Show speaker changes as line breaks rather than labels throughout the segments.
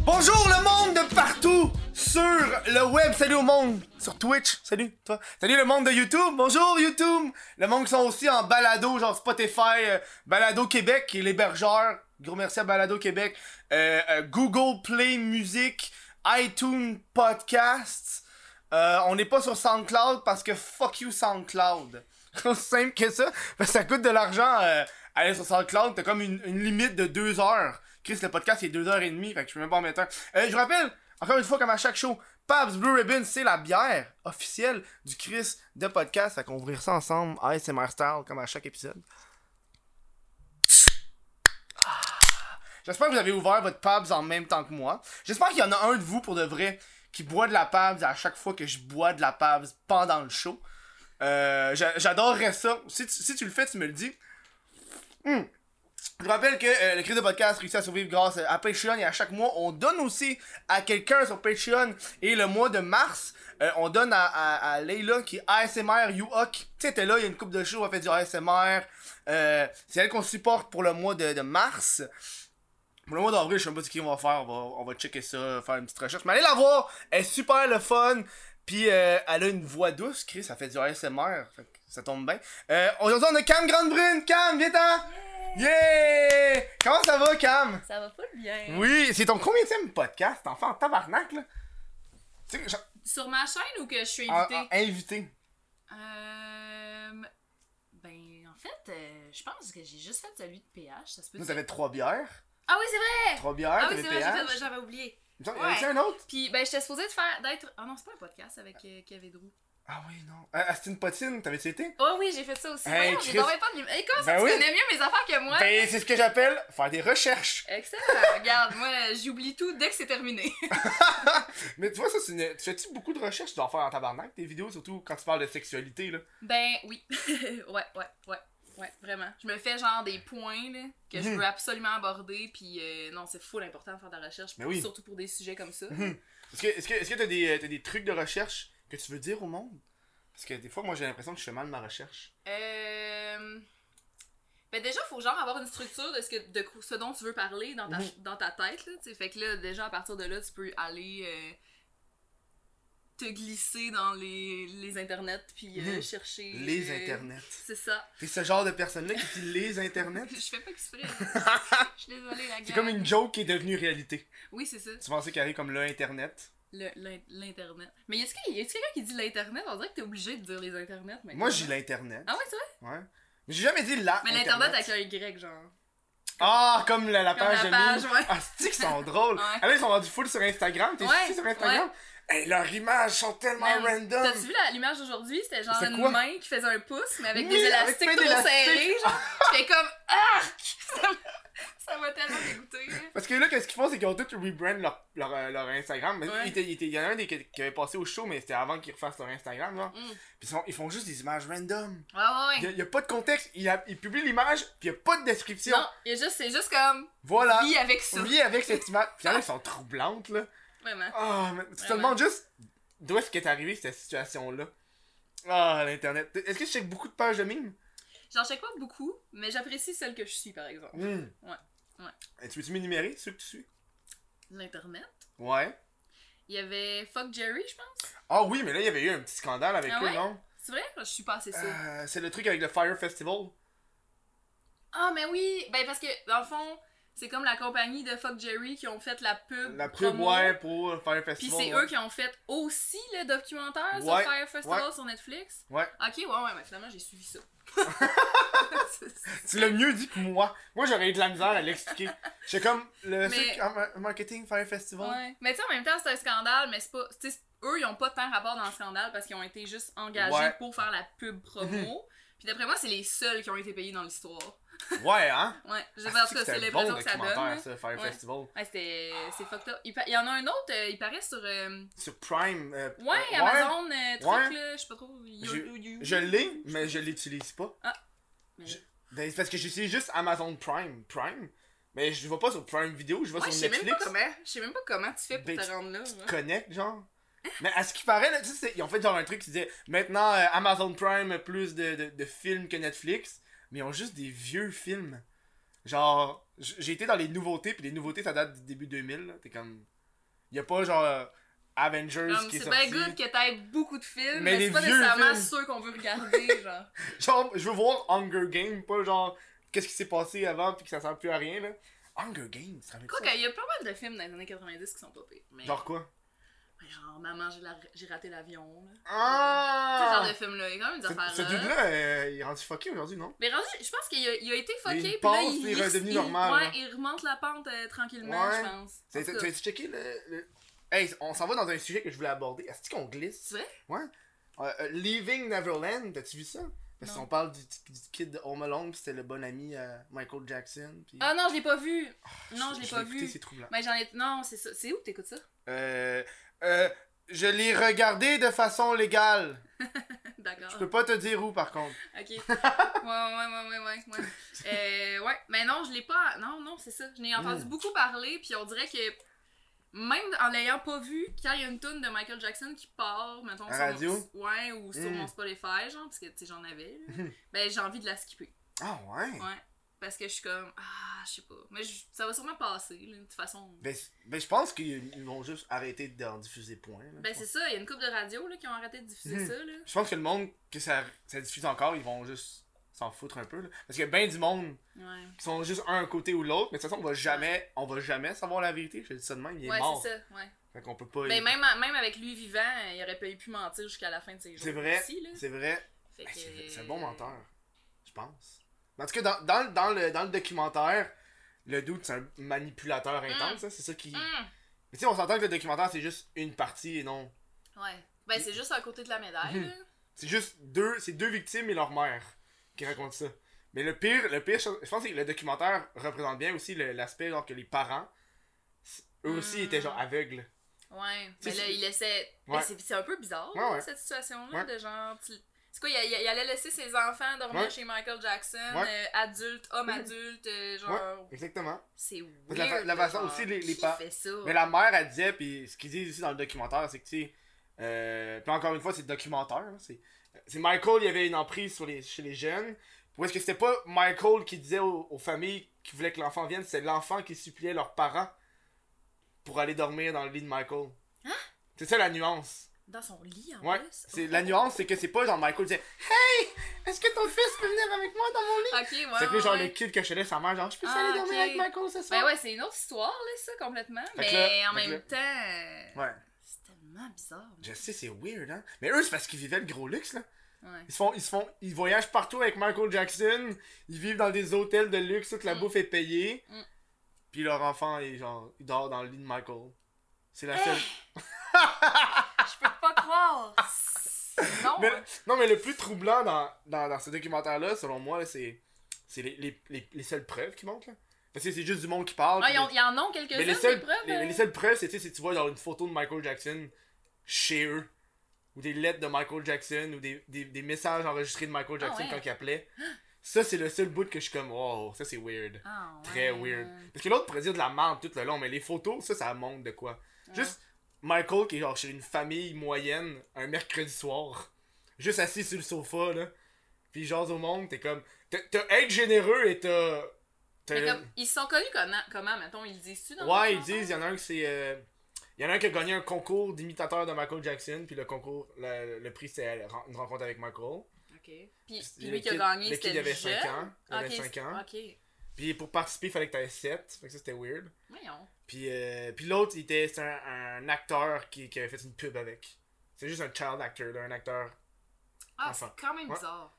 Bonjour le monde de partout sur le web. Salut au monde sur Twitch. Salut toi. Salut le monde de YouTube. Bonjour YouTube. Le monde qui sont aussi en balado genre Spotify, euh, Balado Québec qui est l'hébergeur. Gros merci à Balado Québec, Euh, euh, Google Play Music, iTunes Podcasts. Euh, on n'est pas sur SoundCloud parce que fuck you SoundCloud. C'est aussi simple que ça. Parce que ça coûte de l'argent euh, aller sur SoundCloud. T'as comme une, une limite de deux heures. Chris, le podcast, c'est deux heures et demie. Fait que je peux même pas en mettre un. Euh, je vous rappelle, encore une fois, comme à chaque show, Pabs Blue Ribbon, c'est la bière officielle du Chris de podcast. Fait qu'on va ouvrir ça ensemble. ASMR style, comme à chaque épisode. J'espère que vous avez ouvert votre Pabs en même temps que moi. J'espère qu'il y en a un de vous pour de vrai qui boit de la Pabs à chaque fois que je bois de la Pabs pendant le show. Euh, j'a- J'adorerais ça. Si tu, si tu le fais, tu me le dis. Hmm. Je vous rappelle que euh, le Chris de podcast réussit à survivre grâce à Patreon et à chaque mois, on donne aussi à quelqu'un sur Patreon. Et le mois de mars, euh, on donne à, à, à Leila qui est ASMR Yuhok. Tu sais, t'es là, il y a une coupe de show, elle fait du ASMR. Euh, c'est elle qu'on supporte pour le mois de, de mars. Pour le mois d'avril, je sais même pas ce qu'on va faire. On va, on va checker ça, faire une petite recherche. Mais allez la voir, elle est super le fun. Puis euh, elle a une voix douce, Chris, ça fait du ASMR. Fait que ça tombe bien. Euh, Aujourd'hui, on a Cam Grande-Brune. Cam, viens-t'en! Yeah! Comment ça va, Cam?
Ça va pas bien.
Oui, c'est ton combien podcast, enfant? Tabarnak, là? Tu sais, genre,
Sur ma chaîne ou que je suis
en-
invitée?
en- invité. ah.
Euh, ben, en fait, euh, je pense que j'ai juste fait celui de PH. Ça se peut
Nous, t'avais trois bières.
Ah oui, c'est vrai!
Trois bières,
Ah
t'avais
oui, c'est vrai, j'ai fait-
PH.
ouais, j'avais oublié.
Il me semble- y en a-tu
Ouais.
un autre?
Puis, ben, j'étais supposée de faire, d'être... Ah non, c'est pas un podcast avec euh, Kevin Drou.
Ah oui, non. Euh, Astine Potine, t'avais-tu été?
Oh oui, j'ai fait ça aussi.
Hey,
Voyons,
Chris.
j'ai tombé pas de lumière. Hey, comment ça,
Ben
tu
oui.
connais mieux mes affaires que moi?
Ben, c'est ce que j'appelle faire des recherches.
Excellent! Regarde, moi, j'oublie tout dès que c'est terminé.
Mais tu vois, ça, c'est une... tu fais-tu beaucoup de recherches? Tu dois en faire en tabarnak, tes vidéos, surtout quand tu parles de sexualité, là.
Ben oui. ouais, ouais, ouais. Ouais, vraiment. Je me fais genre des points là, que je
Mhm.
veux absolument aborder. Puis euh, non, c'est full important de faire de la recherche.
Mais Ben oui.
Surtout pour des sujets comme ça.
Mhm. Est-ce que est-ce que- est-ce que t'as des, euh, t'as des trucs de recherche que tu veux dire au monde? Parce que des fois, moi, j'ai l'impression que je fais mal ma recherche.
Euh... Ben déjà, faut genre avoir une structure de ce, que, de cou- ce dont tu veux parler dans ta,
Mhm.
dans ta tête. Là, tu sais. fait que là, déjà, à partir de là, tu peux aller euh, te glisser dans les, les internets. Puis euh,
Mhm.
chercher.
Les
euh,
internets.
C'est ça.
T'es ce genre de personne-là qui dit les internets.
Je fais pas exprès. Je suis désolée, la
C'est
gang.
comme une joke qui est devenue réalité.
Oui, c'est ça.
Tu pensais qu'il arrive comme le internet.
Le- l'in- L'Internet. Mais est-ce qu'il y a quelqu'un qui dit l'Internet? On dirait que t'es obligé de dire les Internets. maintenant.
Moi, j'ai l'internet.
Ah ouais, c'est vrai?
Ouais. Mais j'ai jamais dit la.
Mais l'Internet avec un Y, genre.
Ah, comme la, la
Comme
page
la
de
page,
mime.
ouais.
Ah, c'est qu'ils sont drôles.
Ouais.
Ah là, ils sont rendus full sur Instagram. T'es
Ouais,
ici sur Instagram? Hey, leurs images sont tellement
Man,
random.
T'as-tu vu la- l'image d'aujourd'hui? C'était genre
C'est
une
quoi?
main qui faisait un pouce, mais avec
Oui,
des
avec
élastiques
plein
trop
d'élastiques.
serrés, genre. J'étais comme Arc! Ça m'a- Ça m'a tellement dégoûté. là.
Parce que là, qu'est-ce qu'ils font, c'est qu'ils ont tous rebrand leur, leur, euh, leur Instagram. Mais
Ouais.
il, était- il était- il y en a un des, qui qui avait passé au show, mais c'était avant qu'ils refassent leur Instagram. Là.
Mm.
Puis ils, sont- ils font juste des images random.
Ah ouais,
Il
ouais.
n'y a, pas de contexte. Ils, a- ils publient l'image, puis il n'y a pas de description.
Non, il y a juste, c'est juste comme
Voilà.
vie avec ça.
Vie avec cette image. Puis il y en a, ils sont troublantes, là.
Vraiment.
Ah, mais tu te
Vraiment.
demandes juste d'où est-ce qu'est arrivée cette situation-là. Ah, l'internet. Est-ce que je check beaucoup de pages de mimes
J'en check pas beaucoup, mais j'apprécie celle que je suis, par exemple.
Hum.
Ouais, ouais.
Et tu veux-tu m'énumérer ceux que tu suis
L'Internet.
Ouais.
Il y avait Fuck Jerry, je pense.
Ah oui, mais là, il y avait eu un petit scandale avec
Ah
eux,
ouais?
non
C'est vrai? Je suis pas assez sûre.
Euh, C'est le truc avec le Fire Festival.
Ah, mais oui! Ben, parce que, dans le fond, c'est comme la compagnie de Fuck Jerry qui ont fait la pub.
La pub,
promo,
ouais, pour le Fire
Puis
Festival.
c'est
ouais.
eux qui ont fait aussi le documentaire
Ouais,
sur Fire Festival
ouais.
sur Netflix.
Ouais.
Ok, ouais, ouais, mais finalement, j'ai suivi ça.
Tu l'as mieux dit que moi. Moi, j'aurais eu de la misère à l'expliquer. J'ai comme le
Mais-
truc en ma- marketing Fire Festival.
ouais. Mais tu sais, en même temps, c'est un scandale, mais c'est pas. tu sais, eux, ils ont pas tant rapport dans le scandale parce qu'ils ont été juste engagés
Ouais.
pour faire la pub promo. Puis d'après moi, c'est les seuls qui ont été payés dans l'histoire.
Ouais, hein
Ouais, je sais
Ah,
pas, en
c'est que
tout cas, c'est
c'était
l'impression
bon
que ça donne.
documentaire,
là.
ça, Fire
Ouais.
Festival.
Ouais, c'était. C'est fucked up. Il, pa- il y en a un autre, euh, il paraît sur. euh,
Sur Prime. euh,
Ouais,
euh,
Amazon, euh, truc
Ouais.
là, je sais pas trop. You-
Je-
you- you-
Je l'ai, mais je l'utilise pas.
Ah. Mais-
Je- Ben, c'est parce que j'utilise juste Amazon Prime. Prime. Mais je vais pas sur Prime Vidéo, je vais
Ouais, je
sur
sais même
Netflix.
pas comment. Je sais même pas comment tu fais pour
Ben,
te
tu-
rendre là. ouais.
Connect, genre. Mais à ce qui paraît, là, tu sais, c'est- ils ont fait genre un truc qui disait maintenant euh, Amazon Prime a plus de, de, de films que Netflix, mais ils ont juste des vieux films. Genre, j- j'ai été dans les nouveautés, puis les nouveautés ça date du début 2000. là. T'es comme. Y a pas genre euh, Avengers
Comme,
qui est
C'est
sorti.
bien good que t'aies beaucoup de films,
Mais
mais,
les
c'est pas
vieux
nécessairement
films.
ceux qu'on veut regarder, genre.
Genre, je veux voir Hunger Games, pas genre qu'est-ce qui s'est passé avant, puis que ça sert plus à rien là. Hunger Games, ça fait
Quoi
ça.
qu'il y a pas mal de films dans les années 90 qui sont pas pires. Mais...
Genre quoi
Ouais, genre, Maman, j'ai la- j'ai raté l'avion, là. Ce genre
Ah
de film-là, il y a quand même des
Ce
affaires
ce
là.
dude-là, euh, il est rendu fucké aujourd'hui, non
Mais rendu, je pense qu'il a, il a été fucké,
Il
puis
passe,
là,
puis il est redevenu
il-
normal,
ouais,
là.
il remonte la pente euh, tranquillement,
Ouais.
je pense. En
T'as
tout cas,
t'as-tu checké le, le- Hey, on s'en va dans un sujet que je voulais aborder. Est-ce qu'on glisse?
C'est vrai?
Ouais. Euh, euh, Leaving Neverland, t'as-tu vu ça? Parce
Non.
qu'on parle du, du kid de Home Alone, pis c'était le bon ami à Michael Jackson. Puis...
Ah non, je l'ai pas vu.
Je-
non, je l'ai pas
écouté,
vu.
c'est troublant.
Mais j'en ai. Non, c'est ça. C'est où que t'écoutes ça
Euh, euh, je l'ai regardé de façon légale.
D'accord.
Je peux pas te dire où, par contre.
Ok. ouais, ouais, ouais, ouais, ouais. Ouais. Euh, ouais. Mais non, je l'ai pas. Non, non, c'est ça. Je n'ai entendu
Mm.
beaucoup parler, puis on dirait que. Même en l'ayant pas vu, quand il y a une tune de Michael Jackson qui part, mettons,
À
sur
radio?
Mon, ouais, ou sur
Mm.
mon Spotify, genre, parce que, tu sais, j'en avais, là,
Mhm.
ben, j'ai envie de la skipper.
Ah ouais?
Ouais. Parce que je suis comme, ah, je sais pas. Mais je- ça va sûrement passer, là, de toute façon.
Ben, c- ben, je pense qu'ils ils vont juste arrêter d'en diffuser point. là.
Ben, c'est ça, il y a une couple de radios là, qui ont arrêté de diffuser
Mhm.
ça, là.
Je pense que le monde que ça, ça diffuse encore, ils vont juste s'en foutre un peu. là. Parce qu'il y a bien du monde
Ouais.
qui sont juste un côté ou l'autre, mais de toute façon, on va jamais, on va jamais savoir la vérité. Je dis ça de même, il est
ouais,
mort.
c'est ça, ouais.
Fait qu'on peut pas.
Ben, même, même avec lui vivant, euh, il aurait pas pu mentir jusqu'à la fin de ses jours.
C'est vrai.
aussi, là.
C'est vrai.
Fait
Ben,
que-
C'est c'est un bon menteur, je pense. En tout cas, dans, dans, le- dans le, dans le documentaire, le doute, c'est un manipulateur
Mm.
intense. hein, C'est ça qui.
Hum.
Mais tu sais, on s'entend que le documentaire, c'est juste une partie et non.
Ouais. Ben, c'est juste à côté de la médaille,
Mhm.
là.
C'est juste deux, c'est deux victimes et leur mère qui racontent ça. Mais le pire, le pire, je pense que le documentaire représente bien aussi le- l'aspect genre que les parents, c- eux aussi
Hmm.
étaient genre aveugles.
Ouais.
C'est-
Mais là, il laissait.
Ouais.
Ben, c'est c'est un peu bizarre,
Ouais,
là,
ouais.
cette situation-là,
Ouais.
de genre. tu- C'est quoi, il, il- il allait laisser ses enfants dormir
Ouais.
chez Michael Jackson,
Ouais.
euh, adulte, homme
Mhm.
adulte, euh, genre.
Exactement.
C'est
Parce
weird.
que la fa- la façon
genre,
aussi, les- les
qui
pa-
fait ça?
Mais la mère, elle disait, puis ce qu'ils disent aussi dans le documentaire, c'est que tu sais, euh, puis encore une fois, c'est le documentaire. hein, c'est c'est Michael, il y avait une emprise sur les, chez les jeunes. Ou est-ce que c'était pas Michael qui disait aux, aux familles qui voulaient que l'enfant vienne, c'est l'enfant qui suppliait leurs parents pour aller dormir dans le lit de Michael. C'est ça la nuance.
Dans son lit, Hein? en
Ouais,
plus?
c'est la nuance, c'est que c'est pas genre Michael disait Hey, est-ce que ton fils peut venir avec moi dans mon lit
Ok, ouais,
C'est
ouais,
que genre le
ouais.
kid que je te laisse sa mère, genre je peux
Ah,
aller dormir
ok.
avec Michael ce soir.
Ben ouais, c'est une autre histoire, là, ça, complètement.
Fait
Mais
que là-
en
fait que
même
là-
temps... euh,
ouais.
C'est tellement bizarre.
Je sais, c'est weird, hein. Mais eux, c'est parce qu'ils vivaient le gros luxe, là.
Ouais.
Ils se font, ils se font, ils voyagent partout avec Michael Jackson. Ils vivent dans des hôtels de luxe, toute la
Mm.
bouffe est payée.
Mm.
Puis leur enfant, il, genre, il dort dans le lit de Michael. C'est
Eh,
la seule.
Je peux pas croire. Non.
Mais-
hein.
non, mais le plus troublant dans, dans, dans ce documentaire-là, selon moi, là, c'est c'est les, les, les, les seules preuves qui montrent, là. Parce que c'est juste du monde qui parle.
Ah,
puis
ils, ont- ils en ont quelques-unes,
Mais les
des
seules,
preuves.
les,
euh.
les seules preuves, c'est tu sais, si tu vois genre une photo de Michael Jackson chez eux, ou des lettres de Michael Jackson, ou des, des, des messages enregistrés de Michael
Ah
Jackson
ouais.
quand il appelait. Ça, c'est le seul bout que je suis comme, wow, ça c'est weird.
Ah, ouais.
Très weird. Parce que l'autre pourrait dire de la merde tout le long, mais les photos, ça, ça montre de quoi.
Ouais.
Juste Michael qui est genre chez une famille moyenne un mercredi soir, juste assis sur le sofa, là. Puis il jase au monde, t'es comme. T'as t'as être généreux et t'as. t'as-
Mais comme, ils se sont connus comment, comment mettons, ils le disent-tu dans
euh, Ouais,
le
ils disent, il y en a un qui c'est. euh, Il y en a un qui a gagné un concours d'imitateur de Michael Jackson, puis le concours, le, le prix c'était euh, ren- une rencontre avec Michael.
OK. Puis, puis
Le
lui qui a
kid-
gagné,
le kid,
c'était
il
le
avait
jeune.
5 ans. Il avait
Ok,
5 ans.
OK.
Puis pour participer, il fallait que tu aies 7. Fait que ça c'était weird.
Voyons.
Puis, euh, puis l'autre, il était c'était un, un acteur qui, qui avait fait une pub avec. C'est juste un child actor, là, un acteur.
Ah,
Enfin.
c'est quand même
Ouais.
bizarre.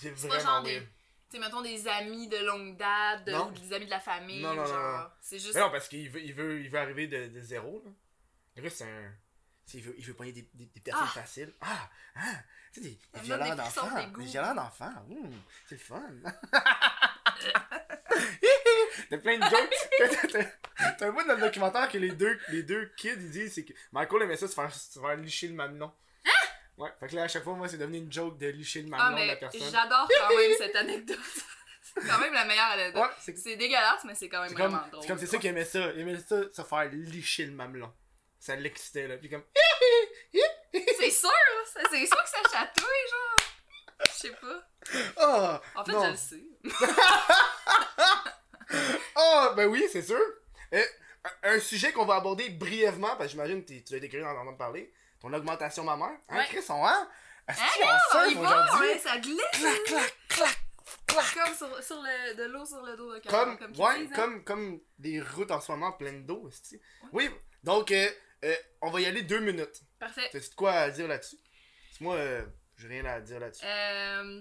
C'est
pas genre
vraiment
des-
weird.
Tu sais, mettons, des amis de longue date, de-
Non.
ou des amis de la famille,
Non, non,
ou genre...
non, non.
C'est juste...
Mais non, parce qu'il veut, il veut, il veut arriver de, de zéro. Là. Le gars, c'est un. tu sais, Il veut, il veut pogner des, des, des personnes
Ah!
faciles. Ah! Ah! Tu sais, des,
Ça
des
me donne
violents
des frissons
d'enfants.
d'égout.
Des violents d'enfants. Ouh, c'est le fun. T'as plein de jokes. T'as- t'as- T'as un bout dans le documentaire que les deux, les deux kids ils disent c'est que Michael aimait ça se faire, se faire licher le mamelon. Ouais, fait que là à chaque fois, moi c'est devenu une joke de licher le
Hein? Ah,
mamelon de la
mais
personne.
j'adore quand même cette anecdote. c'est quand même la meilleure anecdote.
Ouais, c'est
C'est dégueulasse, mais c'est quand même
c'est
vraiment
comme
drôle.
c'est comme c'est ça qu'il aimait ça. Il aimait ça se faire licher le mamelon. Ça l'excitait, là. Puis comme.
C'est sûr, hein, ça- c'est sûr que ça chatouille, genre. Je sais pas.
Oh!
En fait,
non.
je le sais.
Ah, ben oui, c'est sûr. Euh, un un sujet qu'on va aborder brièvement, parce que j'imagine que tu tu as été curieux d'en entendre parler, ton augmentation mammaire. Hein,
Ouais.
Chris, on hein? Est-ce
Ah
qu'on
On y
surfe
va,
aujourd'hui?
ouais, ça glisse. hein.
Clac, clac, clac, clac.
Comme sur, sur le, de l'eau sur le dos d'un
Comme,
canard, comme qu'ils
ouais,
disent, hein.
comme, comme des routes en ce moment pleines d'eau, esti. Oui, donc, euh, euh, on va y aller deux minutes.
Parfait.
T'as-tu de quoi à dire là-dessus? Parce que Moi, euh, j'ai rien à dire là-dessus.
Euh,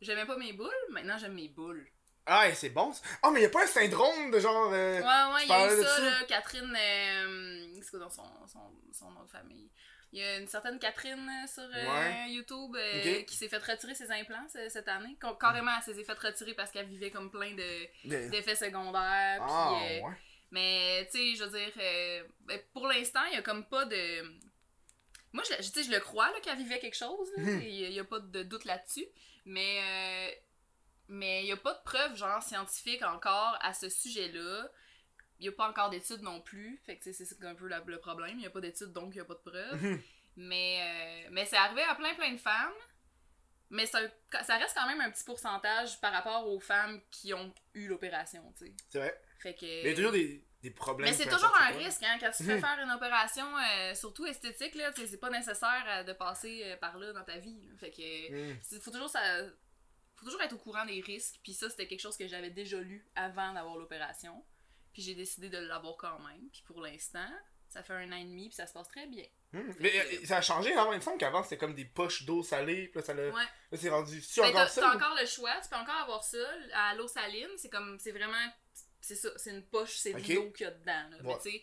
j'aimais pas mes boules, maintenant j'aime mes boules.
Ah, et c'est bon. ça. Ah, mais y a pas un syndrome de genre... euh,
Ouais, ouais, il y a
parlais
eu
de
ça,
ça?
là, Catherine, euh, c'est quoi dans son, son, son nom de famille? Il y a une certaine Catherine euh, sur euh,
Ouais.
YouTube euh,
Ok.
qui s'est fait retirer ses implants ce- cette année. Con- Carrément, elle s'est fait retirer parce qu'elle vivait comme plein de-
de-
d'effets secondaires.
Ah,
puis, euh,
ouais.
Mais, tu sais, je veux dire, euh, ben, pour l'instant, il y a comme pas de. Moi, je, je- tu sais, je le crois là, qu'elle vivait quelque chose, là,
Mhm.
il y a- il y a pas de doute là-dessus, mais euh, mais il y a pas de preuves, genre, scientifiques encore à ce sujet-là. Il y a pas encore d'études non plus, fait que tu sais, c'est un peu la- le problème, il y a pas d'études, donc il y a pas de preuves.
Mhm.
mais euh, mais c'est arrivé à plein plein de femmes, mais ça, ça reste quand même un petit pourcentage par rapport aux femmes qui ont eu l'opération, tu sais.
C'est vrai.
Fait que...
Mais il y a toujours des, des problèmes.
Mais c'est
peu
toujours
importe
un
quoi.
risque, hein, quand tu te fais
Mhm.
faire une opération, euh, surtout esthétique, là, tu sais, c'est pas nécessaire euh, de passer euh, par là dans ta vie. là. Fait que, euh,
Mm.
c'est- faut toujours ça... Faut toujours être au courant des risques, puis ça, c'était quelque chose que j'avais déjà lu avant d'avoir l'opération, puis j'ai décidé de l'avoir quand même, puis pour l'instant, ça fait un an et demi, puis ça se passe très bien.
Hmm. Mais euh, ça a changé, non? Il me semble qu'avant c'était comme des poches d'eau salée, puis là, ça l'a...
Ouais.
là c'est rendu. Tu
Ben,
encore
t'as, t'as
ça? ou-
encore le choix, tu peux encore avoir ça à l'eau saline, c'est comme, c'est vraiment, c'est ça, c'est une poche, c'est
Ok.
de l'eau qu'il y a dedans, là. Mais
Ouais.
tu sais,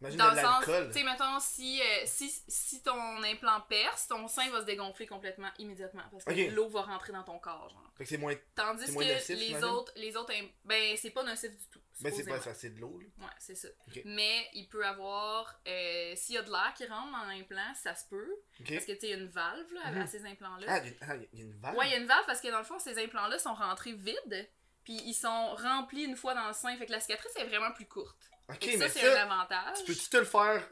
Imagine
Dans
de
le sens,
l'alcool.
tu sais, mettons, si, euh, si, si ton implant perce, ton sein va se dégonfler complètement immédiatement parce que
Ok.
l'eau va rentrer dans ton corps, genre.
Fait que c'est moins. ben,
Tandis
C'est
que
moins nocif,
les
j'imagine.
autres, les autres, im- ben, c'est pas nocif du tout.
Ben c'est pas
supposément.
ça, c'est de l'eau, là.
Ouais, c'est ça.
Ok.
Mais il peut avoir, euh, s'il y a de l'air qui rentre dans l'implant, ça se peut.
Ok.
Parce que, tu sais, il y a une valve, là, à-
Mhm.
à ces implants-là.
Ah, il y a- ah, il y, a une valve.
Ouais, il y a une valve parce que dans le fond, ces implants-là sont rentrés vides, puis ils sont remplis une fois dans le sein. Fait que la cicatrice est vraiment plus courte.
ok,
Fait que
mais
ça, c'est un
ça,
avantage.
tu peux-tu te le faire.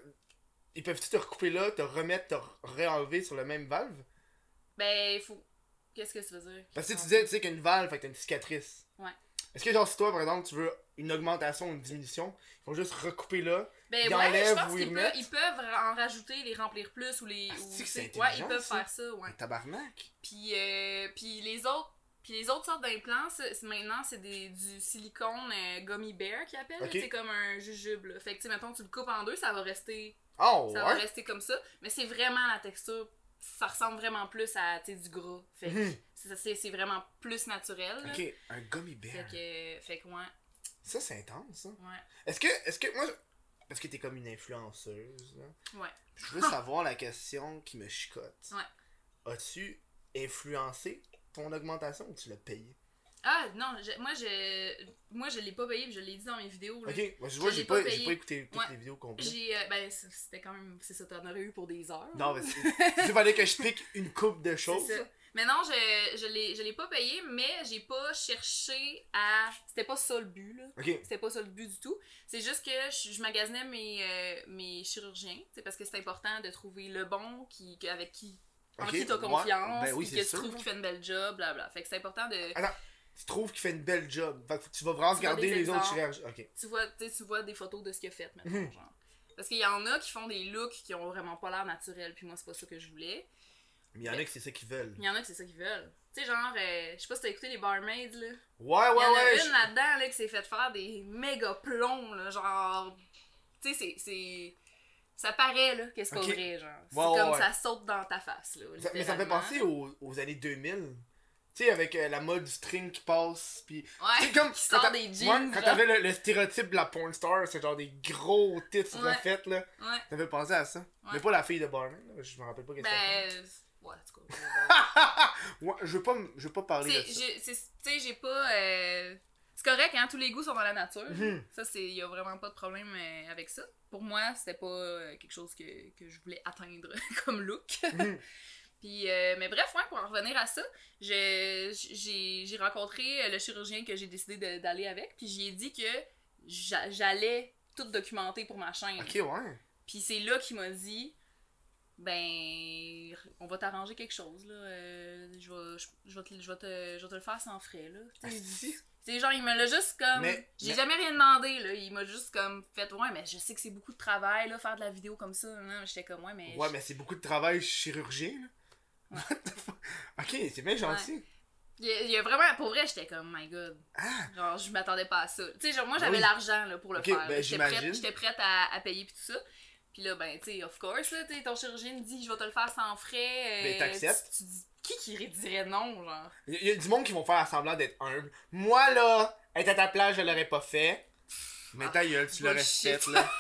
Ils peuvent-tu te recouper là, te remettre, te re- réenlever sur la même valve?
Ben, faut. Qu'est-ce que ça veut dire?
Parce que tu disais, tu sais, qu'il y a une valve, fait que t'as une cicatrice.
Ah. Ouais.
Est-ce que, genre, si toi, par exemple, tu veux une augmentation ou une diminution, ils vont juste recouper là.
Ben,
ils
ouais, je
enlèvent
pense
ou ils
qu'ils peuvent,
remettent?
ils peuvent en rajouter, les remplir plus ou les.
Ah,
ou-
c'est que c'est
ouais, ils
intelligent,
peuvent
ça.
faire ça, ouais.
Un tabarnak.
Puis, euh, puis les autres. Puis les autres sortes d'implants, ça, c'est- maintenant, c'est des- du silicone euh, gummy bear qu'ils appellent. là,
Ok.
C'est comme un jujube. là. Fait que, tu sais, mettons, tu le coupes en deux, ça va rester,
Oh,
ça va
ouais.
rester comme ça. Mais c'est vraiment la texture, ça ressemble vraiment plus à, tu sais, du gras. Fait que
Mhm.
c'est- c'est c'est vraiment plus naturel. là.
Ok, un gummy bear.
Fait que, fait que, ouais,
Ça, c'est intense, ça.
ouais,
Est-ce que, est-ce que, moi, je- parce que t'es comme une influenceuse, là.
ouais.
Je veux savoir la question qui me chicote. As-tu influencé ton augmentation ou tu l'as payé?
Ah non, je- moi je moi je l'ai pas payé, puis je l'ai dit dans mes vidéos. là.
Ok, moi, je vois,
Je
j'ai
l'ai pas
pas, j'ai
payé.
pas écouté toutes
Ouais.
les vidéos complètes.
J'ai euh, ben c- c'était quand même c'est ça t'en aurais eu pour des heures.
Non, mais c'est- il fallait que je pique une coupe de
C'est
choses.
ça. Mais non, je je l'ai je l'ai pas payé, mais j'ai pas cherché à c'était pas ça le but là.
Ok,
C'était pas ça le but du tout. C'est juste que je, je magasinais mes, euh, mes chirurgiens, tu sais, parce que c'est important de trouver le bon qui, que- avec qui, en
Ok,
qui t'as
ouais,
confiance,
ben oui,
puis
c'est
que tu
sûr,
trouves
là.
qu'il fait une belle job, blablabla. Fait que c'est important de.
tu trouves qu'il fait une belle job. Fait que tu vas vraiment
Tu vois des
regarder les autres
exemples.
chirurgiens. Ok.
tu vois, tu sais, tu vois des photos de ce qu'il a fait, maintenant,
Mhm.
genre. Parce qu'il y en a qui font des looks qui ont vraiment pas l'air naturel, puis moi, c'est pas ça que je voulais.
Mais il y en a qui c'est ça qu'ils veulent.
Il y en a que c'est ça qu'ils veulent. Tu sais, genre, euh, je sais pas si t'as écouté les barmaids, là.
Ouais, Ah ouais,
Il y en
ouais.
a une
je-
là-dedans, là, qui s'est fait faire des méga plombs, là, genre... Tu sais, c'est- c'est... Ça paraît, là, que c'est
Ok.
pas vrai, genre. C'est
Ouais, ouais,
comme
ouais.
ça saute dans ta face, là,
Ça- mais ça me fait
littéralement.
penser aux, aux années 2000. Tu sais, avec euh, la mode du string qui passe, puis
Ouais,
C'est comme
qui sort
quand t'a-
des
ouais,
jeans,
quand
genre.
t'avais le, le stéréotype de la porn star, c'est genre des gros tits sur la
Ouais.
fête là.
Ouais,
Ça me fait penser à ça. Mais pas la fille de Barney, là, je me rappelle pas qu'elle s'appelle.
ben... Ouais, en tout cas.
Ouais, je veux pas m- je veux pas parler de
Ben, C'est-
ça.
j'ai- c'est- Tu sais, j'ai pas... euh, C'est correct, hein, tous les goûts sont dans la nature.
Mhm.
Ça, c'est, y a vraiment pas de problème euh, avec ça. Pour moi, c'était pas euh, quelque chose que, que je voulais atteindre comme look.
Mhm.
Puis, euh, mais bref, ouais, pour en revenir à ça, je- j'ai j'ai rencontré euh, le chirurgien que j'ai décidé de- d'aller avec, puis j'ai dit que j'a- j'allais tout documenter pour ma chaîne.
Ok ouais.
Puis c'est là qu'il m'a dit ben on va t'arranger quelque chose là euh, je vais je, je vais te, je vais te je vais te le faire sans frais là Tu sais, c'est genre, il me l'a juste comme.
Mais-
J'ai
mais-
jamais rien demandé, là. Il m'a juste comme fait, ouais, mais je sais que c'est beaucoup de travail, là, faire de la vidéo comme ça. Non, mais j'étais comme, ouais, mais.
Ouais, mais c'est beaucoup de travail chirurgien, là. What the fuck? Ok, c'est bien gentil.
Il, y a, il y a vraiment, pour vrai, j'étais comme, my god.
Ah!
Genre, je m'attendais pas à ça. Tu sais, genre, moi,
Ben
j'avais
oui.
l'argent, là, pour le
Ok,
faire. là.
ben,
j'étais prête,
j'imagine.
j'étais prête à, à payer, pis tout ça. Puis là, ben, tu sais, of course, là, tu sais, ton chirurgien me dit, je vais te le faire sans frais. euh,
Ben, t'acceptes.
Tu, tu dis, qui qui dirait non, genre?
Il y, a du monde qui vont faire semblant d'être humble. Moi, là, être à ta place, je l'aurais pas fait. Mais ta gueule, tu l'aurais
bullshit.
fait, là.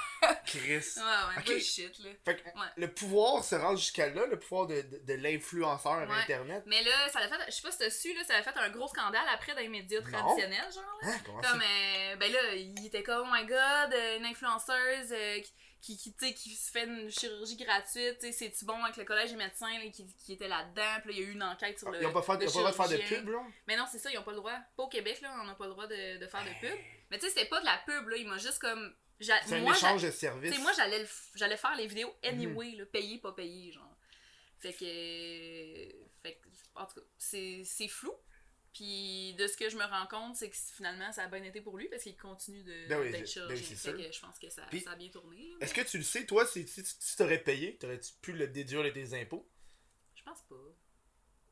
Chris.
Ouais, ouais,
Ah, Ok.
bullshit, là.
Fait que
Ouais.
le pouvoir se rend jusqu'à là, le pouvoir de, de, de l'influenceur à
Ouais.
Internet.
Mais là, ça l'a fait, je sais pas si t'as su, là, ça a fait un gros scandale après dans les médias
Non.
traditionnels, genre.
Hein, comment ça?
Comme, euh, ben là, il était comme, oh my god, euh, une influenceuse euh, qui, qui, tu sais, qui se fait une chirurgie gratuite, tu sais, c'est-tu bon avec le collège des médecins là, qui, qui était là-dedans, puis là, il y a eu une enquête sur le.
Ah, Ils ont pas, fait,
le
ils ont pas le droit de faire de
chirurgien.
pub, là?
Mais non, c'est ça, ils ont pas le droit. Pas au Québec, là, on n'a pas le droit de, de faire de
Ben,
pub. Mais tu sais, c'était pas de la pub, là, il m'a juste comme. j'a-
C'est un
moi, j'a-
échange de
tu
services.
sais, moi, j'allais le f- j'allais faire les vidéos
Mhm.
anyway, là, payé, pas payé, genre. Fait que. Fait que, en tout cas, c'est c'est flou. Puis de ce que je me rends compte, c'est que finalement, ça a bien été pour lui parce qu'il continue de
Ben oui,
d'être
je-
chirurgien.
ben oui, c'est
fait
sûr.
que je pense que ça,
Puis-
ça a bien tourné. là, mais
Est-ce que tu le sais, toi, si si- si tu t'aurais payé, t'aurais-tu pu le déduire de tes impôts?
Je pense pas.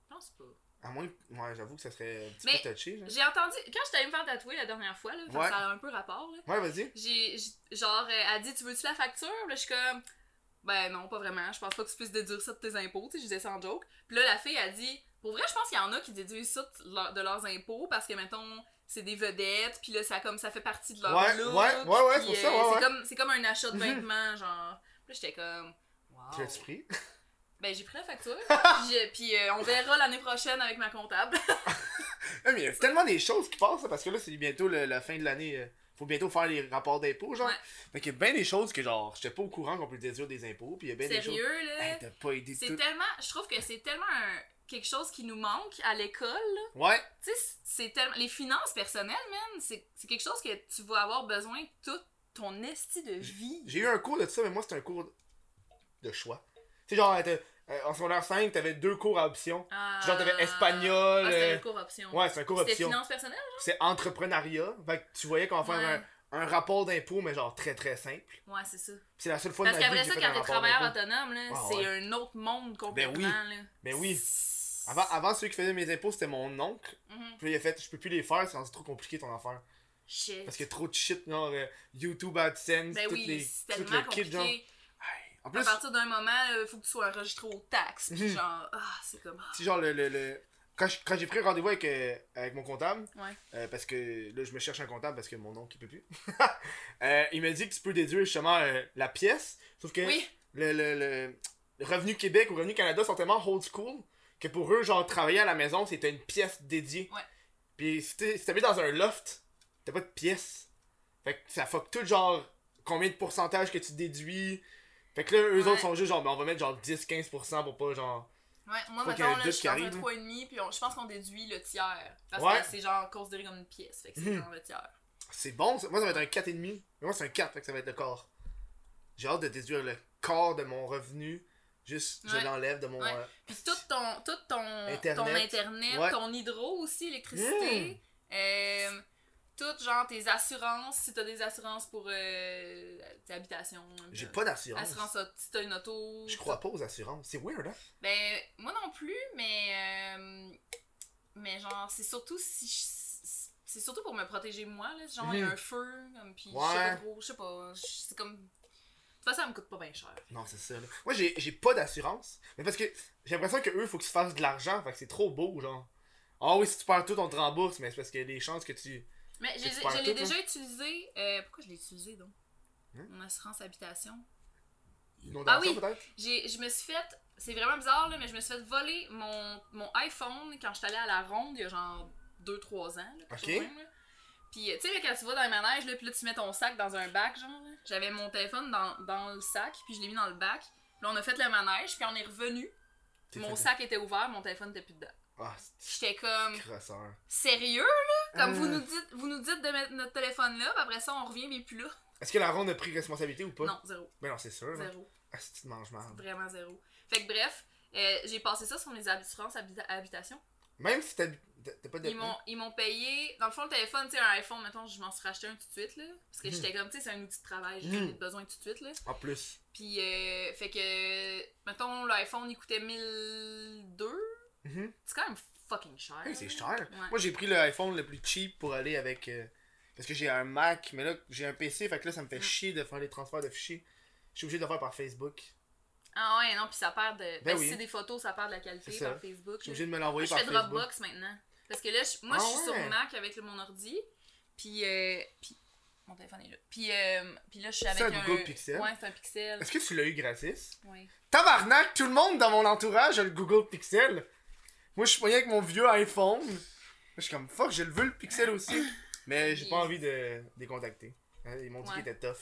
Je pense pas.
À moins que. Ouais, j'avoue que ça serait un petit
Mais-
peu touché, là.
J'ai entendu. Quand j'étais allée me faire tatouer la dernière fois, là,
Ouais.
ça a un peu rapport, là.
Ouais, vas-y.
J'ai. j'- Genre, euh, elle dit Tu veux-tu la facture Là, je suis comme. Ben non, pas vraiment. Je pense pas que tu puisses déduire ça de tes impôts. Tu sais, je disais ça en joke. Puis là, la fille, a dit Pour vrai, je pense qu'il y en a qui déduisent ça de, leur- de leurs impôts parce que, mettons, c'est des vedettes. Puis là, ça, comme, ça fait partie de leur.
Ouais,
look,
ouais, ouais, ouais, c'est
Bah, puis,
pour ça,
euh,
ouais,
c'est
ouais.
comme C'est comme un achat de
Mhm.
vêtements, genre. Puis là, j'étais comme. Wow.
Tu l'as-tu pris?
Ben, j'ai pris la facture. J'ai- puis euh, on verra l'année prochaine avec ma comptable.
Ah, mais il y a tellement des choses qui passent, là, parce que là, c'est bientôt le- la fin de l'année. euh, faut bientôt faire les rapports d'impôts, genre.
Ouais.
Fait qu'il y a bien des choses que, genre, j'étais pas au courant qu'on peut déduire des impôts, puis il y a bien des choses.
Sérieux, là.
Hey, t'as pas aidé
c'est
Ben, tout.
tellement. Je trouve que c'est tellement un- quelque chose qui nous manque à l'école.
Ouais,
tu sais, c'est tellement. Les finances personnelles, man, c'est c'est quelque chose que tu vas avoir besoin toute ton esti de vie.
j'ai eu un cours de ça, mais moi, c'était un cours de choix. Tu sais, genre, t'as- euh, en secondaire 5, t'avais deux cours à option.
Ah.
Genre, t'avais espagnol.
Ah, c'était
euh,
le cours option.
Ouais, c'est un cours
C'était
option.
finances personnelles?
C'est entrepreneuriat. Fait que tu voyais comment faire
Ouais.
un, un rapport d'impôt, mais genre très très simple. Puis
Ouais, c'est ça.
C'est la seule fois
Parce
de ma vie
qu'après
que
ça,
j'ai fait
quand
un
t'es
rapport
travailleur
d'impôt.
autonome, là,
Ah,
c'est
ouais.
un autre monde complètement.
oui.
là. Mm-hmm.
Ben oui. Avant, avant, celui qui faisait mes impôts, c'était mon oncle.
Mhm.
Puis il a fait, je peux plus les faire, c'est rendu trop compliqué ton affaire.
Shit.
Parce que trop de shit, genre euh, YouTube, AdSense,
ben
toutes
oui,
les,
c'est
toutes
tellement
les kits, genre.
compliqué. Ah,
Aïe. En
À
plus,
partir d'un moment, il faut que tu sois enregistré aux taxes. Puis
Mhm.
genre, ah, c'est comme. ah.
tu sais, genre, le, le, le- quand je- quand j'ai pris rendez-vous avec, euh, avec mon comptable,
Ouais.
euh, parce que là, je me cherche un comptable parce que mon oncle, il peut plus. Euh, il m'a dit que tu peux déduire justement euh, la pièce. Sauf que
Oui,
le, le, le- le Revenu Québec ou Revenu Canada sont tellement old school que pour eux, genre, travailler à la maison, c'était une pièce dédiée.
Ouais.
Puis si t'es- si t'habites dans un loft, t'as pas de pièce. Fait que ça fuck tout, genre, combien de pourcentage que tu déduis. Fait que là, eux
Ouais.
autres sont juste genre, ben, on va mettre genre 10-15% pour pas, genre.
ouais, moi,
Faut qu'il y
mettons,
ait
là,
un
je
doute
suis
qui
dans un
arrive, là.
3,5, puis on- je pense qu'on déduit le tiers. Parce
Ouais.
que c'est genre considéré comme une pièce. Fait que c'est
Mhm.
genre le tiers.
C'est bon, ça. moi ça va être un 4,5. Mais moi, c'est un 4, fait que ça va être le corps. J'ai hâte de déduire le corps de mon revenu. Juste,
Ouais.
je l'enlève de mon.
Ouais.
euh,
Puis tout ton, tout ton
Internet.
ton, internet,
Ouais. Hum.
ton hydro aussi, électricité, euh, tout genre tes assurances, si t'as des assurances pour euh, tes habitations.
J'ai
euh,
pas d'assurance.
Assurance, auto- si t'as une auto.
Je crois pas aux assurances. C'est weird, hein?
Ben, moi non plus, mais. euh, mais genre, c'est surtout si. je- C'est surtout pour me protéger moi, là. Genre, il y a
Mhm.
un feu, comme, pis je sais
Ouais.
pas trop, je sais pas. je- C'est comme. De toute façon, ça me coûte pas bien cher.
Non, c'est ça. là. Moi, j'ai j'ai pas d'assurance. Mais parce que j'ai l'impression qu'eux, faut qu'ils se fassent de l'argent. Fait que c'est trop beau, genre. Ah oui, si tu perds tout, on te rembourse. Mais c'est parce que les chances que tu.
Mais je
tu
les-
perds
je l'ai
tout, hein?
déjà utilisé. euh, pourquoi je l'ai utilisé donc
Hein?
Mon assurance habitation.
Inondation,
Ah oui.
peut-être
J'ai, je me suis fait. C'est vraiment bizarre, là, mais je me suis fait voler mon, mon iPhone quand j'étais allée à la ronde il y a genre 2-3 ans. Là, quelque
Ok.
chose de même, là. Puis, euh, tu sais, là, quand tu vas dans les manèges, là, puis là, tu mets ton sac dans un bac, genre. là. J'avais mon téléphone dans, dans le sac, puis je l'ai mis dans le bac. Puis là, on a fait le manège, puis on est revenu.
T'es
Mon
fait-
sac était ouvert, mon téléphone était plus dedans.
Ah, c'est
J'étais comme,
crosseur.
sérieux, là? Comme
Ah.
vous, nous dites, vous nous dites de mettre notre téléphone là, puis après ça, on revient, mais plus là.
Est-ce que la ronde a pris responsabilité ou pas?
Non, zéro.
Ben non, c'est sûr. là.
Zéro.
Ah, c'est tu te manges mal.
Vraiment zéro. Fait que bref, euh, j'ai passé ça sur mes assurances habita- habitation.
Même si t'as t'as- t'as pas de.
Ils m'ont, ils m'ont payé, dans le fond, le téléphone, tu sais, un iPhone, mettons, je m'en serais acheté un tout de suite, là. Parce que
Mhm.
j'étais comme, tu sais, c'est un outil de travail, j'en
Mhm.
ai besoin tout de suite, là.
En plus.
Puis, euh, fait que, mettons, l'iPhone, il coûtait 1002.
Mhm.
C'est quand même fucking cher.
Hey, c'est
là.
cher.
Ah, Ouais.
Moi, j'ai pris le iPhone le plus cheap pour aller avec. euh, parce que j'ai un Mac, mais là, j'ai un PC, fait que là, ça me fait
Mm.
chier de faire les transferts de fichiers. Je suis obligé de le faire par Facebook.
Ah ouais, non, puis ça perd de. Ben, si
oui.
c'est des photos, ça perd de la qualité
C'est ça.
par Facebook.
Je suis
là.
obligé de me
Moi,
l'envoyer
Ah,
par
je fais
Facebook.
Dropbox maintenant. Parce que là, je- moi,
Ah
je suis
ouais.
sur Mac avec le- mon ordi. Puis, euh, puis- mon téléphone est là. Puis, euh, puis là, je suis
C'est
avec
un
un.
Google Pixel?
Ouais, c'est un pixel.
Est-ce que tu l'as eu gratis?
Ouais.
Tabarnak, tout le monde dans mon entourage a le Google Pixel. Moi, je suis moyen avec mon vieux iPhone. Moi, Je suis comme fuck, je le veux le Pixel aussi. Mais j'ai pas
Yes.
envie de de les contacter. Hein, Ils m'ont dit
Ouais.
qu'ils étaient tough.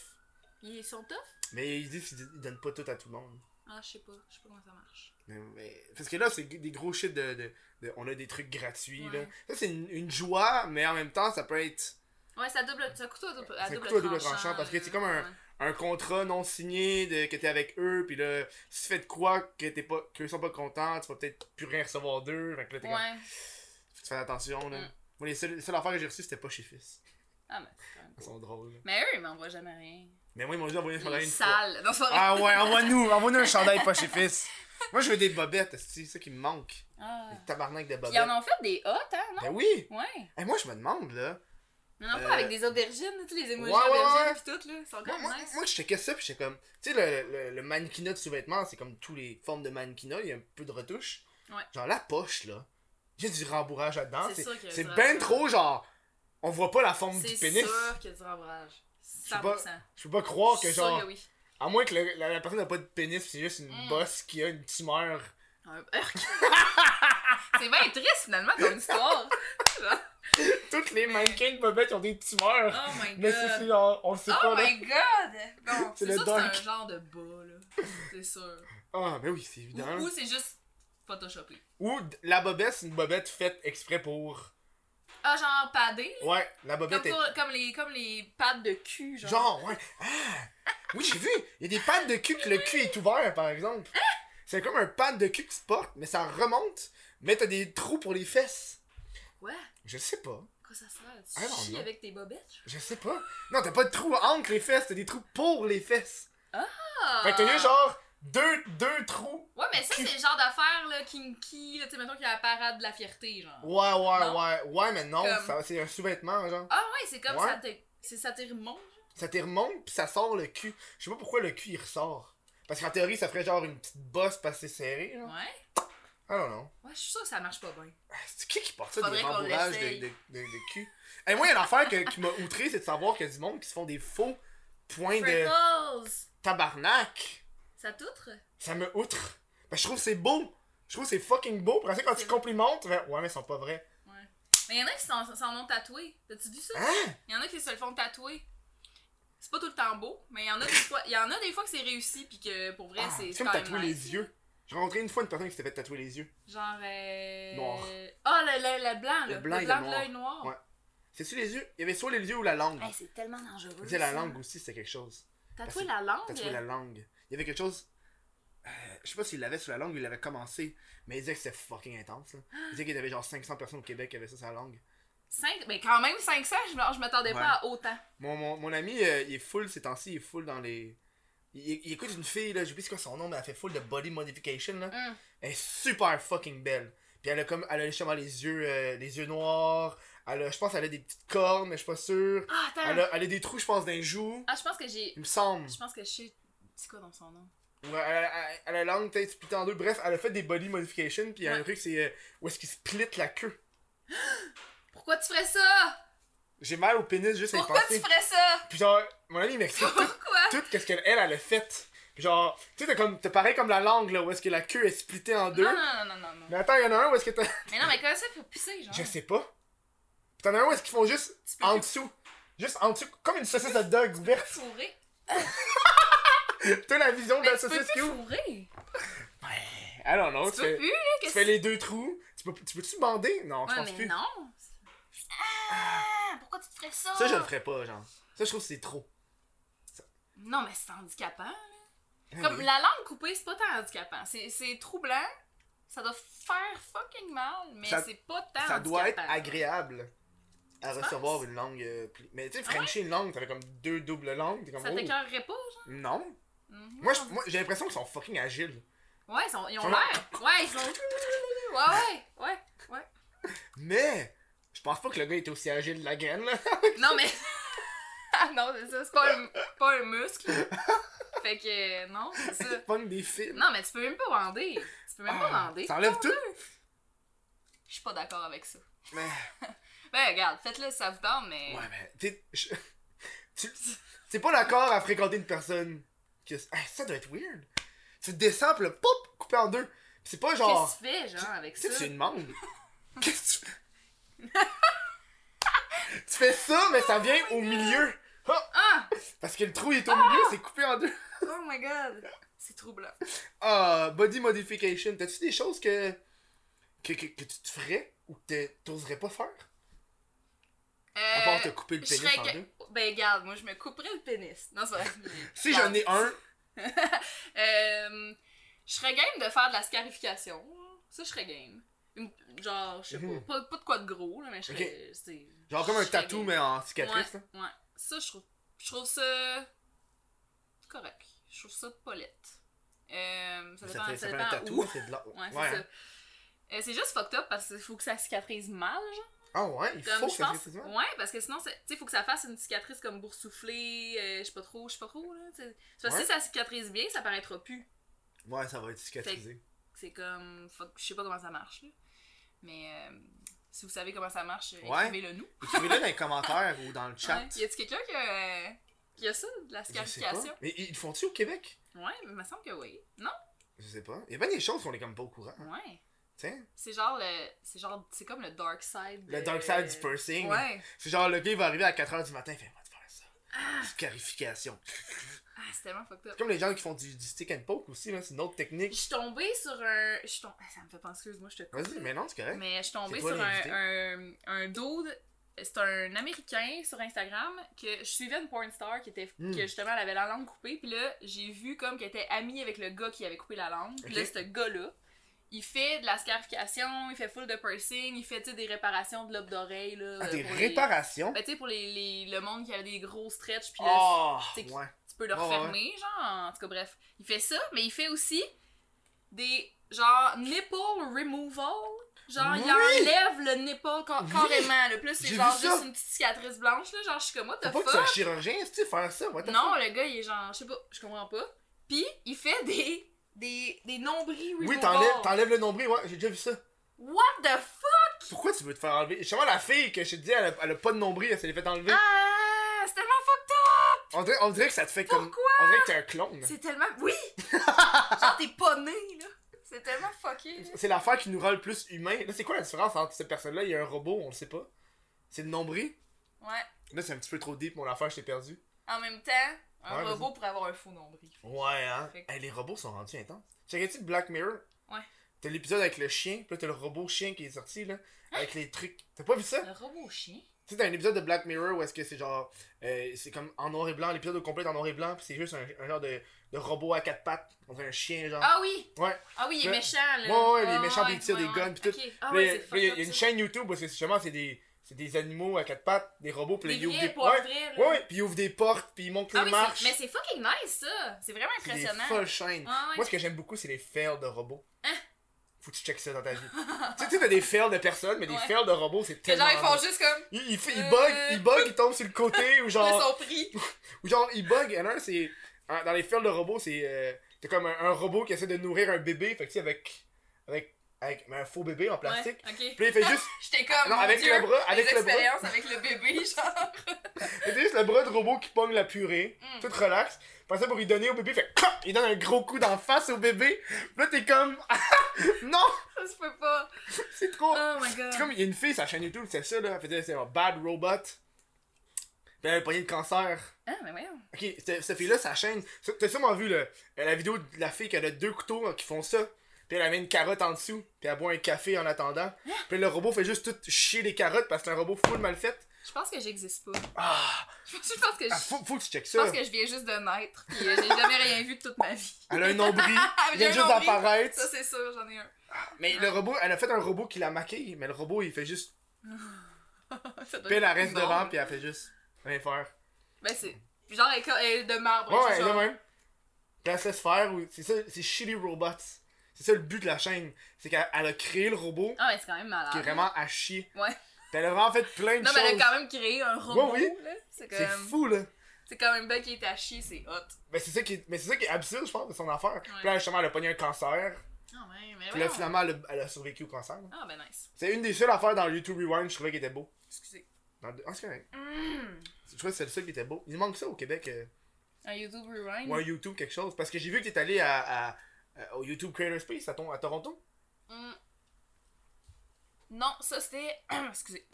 Ils sont tough?
Mais ils disent qu'ils donnent pas tout à tout le monde.
Ah, je sais pas. Je sais pas comment ça marche.
Mais- mais- parce que là, c'est des gros shit de, de- de- On a des trucs gratuits.
Ouais.
Là. Ça, c'est une, une joie, mais en même temps, ça peut être
Ouais, ça, double, ça coûte à double, à
Ça
double
coûte à double
tranchant,
tranchant, parce que
euh,
c'est comme un-
ouais.
un contrat non signé de, que t'es avec eux. Puis là, si tu fais de quoi que t'es pas, qu'eux sont pas contents, tu vas peut-être plus rien recevoir d'eux. Fait que là, t'es comme,
Ouais.
faut que tu fais attention. Là.
Mm.
Moi, les seules, les seules affaires que j'ai reçues, c'était pas chez Fils.
Ah, mais c'est quand même
Elles
cool.
sont drôles. là.
Mais eux, ils m'envoient jamais rien.
Mais moi, ils m'ont dit d'envoyer un
Ils
chandail une fois.
sales. Non, c'est pas vrai.
Ah ouais, envoie-nous, envoie-nous un chandail pas chez Fils. Moi, je veux des bobettes, c'est ça qui me manque.
Ah.
Des tabarnak de
Puis
bobettes.
ils en ont fait des hottes, hein, non?
Bah Ben oui!
Ouais.
Et moi, je me demande, là.
Mais non,
Euh,
pas avec des aubergines, tu sais, les emojis
ouais, ouais, ouais.
aubergines pis tout, là. Ils sont
Moi,
comme
moi,
nice.
moi, je checkais ça, puis j'étais comme. Tu sais, le, le, le mannequinat de sous-vêtements, c'est comme toutes les formes de mannequinat, il y a un peu de retouches.
Ouais.
Genre la poche, là. Il y a du rembourrage là-dedans.
C'est
C'est
sûr qu'il y a
c'est
du
ben
rembourrage.
trop, genre. On voit pas la forme du
C'est
pénis.
sûr qu'il y a du rembrage.
sais
100%.
pas, Je peux pas croire
Je
que,
suis sûre
genre.
que oui.
À moins que le- la, la personne n'a pas de pénis, puis c'est juste une
Mm.
bosse qui a une tumeur.
Un beurk. C'est bien triste, finalement, ton histoire.
Toutes les mannequins de bobettes ont des tumeurs.
Oh my
mais c'est
god.
genre, on le sait
Oh
pas, là.
my god! Bon,
C'est
c'est
le
sûr que c'est un
dark.
genre de bas, là. C'est sûr.
Ah, ben oui, c'est
Ou,
évident.
ou c'est juste photoshopé.
Ou d- la bobette, c'est une bobette faite exprès pour.
Ah, genre padé?
Ouais, la
Comme,
bobette est
pour- comme les, comme les pattes de cul, genre.
Genre, ouais. Ah! Oui, j'ai vu. Il y a des pattes de cul que le cul est ouvert, par exemple. C'est comme un pad de cul qui se porte, mais ça remonte, mais t'as des trous pour les fesses.
Quoi?
Je sais pas.
Quoi ça sert?
Ah, non,
Tu chies
non.
avec tes bobettes?
Je sais pas. Non, t'as pas de trous entre les fesses, t'as des trous pour les fesses.
Ah!
Fait que t'as eu genre deux, deux trous.
Ouais, mais ça, c'est le genre d'affaire, là, kinky, là, tu sais, mettons qu'il y a la parade de la fierté, genre.
Ouais, ouais,
Non.
ouais. Ouais, mais non,
Comme-
ça- c'est un sous-vêtement, genre.
Ah ouais, c'est comme
Ouais.
ça te... C'est ça te remonte.
Ça te remonte, puis ça sort le cul. Je sais pas pourquoi le cul il ressort. Parce qu'en théorie, ça ferait genre une petite bosse parce que c'est serré, genre.
Ouais.
I don't know.
Ouais, je suis sûre que ça marche pas bien.
Ah, C'est qui qui porte ça, des
Faudrait qu'on
rembourrages de,
l'essaye.
de, de, de cul? Et moi, il y a une affaire que- qui m'a outré, c'est de savoir qu'il y a du monde qui se font des faux points de
Freckles!
tabarnak.
Ça t'outre?
Ça me outre. Ben, je trouve que c'est beau. Je trouve que c'est fucking beau. Parce que quand
C'est
tu
vrai.
complimentes, ben, ouais, mais ils sont pas vrais.
Ouais. Mais y en a qui s'en s'en ont tatoué. T'as-tu vu ça?
Hein?
Y en a qui se le font tatouer. C'est pas tout le temps beau, mais y en a des fois, y en a des fois que c'est réussi puis que pour vrai
Ah,
c'est
c'est comme
quand même
tatouer
nice.
les yeux. J'ai rencontré une fois une personne qui s'était fait tatouer les yeux.
Genre euh...
Noir.
Ah le, le, le blanc là,
Le
le
blanc
blanc,
et le
de
noir.
l'œil noir.
Ouais. C'est-tu les yeux? Il y avait soit les yeux ou la langue.
Hey, Ah, c'est tellement dangereux.
Tu sais, la
ça. Oh,
langue aussi, c'était quelque chose.
Tatouer
Parce-
la langue.
Tatouer la langue. Il y avait quelque chose. euh, je sais pas s'il l'avait sur la langue ou il l'avait commencé, mais il disait que c'était fucking intense. Là. Il disait qu'il y avait genre 500 personnes au Québec qui avaient ça sur la langue.
Cinq- mais quand même 500, je, m- je m'attendais
Ouais.
pas à autant.
Mon, mon, mon ami, euh, il est full ces temps-ci, il est full dans les. Il, il écoute une fille, là, j'oublie c'est quoi son nom, mais elle fait full de body modification. Là.
Hum.
Elle est super fucking belle. Puis elle a comme. Elle a justement les yeux, euh, les yeux noirs. Elle a, je pense qu'elle a des petites cornes, mais je suis pas sûr.
Ah, attends.
Elle a, elle a des trous, je pense, d'un joue.
Ah, je pense que j'ai.
Il me semble.
Je pense que je sais. C'est quoi dans son nom
Ouais, elle, elle- elle a la langue peut-être splittée en deux. Bref, elle a fait des body modifications. Puis il y a un
Ouais.
truc, c'est euh, où est-ce qu'il split la queue.
Pourquoi tu ferais ça
J'ai mal au pénis juste à y
Pourquoi tu
penser.
ferais ça
Puis genre, mon ami m'explique tout,
Pourquoi
tout qu'est-ce qu'elle elle, elle a fait. Puis genre, tu sais, t'as comme- t'as pareil comme la langue là, où est-ce que la queue est splittée en deux.
Non, non, non, non, non. non.
Mais attends, il y en a un où est-ce que t'as.
Mais non, mais comment ça pour pisser, genre
Ben, Je sais pas. Puis t'en as un où est-ce qu'ils font juste
Tu peux
en
plus-
dessous. Juste en dessous, comme une saucisse à dog verte.
fourrer.
Ah, T'as la vision de
Mais
la
tu peux
saucisse qui
plus
ouvre.
fourrer.
I don't know,
Tu
tu fais,
peux plus, là.
tu
qu'est-ce
fais les deux trous. Tu peux- tu peux-tu bander Non, je
Ouais,
pense
mais
plus.
non. Ah, pourquoi tu te ferais ça
Ça, je le ferais pas, genre. Ça, je trouve que c'est trop.
Non, mais c'est handicapant, là.
Ah,
Comme la langue coupée, c'est pas tant handicapant. C'est c'est troublant. Ça doit faire fucking mal, mais
Ça-
c'est pas tant
Ça doit être
handicapant.
agréable à
Tu
recevoir
penses? Ah
une langue. euh, pli- Mais tu sais, Frenchie, une langue, t'avais comme deux doubles langues. T'es comme,
Ça
oh,
t'écœurerait pas, genre?
non.
Mhm.
Moi, je- moi, j'ai l'impression qu'ils sont fucking agiles.
Ouais, ils, sont- ils ont
Ils sont là.
l'air. Ouais, ils sont. Ouais, ouais, ouais, ouais.
Mais je pense pas que le gars était aussi agile de la graine, là.
Non, mais. Ah non, c'est ça, c'est pas un, pas un muscle. Fait que, euh, non, c'est ça.
C'est pas une des films.
Non, mais tu peux même pas bander. Tu peux même pas bander.
Ah, Ça enlève tout.
Je suis pas d'accord avec ça.
Mais-
Ben, regarde, faites-le si ça vous tente, mais.
Ouais, mais t'es. je- Tu t'es pas d'accord à fréquenter une personne. Que... Ah, ça doit être weird. Tu descends, pis le pop, coupé en deux. Pis c'est pas genre.
Qu'est-ce que tu fais, genre, avec
Tu sais, Oh. tu
ça?
lui demandes. Qu'est-ce que tu fais? tu fais ça, mais ça vient au milieu. Ah!
Ah!
Parce que le trou il est au milieu, c'est coupé en deux.
Oh my god! C'est troublant.
Ah, body modification. T'as-tu des choses que. que, que, que tu te ferais ou que t'es- t'oserais pas faire? À part te
Euh.
couper le
je
pénis
serais
en
ga-
deux.
Ben, regarde, moi, je me couperais le pénis. Non, c'est vrai.
Si j'en ai un,
Euh, je serais game de faire de la scarification. Ça, je serais game. Une- Genre, je sais
Mhm.
pas, pas, pas de quoi de gros, là, mais je serais. c'est-
genre comme un
je serais
tatou,
game.
mais en cicatrice, là.
Ouais, ouais. Ça, je trouve, je trouve ça correct. Je trouve ça polette. Euh, ça dépend, ça
fait
dépend où.
tatou, c'est de la-
Ouais, c'est
ouais,
ça.
hein.
Euh, c'est juste fucked up parce qu'il faut que ça cicatrise mal, genre.
Ah ouais, il faut
Comme,
que
je
ça
pense.
fasse mal.
Ouais, parce que sinon, c'est- tu sais, faut que ça fasse une cicatrice comme boursouflée, euh, je sais pas trop, je sais pas trop, là. tu sais. C'est Parce que
Ouais.
si ça cicatrise bien, ça paraîtra plus.
Ouais, ça va être cicatrisé.
C'est comme. fuck, je sais pas comment ça marche, là. Mais euh, si vous savez comment ça marche,
Ouais.
écrivez-le nous.
Écrivez-le dans les commentaires ou dans le chat.
Ouais. Y a-t-il quelqu'un qui a, qui a ça, de la
Je sais pas.
scarification?
Mais ils ils le font-tu au Québec?
Ouais, il me semble que oui. Non?
Je sais pas. Il y a bien des choses qu'on est comme pas au courant. hein.
Ouais.
Tiens,
C'est genre le. C'est genre. C'est comme le dark side.
le
de-
dark side du piercing.
Euh, Ouais.
C'est genre le gars il va arriver à 4h du matin, il fait va te faire ça. Scarification.
Ah, c'est tellement fucked
C'est
up.
comme les gens qui font du, du stick and poke aussi, là, c'est une autre
Je
technique.
suis tombée sur un. Je suis tombée. Ça me fait penser, excuse-moi, je te coupe.
Vas-y, mais non, c'est correct.
Mais je suis tombée
C'est toi
sur un,
l'invité.
un, un dude, c'est un américain sur Instagram que je suivais une porn star qui était
Hmm.
que justement elle avait la langue coupée puis là j'ai vu comme qu'elle était amie avec le gars qui avait coupé la langue. Puis
Ok.
là ce gars là, il fait de la scarification, il fait full de piercing, il fait tu sais, des réparations de lobe d'oreille là
Ah,
euh,
des
pour les-
réparations.
Ben, tu sais pour les, les- le monde qui avait des gros stretch puis là,
Ah,
c'est-
ouais.
tu peux le
Ouais, ouais.
refermer, genre. En tout cas, bref. Il fait ça, mais il fait aussi des, genre, nipple removal. Genre,
Oui!
il enlève le nipple ca-
Oui!
carrément. Le plus,
J'ai
c'est
vu
genre
ça.
juste une petite cicatrice blanche, là. Genre, je suis comme, what
Faut pas
the
que c'est un
fuck?
chirurgien, tu faire ça, what the
Non,
fuck?
le gars, il est genre, je sais pas, je comprends pas. Puis, il fait des, des, des nombrils removal.
Oui, t'enlèves t'enlèves le nombril, ouais, j'ai déjà vu ça.
What the fuck?
Pourquoi tu veux te faire enlever? Justement, la fille que je te dis, elle a, elle a pas de nombril, elle s'est fait enlever.
Ah, c'est tellement fucked
On, dirait, on dirait que ça te fait comme.
Pourquoi?
On dirait que t'es un clone.
up. C'est tellement, oui! genre, t'es pas né, là. C'est tellement fucké, là.
C'est l'affaire qui nous rend le plus humain. Là, c'est quoi la différence entre cette personne-là et un robot? On le sait pas. C'est le nombril.
Ouais.
Là, c'est un petit peu trop deep, mon affaire, je t'ai perdu.
En même temps, un
Ouais, vas-y.
robot pourrait avoir un faux nombril.
Ouais, hein.
Fait que-
Hey, les robots sont rendus intenses. Checkais-tu Black Mirror?
Ouais.
T'as l'épisode avec le chien, puis là, t'as le robot chien qui est sorti, là,
Hein?
avec les trucs. T'as pas vu ça?
Un robot chien?
Tu sais, t'as un épisode de Black Mirror où est-ce que c'est genre. euh, c'est comme en noir et blanc, l'épisode au complet est en noir et blanc, puis c'est juste un, un genre de, de robot à quatre pattes, dans un chien, genre.
Ah oui!
Ouais.
Ah oui, il est
Ouais.
méchant, là.
Ouais, ouais, il est méchant, puis il tire des guns, puis tout.
Ok. Ah
Puis
ouais,
là, puis
c'est
là, il y a- il y
fucked
a une
up, ça.
chaîne YouTube où c'est justement c'est des, c'est des animaux à quatre pattes, des robots, puis là,
Des
ils ouvrent
vrais
des
pour
ouais,
vrai, là.
ouais, ouais, puis ils ouvrent des portes, puis ils montent
Ah
les
oui,
marches.
c'est- mais c'est fucking nice, ça! C'est vraiment
C'est des
impressionnant.
folles chaînes.
Ouais, ouais.
Moi, ce que j'aime beaucoup, c'est les fails de robots.
Hein?
Faut que tu checkes ça dans ta vie. tu sais, tu sais, t'as des fails de personnes, mais des
Ouais.
fails de robots, c'est
Les
tellement.
gens, ils font juste comme...
ils, ils, fait- ils
Euh.
bug, ils bug, ils tombent sur le côté, ou
Ils
genre.
sont pris.
Ou genre, il bug, il y en a un, c'est. un- Dans les fails de robots, c'est. euh, T'as comme un, un robot qui essaie de nourrir un bébé, fait que tu sais, avec. Avec. Avec mais un faux bébé en plastique.
Ouais, ok.
Puis là, il fait juste.
J'étais comme,
Non,
mon
avec
Dieu,
le bras, avec
les
le bras.
expériences avec le bébé, genre.
il fait juste le bras de robot qui pogne la purée.
Mm.
Tout relax. Après ça, pour lui donner au bébé, il fait. clap, Il donne un gros coup d'en face au bébé. Puis là, t'es comme. non!
Ça se peut pas.
C'est trop.
Oh my god.
C'est comme, il y a une fille sur la chaîne YouTube, c'est ça, là. Elle faisait, c'est un bad robot. Puis elle a pogné le cancer.
Ah, mais voyons.
Ok, euh, cette cette fille-là, sa chaîne. ça- T'as sûrement vu le, la vidéo de la fille qui a le deux couteaux hein, qui font ça. Puis elle, elle met une carotte en dessous. Puis elle boit un café en attendant.
Ah!
Puis le robot fait juste tout chier les carottes parce que c'est un robot full mal fait.
Je pense que j'existe pas.
Ah,
Je pense que je,
ah, faut, faut que tu checkes
je
ça.
pense que je viens juste de naître. Puis euh, j'ai jamais rien vu de toute ma vie.
Elle a un nombril.
J'ai
Il vient
un
juste
nombril.
d'apparaître.
Ça, c'est sûr, j'en ai un.
Mais le robot, elle a fait un robot qui la maquille. Mais le robot, il fait juste.
Ça doit
Puis elle
être
reste
drôle.
devant. Puis elle fait juste rien faire.
Ben, c'est. Genre, elle, elle est de marbre.
Ouais,
elle est
ouais,
genre-
de même. Puis elle se laisse faire, oui. C'est ça, c'est Shitty Robots. C'est ça le but de la chaîne. C'est qu'elle elle a créé le robot
Ah, mais c'est quand même malade.
qui est vraiment à chier.
Ouais.
Puis elle a vraiment fait plein de
Non, mais elle
choses.
a quand même créé un robot.
Ouais,
là. C'est
C'est
comme.
fou, là.
C'est quand même bien qu'il est à chier, c'est hot.
Mais c'est ça qui est, mais c'est ça qui est absurde, je pense, de son affaire. Puis là, justement, elle a pogné un cancer.
Ah, ouais, mais
Puis là,
voyons.
finalement, elle a, elle a survécu au cancer. là.
Ah, ben, nice.
C'est une des seules affaires dans le YouTube Rewind, que je trouvais qui était beau.
Excusez.
Dans le- Ah, c'est correct.
Mm.
Je trouvais que c'est le seul qui était beau. Il manque ça au Québec. euh,
Un YouTube rewind.
ou un YouTube, quelque chose. Parce que j'ai vu que t'es allé à, à- à- au YouTube Creator Space à, ton- à Toronto.
Mm. Non, ça c'était. Excusez.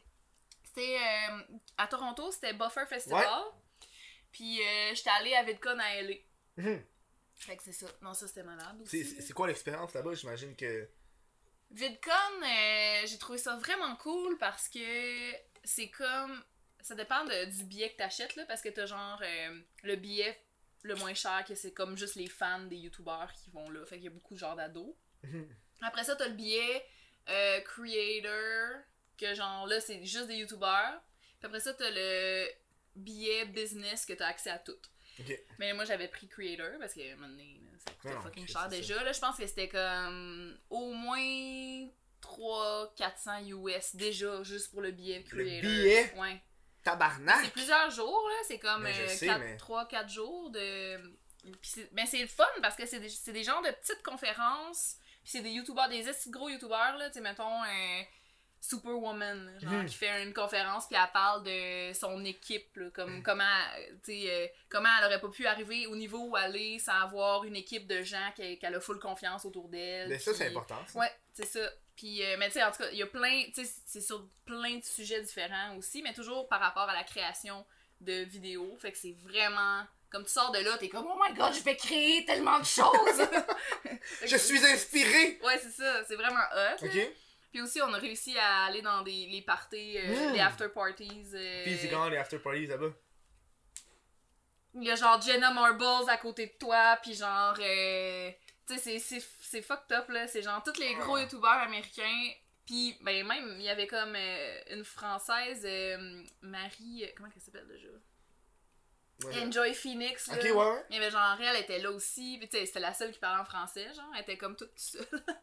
C'était euh, à Toronto, c'était Buffer Festival. Puis euh, j'étais allée à VidCon à LA.
Mhm.
Fait que c'est ça. Non, ça c'était malade
C'est-
aussi.
C'est c'est quoi l'expérience là-bas? J'imagine que.
VidCon, euh, j'ai trouvé ça vraiment cool parce que c'est comme. Ça dépend de- du billet que t'achètes, là, parce que t'as genre euh, le billet le moins cher, que c'est comme juste les fans des youtubeurs qui vont là. Fait qu'il y a beaucoup de genre d'ados.
Mhm.
Après ça, t'as le billet euh, creator, que genre là, c'est juste des youtubeurs. Puis après ça, t'as le billet business que t'as accès à tout.
Ok.
Mais moi, j'avais pris creator parce que, à un moment donné, là, ça coûtait
Ah non,
fucking
ok,
cher
c'est
déjà. Là, je pense que c'était comme au moins 300-400 US déjà, juste pour le billet creator.
billet?
Ouais. C'est
Tabarnak!
plusieurs jours, là. C'est comme
Mais
euh,
Ben, je sais, mais-
3-4 jours de. Puis c'est- mais c'est le fun parce que c'est des, c'est des genres de petites conférences. Puis c'est des youtubeurs, des estis de gros youtubeurs, là. Tu sais, mettons un Superwoman, genre,
Mhm.
qui fait une conférence, puis elle parle de son équipe, là,
Hmm.
comme comment, tu sais, euh, comment elle aurait pas pu arriver au niveau où elle est sans avoir une équipe de gens qu'elle qu'elle a full confiance autour d'elle.
Mais Ben, ça, c'est
puis-
important. ça.
Ouais, c'est ça. Puis, euh, mais tu sais, en tout cas, il y a plein, tu sais, c'est sur plein de sujets différents aussi, mais toujours par rapport à la création de vidéos. Fait que c'est vraiment. Comme tu sors de là, t'es comme, oh my god, je vais créer tellement de choses! Fait que-
Je suis inspiré!
Ouais, c'est ça, c'est vraiment hot.
Ok?
là. Puis aussi, on a réussi à aller dans des, les parties, euh,
Mm.
les after parties. euh,
Puis c'est quand les after parties là-bas?
Il y a genre Jenna Marbles à côté de toi, puis genre. euh, tu sais, c'est- c'est- c'est fucked up, là. C'est genre tous les gros youtubeurs américains. Puis, ben, même, il y avait comme euh, une française, euh, Marie. euh, Comment elle s'appelle déjà
Ouais.
Enjoy Phoenix, là.
Ok, ouais, ouais.
Il y avait genre, elle était là aussi. Puis, tu sais, c'était la seule qui parlait en français, genre. Elle était comme toute seule.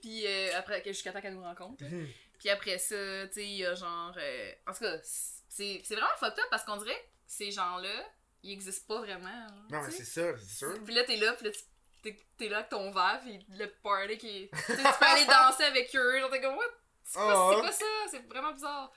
puis, euh, après, jusqu'à temps qu'elle nous rencontre.
Mhm.
Puis après ça, tu sais, il y a genre. euh, en tout cas, c'est c'est vraiment fucked up parce qu'on dirait que ces gens-là, ils existent pas vraiment.
Non,
genre,
mais
tu sais.
c'est ça, c'est sûr.
Puis là, t'es là, puis là, tu- t'es- t'es là avec ton verre, puis le party qui. est- tu sais, tu peux aller danser avec eux, genre, t'es comme, what? C'est quoi,
Ah,
c'est
ouais.
quoi ça? C'est vraiment bizarre.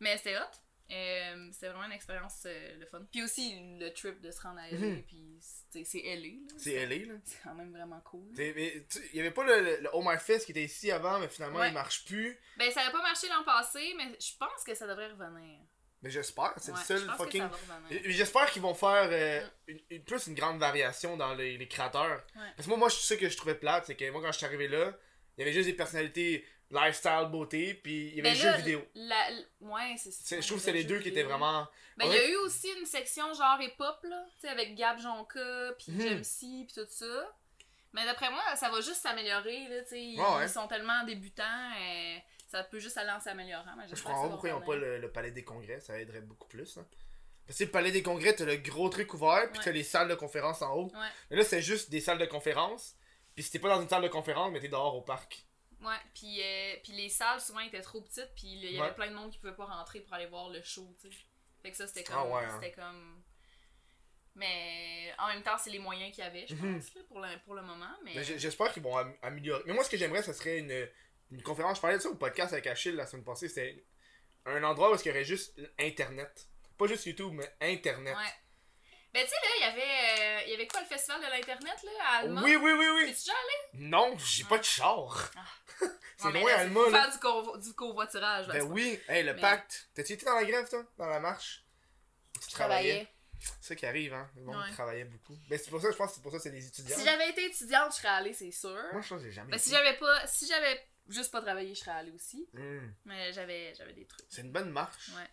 Mais c'était hot. Euh, c'était vraiment une expérience, euh, le fun. Puis aussi, le trip de se rendre à LA,
Mhm.
puis tu sais, c'est LA, là.
C'est LA, là.
C'est quand même vraiment cool.
T'es- mais tu- Il y avait pas le, le, le Omar Fest qui était ici avant, mais finalement
Ouais.
il marche plus.
Ben, ça avait pas marché l'an passé, mais je pense que ça devrait revenir.
Mais j'espère, c'est
Ouais,
le
je
seul
pense que
fucking.
ça va revenir.
Et- et J'espère qu'ils vont faire euh,
Mm.
une, une- plus une grande variation dans les, les créateurs.
Ouais.
Parce que moi, moi, je sais que je trouvais plate, c'est que moi, quand je suis arrivé là, il y avait juste des personnalités lifestyle, beauté, puis il y avait
Ben
les
là,
jeux vidéo.
La, l- ouais, c'est
C'est-
ouais,
Je trouve que c'est les
jeu
deux qui étaient
vidéo.
vraiment.
Ben, il y a eu aussi une section genre hip-hop, là, tu sais, avec Gab Jonka, puis
Mhm.
Jamesy, puis tout ça. Mais d'après moi, ça va juste s'améliorer, là, tu sais. Ils,
Ouais, ouais.
ils sont tellement débutants, euh, ça peut juste aller en s'améliorant. mais
Je
j'espère
comprends pas
que ça
pourquoi ils
va
n'ont pas
revenir.
le, le palais des congrès, ça aiderait beaucoup plus. hein. Parce que le palais des congrès, t'as le gros truc ouvert, puis
Ouais.
t'as les salles de conférence en haut.
Ouais.
Mais là, c'est juste des salles de conférence, puis si t'es pas dans une salle de conférence, mais t'es dehors au parc.
Ouais, puis euh, puis les salles, souvent, étaient trop petites, puis il y avait
Ouais.
plein de monde qui pouvait pas rentrer pour aller voir le show, tu sais. Fait que ça, c'était comme...
Ah ouais, hein.
c'était comme... Mais en même temps, c'est les moyens qu'il y avait, je pense,
Mhm.
là, pour, le, pour le moment, mais...
Mais j'- J'espère qu'ils vont am- améliorer. Mais moi, ce que j'aimerais, ce serait une, une conférence. Je parlais de ça au podcast avec Achille la semaine passée. C'était un endroit où il y aurait juste Internet. Pas juste YouTube, mais Internet.
Ouais. Ben, tu sais, là, il y avait, euh, il y avait quoi le festival de l'Internet, là, à Alma?
oui, oui, oui, oui.
T'es-tu déjà allé?
Non, j'ai
Ouais.
pas de char.
Ah.
C'est
Ouais, mais
loin,
là,
Alma.
faut
Là.
Faire du, convo- du covoiturage, là.
Ben
c'est
oui. Hey, le
Mais-
pacte. T'as-tu été dans la grève, toi Dans la marche
pas- Je travaillais.
C'est ça qui arrive, hein. Le monde
Ouais.
travaillait beaucoup. Mais c'est pour ça, je pense que c'est pour ça que c'est des étudiants.
Si j'avais été étudiante, je serais allée, c'est sûr.
Moi, je pense que j'ai jamais.
Mais si
été.
j'avais pas. Si j'avais juste pas travaillé, je serais allée aussi.
Hmm.
Mais j'avais j'avais des trucs.
C'est une bonne marche.
Ouais.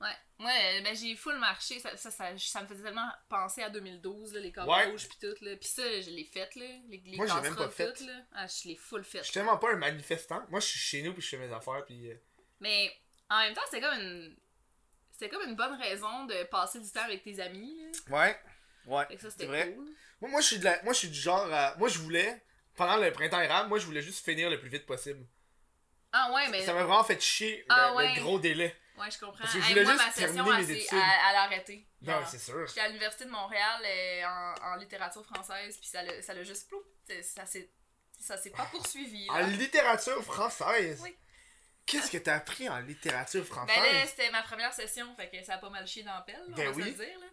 Ouais, moi, euh, ben, j'ai full marché. Ça, ça, ça, ça me faisait tellement penser à 2012, là, les corps
Ouais.
rouges pis tout. Là. Pis ça, je l'ai faite, là. Les, les
Moi, j'ai même
casseroles
pas fait.
toutes, là. Ah, je l'ai full
Je
faite.
suis tellement pas un manifestant. Moi, je suis chez nous puis je fais mes affaires puis. euh,
Mais en même temps, c'est comme une. C'était comme une bonne raison de passer du temps avec tes amis. Là.
Ouais. Ouais.
Fait que ça,
C'est
c'était
vrai.
cool.
Moi, moi, je suis de la... moi, je suis du genre. à- Moi, je voulais. Pendant le printemps érable, moi, je voulais juste finir le plus vite possible.
Ah ouais, mais.
Ça m'a vraiment fait chier le,
Ah
le
ouais.
gros délai.
Ouais, je comprends.
Parce que je
Hey,
voulais
moi,
juste
ma session,
terminer
elle,
mes
s'est-
études.
elle, elle a arrêté.
Non,
Genre,
c'est sûr.
J'étais à l'Université de Montréal euh, en, en littérature française, puis ça l'a ça l'a juste ploup. Ça s'est ça s'est pas poursuivi.
En
là.
littérature française.
Oui.
Qu'est-ce que t'as appris en littérature française?
Ben là, c'était ma première session, fait que ça a pas mal chié dans la pelle, là,
Ben
on va se
oui.
le dire. Là.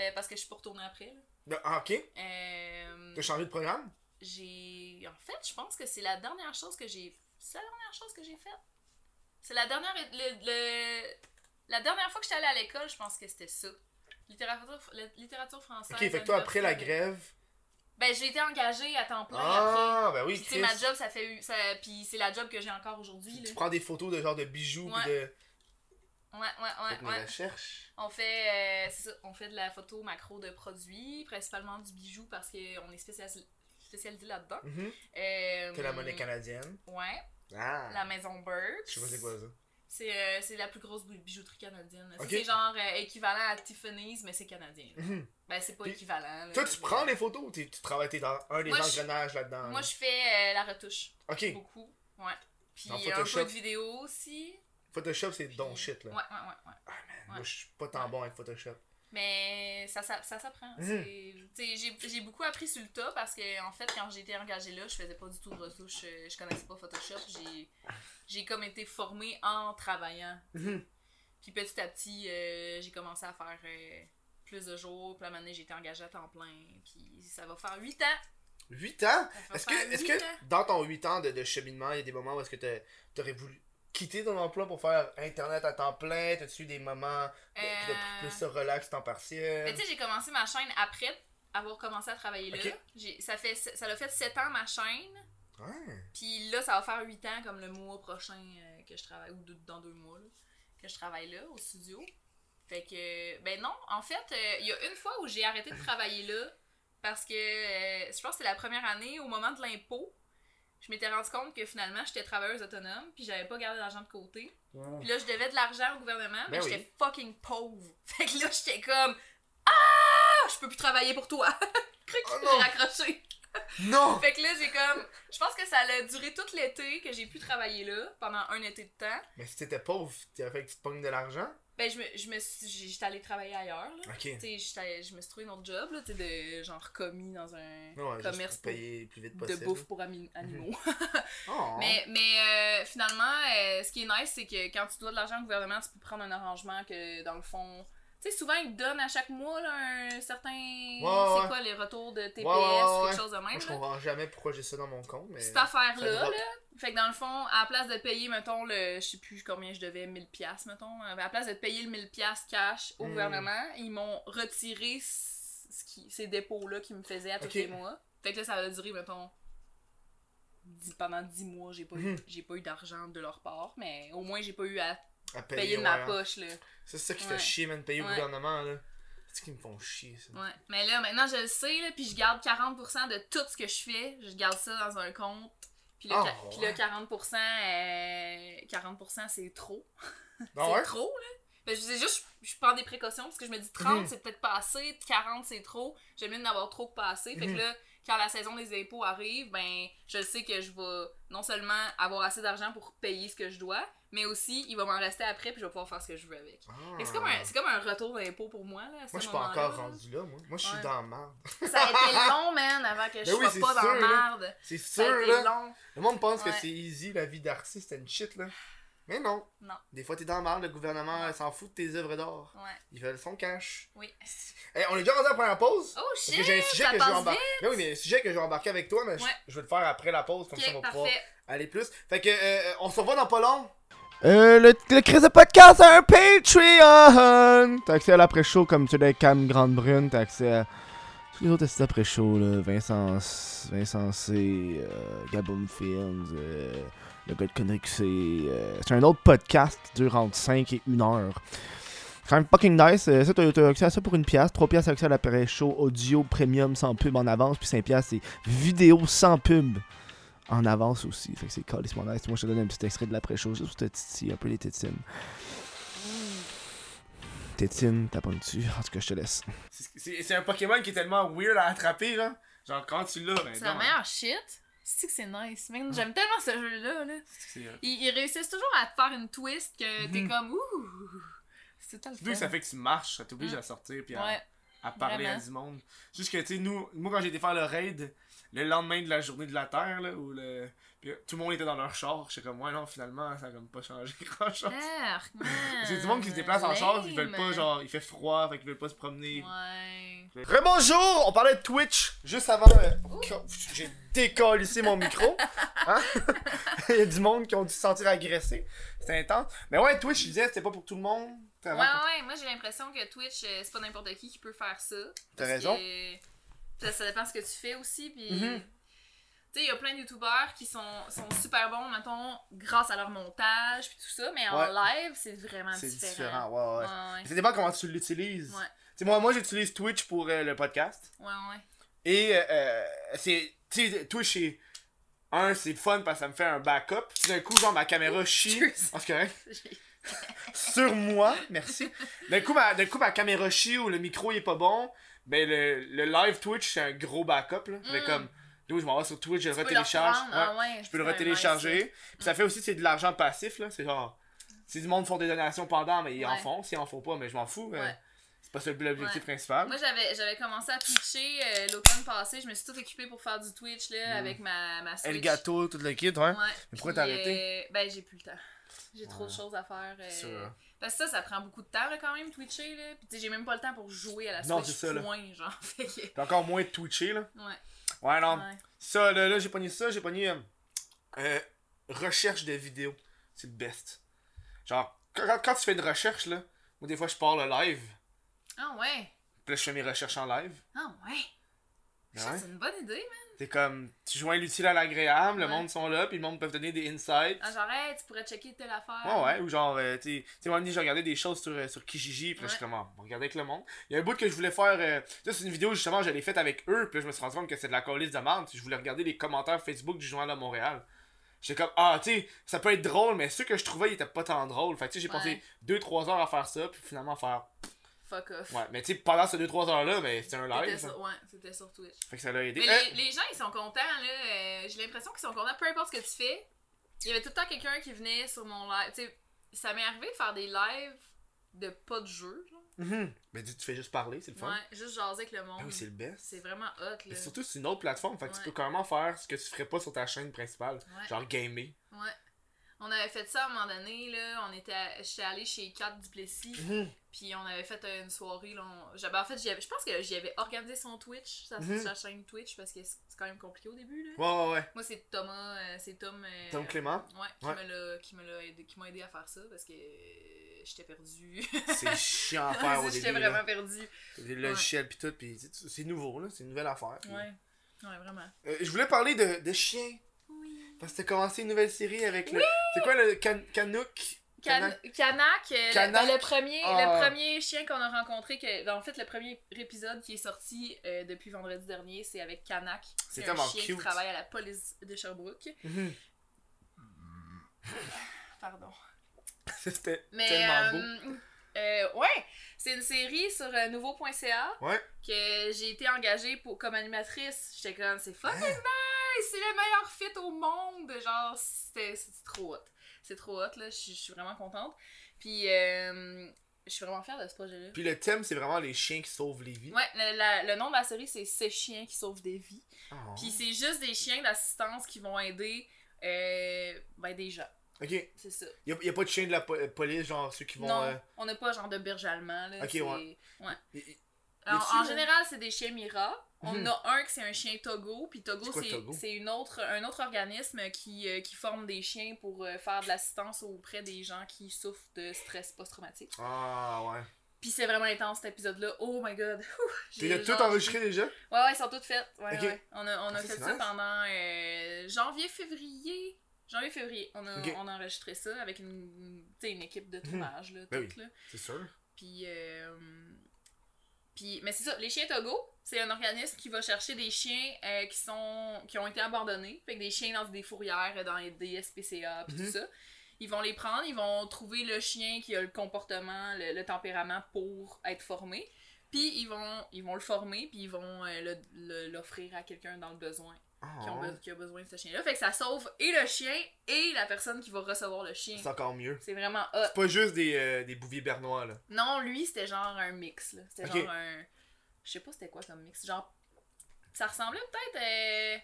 Euh, parce que je suis pas retournée après. là.
De- ah, ok.
Euh,
T'as changé de programme?
j'ai. En fait, je pense que c'est la dernière chose que j'ai. C'est la dernière chose que j'ai faite. C'est la dernière. le- le- La dernière fois que j'étais allée à l'école, je pense que c'était ça. Littérature, la littérature française.
Ok, fait que toi, après la
université.
grève.
Ben, j'ai été engagée à temps plein après.
Ah, ben
Puis,
oui,
tu sais,
Chris.
ma job, ça fait. Ça... Puis, c'est la job que j'ai encore aujourd'hui.
Tu
là.
prends des photos de genre de bijoux pis
Ouais.
de.
Ouais, ouais,
Fait que
ouais.
mes
ouais.
recherches.
On fait, euh, c'est ça, on fait de la photo macro de produits, principalement du bijou parce qu'on est spécialis- spécialisé là-dedans.
Mhm.
Euh,
Que la monnaie canadienne.
Ouais,
Ah.
la maison Burke.
Je sais pas c'est quoi ça.
C'est euh, c'est la plus grosse bou- bijouterie canadienne. là.
Ok.
C'est genre euh, équivalent à Tiffany's, mais c'est canadien. là.
Mhm.
Ben, c'est pas
Puis,
équivalent. là.
Toi, tu prends les photos ou t'es- tu travailles, t'es dans un des
Moi, je-
engrenages là-dedans?
Moi, je fais euh, la retouche.
Ok,
Beaucoup. Ouais. Puis euh,
Dans
un
Photoshop.
peu de vidéo aussi.
Photoshop, c'est don
Puis-
shit, là.
Ouais, ouais, ouais. ouais.
Ah, man, moi,
Ouais.
je suis pas tant bon avec Photoshop.
Mais ça, ça, ça s'apprend.
Mhm.
C'est- t'sais, J'ai j'ai beaucoup appris sur le tas parce que, en fait, quand j'ai été engagée là, je faisais pas du tout de retouche. euh, Je connaissais pas Photoshop. J'ai- J'ai comme été formée en travaillant.
Mhm.
Puis petit à petit, euh, j'ai commencé à faire euh, plus de jours. Puis la année, j'ai été engagée à temps plein. Puis ça va faire 8 ans.
8 ans?
Ça va
Est-ce
faire
que, est
huit ans.
que dans ton 8 ans de, de cheminement, il y a des moments où est-ce que t'a- t'aurais voulu quitter ton emploi pour faire Internet à temps plein? T'as-tu eu des moments de- de
Euh,
plus de relax, temps partiel?
Mais tu sais, j'ai commencé ma chaîne après avoir commencé à travailler là.
Ok.
J'ai- Ça fait ça l'a fait 7 ans ma chaîne.
Ouais.
Puis là, ça va faire 8 ans, comme le mois prochain euh, que je travaille, ou deux- dans deux mois, là, que je travaille là, au studio. Fait que, ben non, en fait, euh, il y a une fois où j'ai arrêté de travailler là, parce que euh, je pense que c'est la première année, au moment de l'impôt, je m'étais rendu compte que finalement, j'étais travailleuse autonome, puis j'avais pas gardé d'argent de côté. Puis là, je devais de l'argent au gouvernement, mais
Ben oui.
j'étais fucking pauvre. Fait que là, j'étais comme, ah, je peux plus travailler pour toi. J'ai
Oh non!
raccroché.
Non!
Fait que là, j'ai comme. Je pense que ça a duré tout l'été que j'ai pu travailler là, pendant un été de temps.
Mais si t'étais pauvre, t'aurais fait que tu te pognes de l'argent?
Ben, je me, je me suis. j'ai- J'étais allée travailler ailleurs, là.
Ok.
Tu sais, j'étais- je me suis trouvé un autre job, là, tu sais, de genre commis dans un
Non, juste
commerce
pour payer le plus vite
pour- de
possible. Mhm.
bouffe pour ami- animaux.
Oh.
Mais, mais euh, finalement, euh, ce qui est nice, c'est que quand tu dois de l'argent au gouvernement, tu peux prendre un arrangement que, dans le fond... Tu sais, souvent, ils te donnent à chaque mois là, un certain... c'est
ouais.
quoi, les retours de TPS,
Ouais, ouais, ouais,
quelque chose de même.
Moi, je
là.
comprends jamais pourquoi j'ai ça dans mon compte, mais...
Cette affaire-là,
drop.
là, fait que dans le fond, à la place de payer, mettons, le, je sais plus combien je devais, 1000 pièces mettons, euh, à la place de payer le 1000 pièces cash au
Hmm.
gouvernement, ils m'ont retiré c- ce qui- ces dépôts-là qu'ils me faisaient à tous
Ok.
les mois. Fait que là, ça a duré, mettons, dix- pendant 10 mois, j'ai pas, eu-
Mhm.
j'ai pas eu d'argent de leur part, mais au moins, j'ai pas eu à
À payer,
payer, de ma
ouais. hein.
poche, là.
C'est ça qui
Ouais.
fait chier, man, payer au
Ouais.
gouvernement, là. C'est ce qui me font chier, ça.
Ouais. Mais là, maintenant, je le sais, là, puis je garde 40% de tout ce que je fais. Je garde ça dans un compte. Puis là,
Ah,
ca- puis là,
ouais.
40%, euh, 40% c'est trop.
Ah
c'est
ouais?
trop, là. Ben, je sais juste, je, je prends des précautions parce que je me dis 30,
Mhm.
c'est peut-être pas assez, 40, c'est trop. J'aime mieux d'avoir trop que pas assez. Fait que
Mhm.
là, quand la saison des impôts arrive, ben, je sais que je vais non seulement avoir assez d'argent pour payer ce que je dois, mais aussi, il va m'en rester après, puis je vais pouvoir faire ce que je veux avec. Fait que C'est comme, un- c'est comme un retour d'impôt pour moi, là. à ce
Ah. Moi, je suis pas
moment-là,
encore
là.
rendu là, moi. Moi, je suis
Ouais.
dans la merde.
Ça a été long, man, avant que je
Ben oui, c'est
sois pas dans
sûr, là.
la merde.
C'est
Ça a
sûr,
été
là.
long.
Le monde pense
Ouais.
que c'est easy, la vie d'artiste, c'est une shit, là. Mais non.
Non.
Des fois, t'es dans la merde, le gouvernement euh, s'en fout de tes œuvres d'art.
Ouais,
Ils veulent son cash.
oui.
Eh, on est déjà rendu à la première pause?
Oh
Parce que
shit!
j'ai un sujet
ça
que je vais
passe
embarquer. Ben oui, mais un sujet que je vais embarquer avec toi, mais je-
Ouais.
je vais le faire après la pause, comme ça on
Ok,
va pouvoir
parfait.
aller plus. Fait que, euh, on se revoit dans pas long.
Euh, le, le Chris de podcast a un Patreon! T'as accès à l'après-show comme tu l'as avec Cam Grande Brune, t'as accès à tous les autres assistés après-show, là. Vincent, C- Vincent C, euh, Gaboum Films, euh, le gars de Connexé. euh, c'est un autre podcast qui dure entre 5 et 1 heure. C'est quand même fucking nice. Euh, ça, t'as t'as accès à ça pour une pièce. 3 pièces accès à l'après-show audio premium sans pub en avance. Puis 5 pièces, c'est vidéo sans pub en avance aussi. Fait que c'est calissement nice. Moi, je te donne un petit extrait de l'après-show juste pour te titiller un peu les tétines. Tétine, t'as pas dessus. En tout cas, je te laisse.
C'est- C'est c'est un Pokémon qui est tellement weird à attraper, là. Genre, quand tu l'as, ben
C'est la
non,
meilleure shit. C'est que c'est nice. Man, J'aime tellement ce jeu-là. Là.
c'est- euh,
Ils, ils réussissent toujours à te faire une twist que t'es
Mhm.
comme ouh. C'est tout le
Surtout que ça
fun.
fait que tu marches, ça t'oblige
Mm.
à sortir puis à,
Ouais.
à parler à
vraiment.
du monde. Juste que, tu sais, nous, moi, quand j'ai été faire le raid, le lendemain de la journée de la Terre, là, où le... puis, euh, tout le monde était dans leur char, j'étais comme, ouais, non, finalement, ça a comme pas changé grand-chose.
Arc,
C'est du monde qui se déplace en
man,
char, ils veulent pas,
Ah, lame.
genre, il fait froid, fait qu'ils veulent pas se promener.
Ouais.
Rebonjour! On parlait de Twitch juste avant. euh, J'ai décollissé mon micro. Hein? Il y a du monde qui ont dû se sentir agressé. C'était intense. Mais ouais, Twitch, je disais, c'était pas pour tout le monde. C'était
Ouais,
vraiment pour-
ouais, moi j'ai l'impression que Twitch, euh, c'est pas n'importe qui qui peut faire ça.
T'as
Parce
raison.
que Ça, ça dépend ce que tu fais aussi, puis...
Mhm.
Tu sais, il y a plein de youtubeurs qui sont, sont super bons, mettons, grâce à leur montage, puis tout ça, mais en
Ouais.
live, c'est vraiment
C'est
différent.
différent, ouais, ouais.
Ouais,
Ça dépend comment tu l'utilises.
Ouais.
Tu sais, Moi, moi j'utilise Twitch pour euh, le podcast.
ouais, ouais.
Et euh, euh, c'est. Tu sais, Twitch, c'est. Un, c'est fun parce que ça me fait un backup. Puis D'un coup, genre, ma caméra chie.
Cheers.
Oh, c'est correct.
J'ai-
Sur moi, merci. D'un coup, ma, d'un coup, ma caméra chie ou le micro il est pas bon. Ben, le, le live Twitch, c'est un gros backup. Là. Fait
Mm.
comme. D'où je m'en vais sur Twitch, je le
tu peux
retélécharge.
reprendre,
Ouais.
ah ouais,
Je peux le
c'est
retélécharger.
nice,
Puis ça fait aussi, c'est de l'argent passif, là. C'est genre. Si du monde font des donations pendant, mais ils en
Ouais.
font. S'ils en font pas, mais je m'en fous. euh,
Ouais.
C'est pas ça l'objectif
Ouais.
principal.
Moi, j'avais, j'avais commencé à twitcher euh, l'automne passé. Je me suis tout occupée pour faire du Twitch là,
Mm.
avec ma, ma Switch.
El gâteau, tout le kit, ouais.
Ouais.
pourquoi
Puis,
t'as arrêté?
euh, ben, j'ai plus le temps. J'ai trop de choses à faire. euh,
hein.
Parce que ça, ça prend beaucoup de temps là, quand même, Twitcher. Là. Puis, tu sais, j'ai même pas le temps pour jouer à la
Non,
Switch.
c'est ça, là.
point, genre. Fait que.
T'as encore moins twitché, là.
Ouais.
Ouais, non.
ouais.
Ça, là, là j'ai pogné ça, j'ai pogné. euh, euh, recherche de vidéos. C'est le best. Genre, quand, quand- quand tu fais une recherche, là, moi, des fois, je pars le live.
Ah, ouais.
Puis là, je fais mes recherches en live.
Ah, ouais. Ça,
Ben Ouais.
C'est une bonne idée, man.
C'est comme, tu joins l'utile à l'agréable, le
Ouais.
monde sont là, puis le monde peut donner des insights.
Ah, genre, hey, tu pourrais checker telle affaire.
Ouais, ouais, ou genre, euh, tu sais, tu sais, moi, un moment donné, j'ai regardé des choses sur, euh, sur Kijiji, puis là, je suis
Ouais.
comme, ah, regardez avec le monde. Il y a un bout que je voulais faire, euh, ça, c'est une vidéo, justement, je l'ai faite avec eux, puis là, je me suis rendu compte que c'est de la colise de merde, puis je voulais regarder les commentaires Facebook du Journal de Montréal. J'étais comme, ah, tu sais, ça peut être drôle, mais ceux que je trouvais, ils étaient pas tant drôles. Fait que, tu sais, j'ai
Ouais.
passé 2-3 heures à faire ça, puis finalement, faire.
Fuck off.
Ouais, mais tu sais, pendant ces 2-3 heures-là, ben, c'était un
C'était
live. ça.
sur- ouais, c'était sur Twitch.
Fait que ça l'a aidé.
Mais
Eh,
les, les gens, ils sont contents, là. Euh, J'ai l'impression qu'ils sont contents, peu importe ce que tu fais. Il y avait tout le temps quelqu'un qui venait sur mon live. Tu sais, ça m'est arrivé de faire des lives de pas de jeu, genre.
mhm. Ben, tu tu fais juste parler, c'est le fun.
Ouais, juste jaser avec le monde.
Ah oui, c'est le best.
c'est vraiment hot,
Et
là.
surtout, c'est une autre plateforme, fait que tu
Ouais.
peux carrément faire ce que tu ferais pas sur ta chaîne principale.
Ouais.
Genre gamer.
Ouais. On avait fait ça à un moment donné, là. On était à- J'étais allée chez Kat Duplessis.
Mhm.
Puis on avait fait euh, une soirée. Là, on- j'avais, en fait, j'y avais- je pense que j'y avais organisé son Twitch, sa,
Mhm.
sa chaîne Twitch, parce que c'est c'est quand même compliqué au début. Là.
Ouais, ouais, ouais.
Moi, c'est Thomas, euh, c'est Tom. euh,
Tom Clément.
Ouais, qui
Ouais.
me l'a- qui me l'a aidé, qui m'a aidé à faire ça parce que euh, j'étais perdue.
C'est chiant à faire au
j'étais
début.
vraiment
Là.
perdue.
Les logiciels pis tout, pis tu sais, c'est nouveau là, c'est une nouvelle affaire. puis-
Ouais. Ouais, vraiment.
Euh, je voulais parler de, de chiens,
Oui.
parce que t'as commencé une nouvelle série avec le... C'est quoi le can Canuck? Canuck?
Kanak, euh, le,
Kanak.
ben, le premier,
Ah.
le premier chien qu'on a rencontré, que, ben, en fait, le premier épisode qui est sorti euh, depuis vendredi dernier, c'est avec Kanak.
C'est
un
tellement
chien
cute.
qui travaille à la police de Sherbrooke.
Mhm.
Pardon.
C'était
Mais
tellement beau.
euh, euh, ouais, c'est une série sur euh, nouveau.ca
Ouais.
que j'ai été engagée pour, comme animatrice. J'étais comme, c'est fucking
Hein?
nice, c'est le meilleur fit au monde. Genre, c'était c'était trop hot. C'est trop hot, là, je suis- je suis vraiment contente. Puis, euh, je suis vraiment fière de ce projet-là.
Puis le thème, c'est vraiment les chiens qui sauvent les vies.
Ouais, le, la- le nom de la série, c'est Ces chiens qui sauvent des vies.
Oh.
Puis, c'est juste des chiens d'assistance qui vont aider euh, ben, des gens.
Ok, y
C'est ça.
a, y a pas de chiens de la po- euh, police, genre ceux qui vont...
non,
euh,
on n'a pas genre de berger allemand. Là,
Ok,
c'est-
ouais. y- y-
En,
Y a-t-il,
en
euh,
général, c'est des chiens Mira. On
Mhm.
a un qui c'est un chien Togo, puis Togo,
C'est quoi,
c'est-
Togo?
c'est une autre, un autre organisme qui, euh, qui forme des chiens pour euh, faire de l'assistance auprès des gens qui souffrent de stress post-traumatique.
Ah ouais.
Puis c'est vraiment intense cet épisode-là. Oh my god! Ouh,
Tu
j'ai
l'as tout
genre-
enregistré déjà
Ouais, ouais, ils sont toutes faites. Ouais,
Ok.
ouais. On a, on a
Ah, ça,
fait
c'est
ça
nice.
pendant euh, janvier-février. Janvier-février, on, a-
Ok.
on a enregistré ça avec une, une- tu sais, une équipe de tournage. Là,
Ben
toute, là.
C'est sûr.
Puis, euh, puis, mais c'est ça, les chiens Togo, c'est un organisme qui va chercher des chiens euh, qui sont qui ont été abandonnés, fait que des chiens dans des fourrières, euh, dans les DSPCA, puis
Mhm.
tout ça. Ils vont les prendre, ils vont trouver le chien qui a le comportement, le, le tempérament pour être formé. Puis ils vont, ils vont le former, puis ils vont euh, le- le- l'offrir à quelqu'un dans le besoin,
Ah,
qui, ont
ouais.
be- qui a besoin de ce chien-là. Fait que ça sauve et le chien et la personne qui va recevoir le chien.
C'est encore mieux.
C'est vraiment hot.
C'est pas juste des, euh, des bouviers bernois là.
Non, lui, c'était genre un mix, là. C'était
Ok.
genre un. Je sais pas c'était quoi comme mix. Genre. Ça ressemblait peut-être à.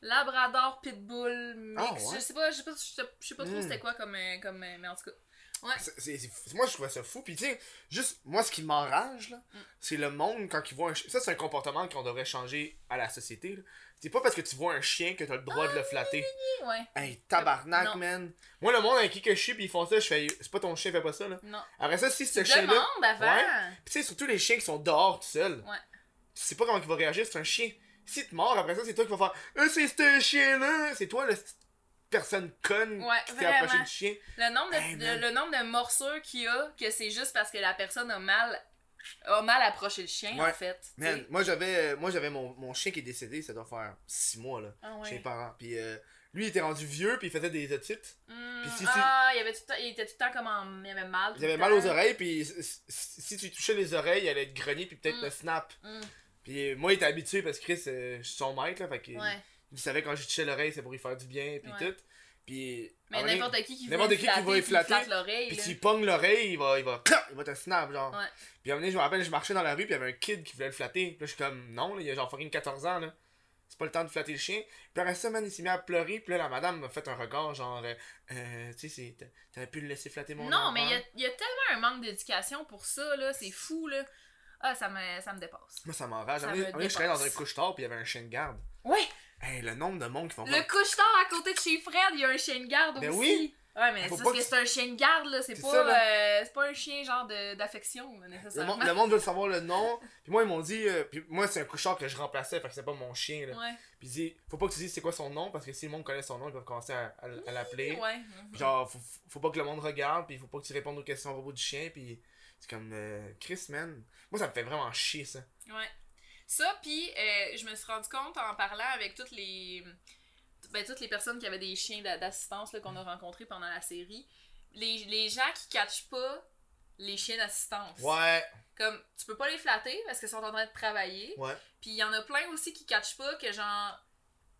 Labrador, Pitbull, mix.
Ah, ouais?
Je sais pas, je sais pas, je sais- je sais pas trop
Hmm.
c'était quoi comme, euh, comme. euh, Mais en tout cas.
C'est- c'est- c'est- moi je trouvais ça fou. Puis tu sais, juste moi ce qui m'enrage là,
Mm.
c'est le monde quand ils voient un chien. Ça c'est un comportement qu'on devrait changer à la société. là. C'est pas parce que tu vois un chien que t'as le droit de le flatter.
Eh, Ouais.
Hey tabarnak
Non.
man. Moi le monde avec qui que je suis puis ils font ça, je fais c'est pas ton chien fais pas ça là.
Non.
Après ça si ce chien là,
Demande avant.
Puis tu sais surtout les chiens qui sont dehors tout seuls.
Ouais.
Tu sais pas comment il va réagir c'est un chien. Si tu mords après ça c'est toi qui vas faire. Euh, c'est ce chien là, c'est toi la petite personne conne
Ouais,
qui t'est
vraiment.
approchée du chien.
Le nombre de,
Hey,
de-
man.
le nombre de morsures qu'il y a, que c'est juste parce que la personne a mal. a mal approché le chien,
Ouais.
en fait. tu
Man,
sais.
moi j'avais euh, moi j'avais mon, mon chien qui est décédé, ça doit faire 6 mois là,
Ah,
chez mes
ouais.
parents. Puis euh, lui il était rendu vieux, puis il faisait des otites.
Hmm,
Puis si-
ah, il, avait tout le temps- il était tout le temps comme en. Il avait mal. tout
Il avait
le
mal aux
temps.
oreilles, puis si- si si tu touchais les oreilles, il allait te grogner, puis peut-être
Mm.
le snap.
Hmm,
Puis euh, moi il était habitué parce que Chris, euh, je suis son maître là, fait qu'il
ouais.
il savait quand je touchais l'oreille, c'est pour lui faire du bien, puis
Ouais.
tout. Puis à un
Mais
moment donné,
n'importe qui qui
n'importe
veut
qui qui va y
flatter,
flatter,
il flatte l'oreille.
Puis
là.
tu pognes l'oreille, il va, il va, clac, il va te snap, genre.
Ouais.
Puis à un moment donné, je me rappelle, je marchais dans la rue, puis il y avait un kid qui voulait le flatter. Puis là, je suis comme, non, là, il a genre fucking 14 ans, là. C'est pas le temps de flatter le chien. Puis après ça, man, il s'est mis à pleurer, puis là, la madame m'a fait un regard, genre, euh, euh, tu sais, c'est- t'a- t'aurais pu le laisser flatter mon
Non,
enfant.
mais il y a- il y, a tellement un manque d'éducation pour ça, là. C'est fou, là. Ah, ça me, ça me dépasse.
Moi, ça m'enrage.
Ça
À un moment
me
donné, je travaillais dans un
dépasse.
couche-tard, puis il y avait un chien de garde.
Ouais!
Hey, le nombre de monde qui font
Le couche-tard à côté de chez Fred, il y a un chien de garde
Ben
aussi.
oui.
Ouais, mais
Faut
c'est
pas
parce que
que-
c'est un chien de garde, là. C'est
C'est
pas,
ça,
euh, c'est pas un chien, genre, de- d'affection, là,
Le,
nécessairement.
monde, le monde veut savoir le nom. Puis moi, ils m'ont dit. euh, puis moi, c'est un couche-tard que je remplaçais, parce que c'est pas mon chien, là.
Ouais,
Puis ils disent, faut pas que tu dises c'est quoi son nom, parce que si le monde connaît son nom, ils peuvent commencer à, à- à l'appeler.
ouais.
Puis genre, faut, faut pas que le monde regarde, puis faut pas que tu répondes aux questions à propos du chien, puis c'est comme euh, Chris, man. Moi, ça me fait vraiment chier, ça.
Ouais. Ça, puis euh, je me suis rendu compte en parlant avec toutes les, ben, toutes les personnes qui avaient des chiens d'a- d'assistance là, qu'on a rencontrés pendant la série, les, les gens qui catchent pas les chiens d'assistance.
Ouais,
Comme, tu peux pas les flatter parce qu'ils sont en train de travailler.
ouais.
Puis il y en a plein aussi qui catchent pas que genre,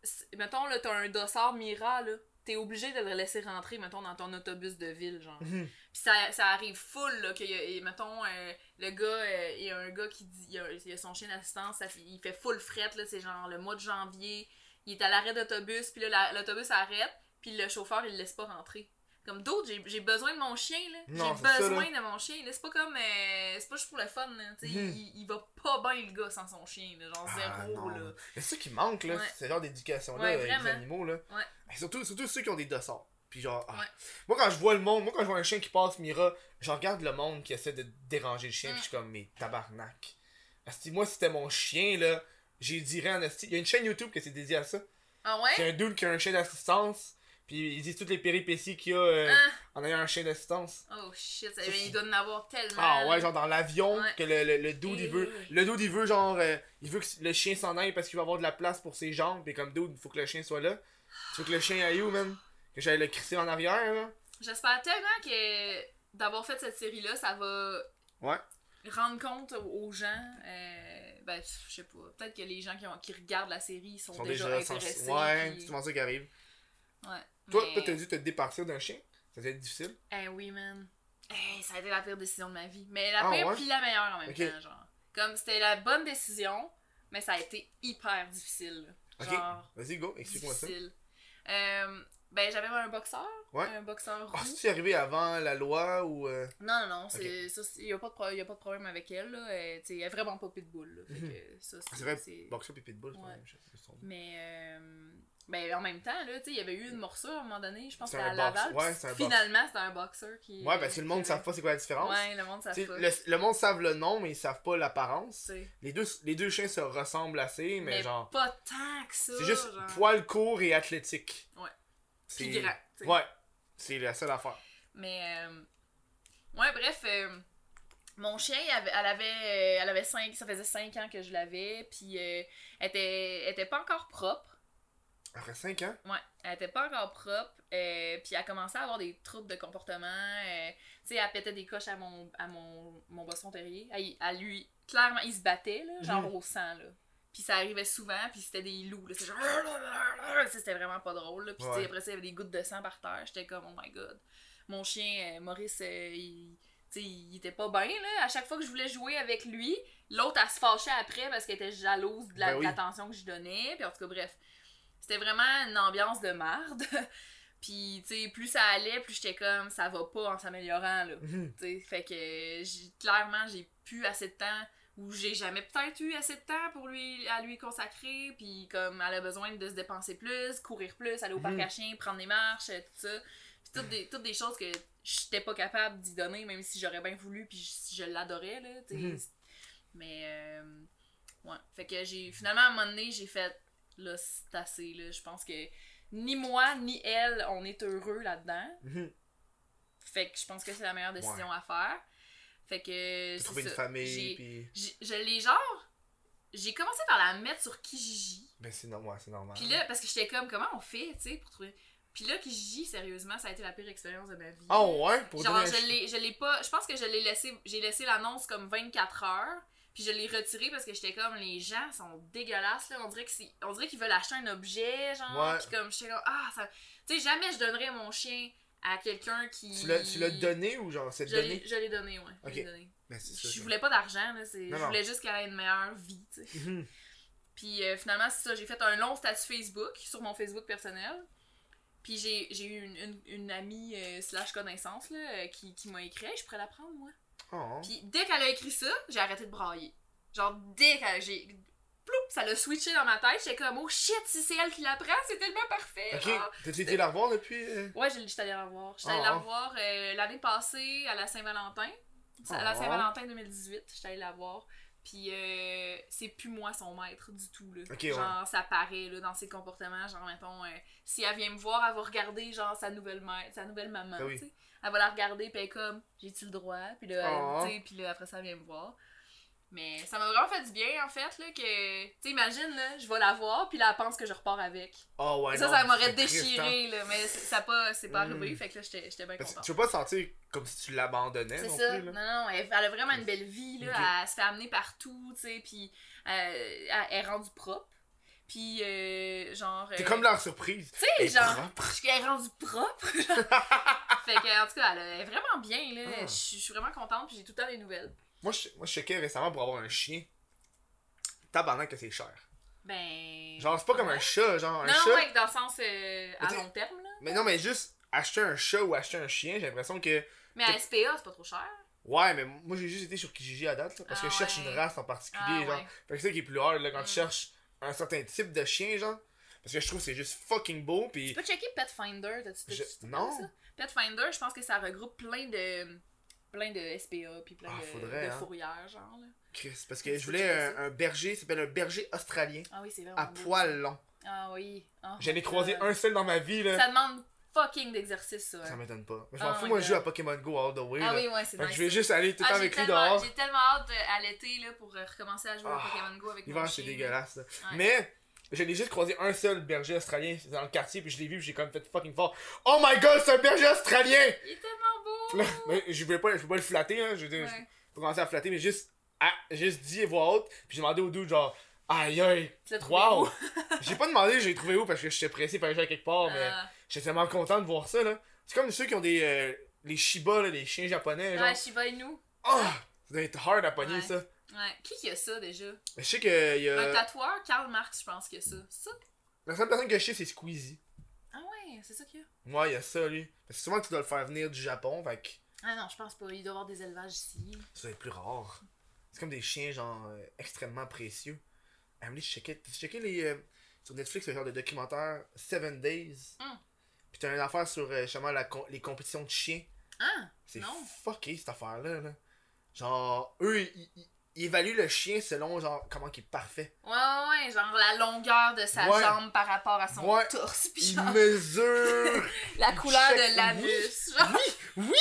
c'est- mettons là, t'as un dossard Mira, là. T'es obligé de le laisser rentrer, mettons, dans ton autobus de ville, genre.
Mhm.
Puis ça, ça arrive full, là, qu'il y a, et mettons, euh, le gars, euh, il y a un gars qui dit, il y a, il y a son chien d'assistance, ça fait- il fait full fret, là, c'est genre le mois de janvier, il est à l'arrêt d'autobus, puis là, la- l'autobus arrête, puis le chauffeur, il le laisse pas rentrer. Comme d'autres, j'ai, j'ai besoin de mon chien, là.
Non,
j'ai
c'est ça,
besoin de mon chien, là. C'est pas comme, euh, c'est pas juste pour le fun, là. Tu sais,
Mhm.
il, il va pas bien, le gars, sans son chien, là, genre
Ah,
zéro,
non.
là.
Mais c'est ça qui manque, là,
Ouais.
c'est ce genre d'éducation-là,
Ouais,
avec les
vraiment.
animaux, là.
Ouais.
Et surtout, surtout ceux qui ont des dossards. Puis genre, ah.
Ouais.
moi quand je vois le monde, moi quand je vois un chien qui passe Mira, je regarde le monde qui essaie de déranger le chien,
Mm.
puis je suis comme, mais tabarnak. Asti, moi, si c'était mon chien, là, j'ai dirais en Asti. Il y a une chaîne YouTube qui s'est dédiée à ça.
Ah ouais?
C'est un dude qui a un chien d'assistance, puis il dit toutes les péripéties qu'il y a euh,
Hein?
en ayant un chien d'assistance.
Oh shit, ça-
Ça,
il
c'est-
doit en avoir tellement.
Ah ouais,
là.
genre dans l'avion,
Ouais.
que le, le, le dude il veut.
Eh.
Le dude il veut genre. euh, il veut que le chien s'en aille parce qu'il va avoir de la place pour ses jambes. Pis comme dude, il faut que le chien soit là. Tu veux que le chien aille où, man Que j'aille le crisser en arrière, là
J'espère tellement que d'avoir fait cette série-là, ça va
Ouais.
rendre compte aux gens. euh, ben, je sais pas. Peut-être que les gens qui, ont- qui regardent la série sont,
Ils sont
déjà,
déjà
intéressés.
sens- Ouais,
puis-
c'est souvent ça qui arrive.
Ouais.
Toi,
Mais-
toi, t'as dû te départir d'un chien Ça devait être difficile.
Eh oui, man. Eh, ça a été la pire décision de ma vie. Mais la
Ah,
pire
ouais?
puis la meilleure en même
Ok.
temps, genre. Comme c'était la bonne décision, mais ça a été hyper difficile. là.
Ok.
Genre,
Vas-y, go, explique-moi ça.
difficile. Euh, ben, j'avais un boxeur
Ouais.
Un boxeur
Ah,
roux.
c'est-tu arrivé avant la loi ou. euh,
Non, non, non, c'est ça, c'est- y a pas de pro- y a pas de problème avec elle, là. Elle, t'sais, elle est vraiment pas pitbull, là. Fait
Mhm.
que ça,
C'est vrai,
c'est-
Boxer et Pitbull, c'est
Ouais.
la même chose. c'est son nom.
Mais euh, ben, en même temps, là, tu sais, il y avait eu une morsure à un moment donné, je pense,
C'est
à
un
Laval.
boxe- ouais,
puis
c'est un boxe.
finalement, c'était un boxeur qui.
Ouais, parce que le monde ne
qui-
savent pas c'est quoi la différence.
Ouais, le monde
Tu
savent
sais,
pas.
le, le monde savent le nom, mais ils savent pas
Tu
l'apparence.
sais.
Les deux, les deux chiens se ressemblent assez, mais,
Mais
genre.
pas tant que ça.
C'est juste
genre,
poil court et athlétique.
Ouais.
C'est
Puis grand. tu sais.
Ouais. C'est la seule affaire.
Mais euh, ouais, bref, euh, mon chien, il avait- elle avait, euh, elle avait cinq, ça faisait 5 ans que je l'avais, puis euh, elle, était, elle était pas encore propre.
Après 5 ans,
Ouais, elle était pas encore propre, euh, puis elle commençait à avoir des troubles de comportement. euh, tu sais, elle pétait des coches à mon, à mon, mon bosson terrier. Elle, elle lui, clairement, il se battait, là, genre
Mhm.
au sang, là. Puis ça arrivait souvent, puis c'était des loups, là. C'était genre... C'était vraiment pas drôle, là. Puis tu sais,
Ouais.
après ça, il y avait des gouttes de sang par terre. J'étais comme, oh my god. Mon chien, euh, Maurice, euh, il... tu sais, il était pas bien, là. À chaque fois que je voulais jouer avec lui, l'autre, elle se fâchait après parce qu'elle était jalouse de la-
Ben
de
oui.
l'attention que je donnais. Puis en tout cas, bref. C'était vraiment une ambiance de marde. Puis, tu sais, plus ça allait, plus j'étais comme, ça va pas en s'améliorant, là.
Mhm.
Tu sais, fait que j'ai- clairement, j'ai plus assez de temps ou j'ai jamais peut-être eu assez de temps pour lui à lui consacrer puis comme elle a besoin de se dépenser plus, courir plus, aller au parc
Mhm.
à chiens, prendre des marches, euh, tout ça. Puis toutes des toutes des choses que j'étais pas capable d'y donner même si j'aurais bien voulu puis je, je l'adorais là, tu sais.
Mhm.
Mais euh, ouais, fait que j'ai finalement à un moment donné, j'ai fait là c'est assez là, je pense que ni moi ni elle, on est heureux là-dedans.
Mhm.
Fait que je pense que c'est la meilleure décision à faire. Fait que.
t'as
c'est
trouvé une
ça.
famille,
J'ai-
puis.
j'ai- Je l'ai genre. J'ai commencé par la mettre sur Kijiji.
Ben, c'est normal, c'est normal.
Puis là, parce que j'étais comme, comment on fait, tu sais, pour trouver. Puis là, Kijiji, sérieusement, ça a été la pire expérience de ma vie.
Oh, ouais, pour
Genre,
donner un
je l'ai, je l'ai pas. Je pense que je l'ai laissé. J'ai laissé l'annonce comme 24 heures. Puis je l'ai retiré parce que j'étais comme, les gens sont dégueulasses, là. On dirait, que c'est- on dirait qu'ils veulent acheter un objet, genre.
Ouais.
Puis comme, j'étais comme, ah, ça. Tu sais, jamais je donnerais mon chien à quelqu'un qui.
Tu l'as- tu l'as donné ou genre c'est
Je l'ai
donné
je l'ai donné, ouais. Je
Ok.
l'ai donné.
Ben, c'est ça.
Je
ça.
voulais pas d'argent, là. c'est-
Non,
Je
non.
voulais juste qu'elle ait une meilleure vie, tu sais.
Mhm.
Puis euh, finalement, c'est ça. J'ai fait un long statut Facebook sur mon Facebook personnel. Puis j'ai j'ai eu une, une- une amie euh, slash connaissance là, euh, qui, qui m'a écrit Hey, Je pourrais la prendre, moi.
Oh.
Puis dès qu'elle a écrit ça, j'ai arrêté de brailler. Genre, dès qu'elle. j'ai- Ploup, ça l'a switché dans ma tête. J'étais comme Oh shit, si c'est elle qui la prend, c'est tellement parfait.
Ok,
genre.
t'as-tu été la revoir depuis euh?
Ouais, je suis allée la revoir. J'étais allée
Ah.
la revoir euh, l'année passée à la Saint-Valentin. À la
Ah.
Saint-Valentin 2018, j'étais allée la voir. Puis euh, c'est plus moi son maître du tout. Là.
Ok,
genre, ça paraît là, dans ses comportements. Genre, mettons, euh, si elle vient me voir, elle va regarder genre sa nouvelle mère, sa nouvelle maman.
Ah oui.
tu sais. Elle va la regarder, puis elle est comme, j'ai-tu le droit? Puis là,
Ah.
elle- tu sais, puis là, après ça, elle vient me voir. Mais ça m'a vraiment fait du bien, en fait, là, que... Tu sais, imagine, là, je vais la voir, puis là, elle pense que je repars avec
Oh ouais.
ça,
non,
ça m'aurait
c'est triste, hein.
déchiré, là, mais c- ça pas, c'est pas
Mm.
arrivé, fait que là, j'étais j'étais bien
Parce que
contente.
tu veux pas te sentir comme si tu l'abandonnais
C'est
non
ça,
plus là.
non, non, elle, elle a vraiment une belle vie, là,
Ok.
elle se fait amener partout, tu sais, puis euh, elle, elle est rendue propre, puis euh, genre...
T'es
euh,
comme leur surprise.
Tu
Elle
sais,
est
genre,
propre.
elle est rendue propre, fait que, en tout cas, elle est vraiment bien, là,
Ah.
je suis je suis vraiment contente, puis j'ai tout le temps des nouvelles.
Moi je, moi, je checkais récemment pour avoir un chien. Tabarnak que c'est cher.
Ben...
Genre, c'est pas comme un chat, genre un
Non,
chat.
ouais, dans le sens euh, à
t'sais-
long terme, là,
Mais non, mais juste acheter un chat ou acheter un chien, j'ai l'impression que.
mais à
T'es-
SPA, c'est pas trop cher.
Ouais, mais moi j'ai juste été sur Kijiji à date, là, parce
Ah
que je cherche
ouais.
une race en particulier,
Ah,
genre.
ouais.
Fait que c'est ça qui est plus hard, là, quand tu
Mm.
cherches un certain type de chien, genre. Parce que je trouve que c'est juste fucking beau,
Tu
pis.
peux checker Pet Finder, t'as-tu
Je-
t'as-tu-
Non.
ça? Pet Finder, je pense que ça regroupe plein de plein de SPA puis plein
Ah,
de,
faudrait,
de
hein.
fourrières genre là.
Chris, parce
Tu
que
peux
je voulais un,
choisir.
un berger, ça s'appelle un berger australien,
Ah oui, c'est vrai.
à
on a-
poil long.
Ah oui. Oh
J'en ai
my
croisé
God.
un seul dans ma vie, là.
Ça demande fucking d'exercice ça. hein.
Ça m'étonne pas. Mais je
Oh
m'en fous,
my
moi je joue
God.
à Pokémon Go all the way.
Ah
là.
oui, ouais,
Fait
c'est
que
nice.
je vais juste aller tout le temps
Ah, j'ai
avec lui
tellement,
dehors.
j'ai tellement hâte euh, à l'été là pour euh, recommencer à jouer
Ah,
à Pokémon Go avec mon
L'hiver, c'est
chien.
dégueulasse, là.
Ouais.
Mais. Je l'ai juste croisé un seul berger australien dans le quartier, puis je l'ai vu, puis j'ai comme fait fucking fort. Oh my god, c'est un berger australien!
Il est tellement beau.
Là, mais je voulais pas, je voulais pas le flatter, hein. Je veux dire, je-
Ouais.
pour commencer à flatter, mais juste, ah, juste dit et voix haute, puis j'ai demandé au dude, genre, aïe aïe,
Tu l'as trouvé
wow!
beau?
j'ai pas demandé, j'ai trouvé où parce que j'étais pressé, fallait que j'aille quelque part, mais
Ah.
j'étais tellement content de voir ça, là. C'est comme ceux qui ont des, euh, les Shiba, là, les chiens japonais, genre.
Ouais, Shiba Inu.
Ah! Ça doit être hard à pogner,
Ouais.
ça.
Ouais, qui qui a ça déjà
Mais je sais que y
Un
a.
tatoueur Karl Marx, je pense que ça. Ça
La seule personne que je sais, c'est Squeezie.
Ah ouais, c'est ça qu'il y a.
Ouais, il y a ça, lui. C'est souvent que tu dois le faire venir du Japon, fait que
Ah non, je pense pas. Il doit y avoir des élevages ici.
ça doit être plus rare. C'est comme des chiens, genre, euh, extrêmement précieux. Emily, je checkais, t'as checké les. euh, sur Netflix, le genre de documentaire Seven Days.
Hmm.
Puis t'as une affaire sur euh, justement la com- les compétitions de chiens.
Hein?
C'est
Non.
fucké cette affaire-là. là. Genre, eux, ils, ils- ils évaluent le chien selon genre comment il est parfait.
Ouais, ouais, ouais, genre la longueur de sa
Ouais.
jambe par rapport à son
Ouais.
torse, puis
Ils
genre
mesurent.
la couleur
check-
de l'anus. Genre,
oui,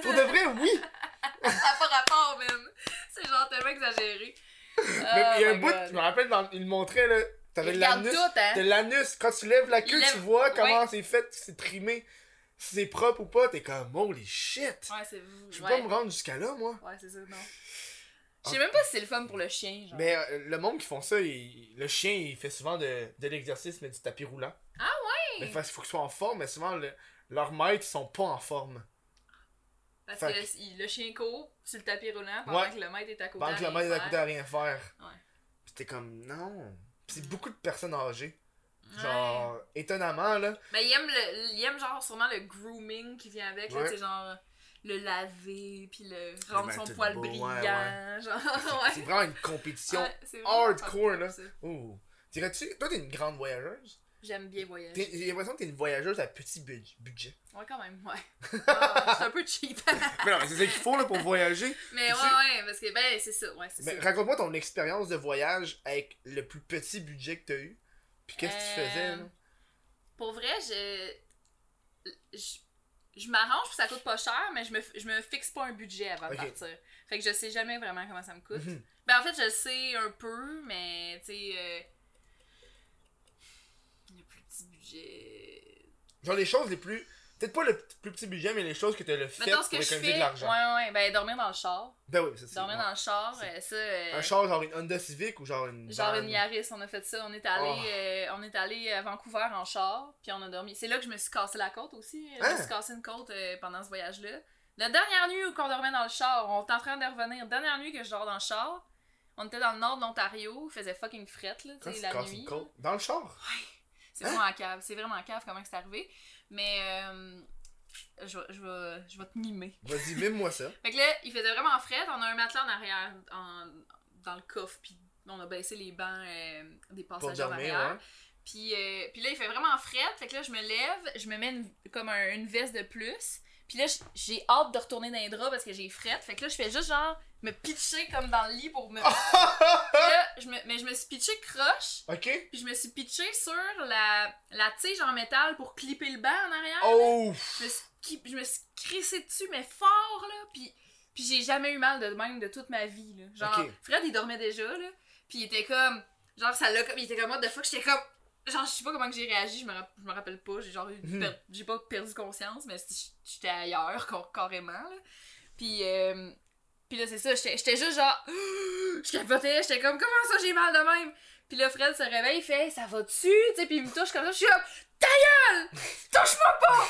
pour de vrai, oui.
Oh ça n'a pas rapport, man. C'est genre tellement exagéré.
Mais il y a un
Oh my
bout,
God.
je me rappelle, dans, il le montrait là. T'avais
Il regarde
l'anus.
tout,
T'as
hein.
l'anus. Quand tu lèves la
Il
queue, tu
lève-
vois comment c'est fait, si c'est trimé, si c'est propre ou pas. T'es comme, holy shit.
Ouais, c'est vous.
Je peux
Ouais,
pas me rendre jusqu'à là, moi.
Ouais, c'est ça, non. Je sais même pas si c'est le fun pour le chien, genre.
Mais euh, le monde qui font ça, il- le chien, il fait souvent de, de l'exercice, mais du tapis roulant.
Ah
ouais? Il faut, faut qu'il soit en forme, mais souvent, le- leurs maîtres, ils sont pas en forme.
Parce
fait
que le, il- le chien court sur le tapis roulant pendant
Ouais.
que le maître est à côté.
Pendant que
à
le maître est
rien
à côté à rien faire.
Ouais.
Pis t'es comme, non. Pis c'est
Mm.
beaucoup de personnes âgées.
faire. Ouais.
Genre, étonnamment, là.
Ben, il aime, le, il aime genre sûrement le grooming qui vient avec,
Ouais.
là, tu sais, genre le laver, puis le rendre
ben,
son
tout
poil
beau, ouais,
brillant,
ouais.
genre,
C'est
ouais.
vraiment une compétition.
Ouais, c'est vraiment
hardcore,
pas
là.
ça.
Ouh. Dirais-tu, toi, t'es une grande voyageuse.
J'aime bien voyager.
T'es- J'ai l'impression que t'es une voyageuse à petit bu- budget.
Ouais, quand même, ouais. Ah, c'est un peu cheap.
mais non, mais c'est ça qu'il faut, là, pour voyager.
mais ouais,
Tu-
ouais, parce que, ben, c'est ça, ouais, c'est
Mais
ça.
raconte-moi ton expérience de voyage avec le plus petit budget que t'as eu. Puis qu'est-ce que tu faisais,
Euh,
là?
Pour vrai, je. Je, je m'arrange, puis ça coûte pas cher, mais je me, je me fixe pas un budget avant de
Ok.
partir. Fait que je sais jamais vraiment comment ça me coûte.
Mhm.
Ben en fait, je le sais un peu, mais tu sais. euh, Le plus petit budget.
Genre, les choses les plus. Peut-être pas le p- plus petit budget, mais les choses que t'as le fait
Mettons
pour
ce que je
économiser
fais.
de
Ouais,
l'argent.
ouais, ben dormir dans le char.
Ben oui, c'est ça.
Dormir dans le char, euh, ça. euh,
Un char, genre une Honda Civic ou genre une.
Genre
van?
une Yaris, on a fait ça. On est allé,
Oh.
euh, on est allé à Vancouver en char, puis on a dormi. C'est là que je me suis cassé la côte aussi. Je
Hein?
me suis cassé une côte euh, pendant ce voyage-là. La dernière nuit où qu'on dormait dans le char, on était en train de revenir. Dernière nuit que je dors dans le char, on était dans le nord de l'Ontario, il faisait fucking fret là,
Quand
tu
tu
sais,
te
la
casses
nuit.
Ah, une côte? Dans le char.
C'est vraiment en cave, c'est vraiment en cave comment que c'est arrivé. Mais euh, je, vais- je, vais, je vais te mimer.
Vas-y, mime-moi ça.
Fait que là, il faisait vraiment fret, on a un matelas en arrière, en- dans le coffre, puis on a baissé les bancs euh, des
Pour
passagers en
dormir,
arrière.
hein.
Puis, euh, puis là, il fait vraiment fret. Fait que là, je me lève, je me mets une- comme un- une veste de plus. Puis là, j- j'ai hâte de retourner dans les draps parce que j'ai fret. Fait que là, je fais juste genre me pitcher comme dans le lit pour me. Puis là, je me... Mais je me suis pitché croche.
Ok?
Puis je me suis pitché sur la, la tige en métal pour clipper le banc en arrière.
Oh!
Je me suis, qui- je me suis crissé dessus, mais fort, là. Puis, puis j'ai jamais eu mal de même de toute ma vie, là. Genre,
Ok.
Fred, il dormait déjà, là. Puis il était comme. Genre, ça l'a comme. Il était comme, what the fuck, j'étais comme. Genre, je sais pas comment que j'ai réagi, je me, rap- je me rappelle pas. J'ai genre. eu-
Mhm.
per- J'ai pas perdu conscience, mais c- j'étais ailleurs, cor- carrément, là. Puis. euh, puis là, c'est ça, j'étais j'étais juste genre. Je capotais, j'étais comme, comment ça j'ai mal de même? Puis là, Fred se réveille, il fait, ça va-tu? Tu sais, puis il me touche comme ça, je suis comme, ta gueule! Touche-moi pas!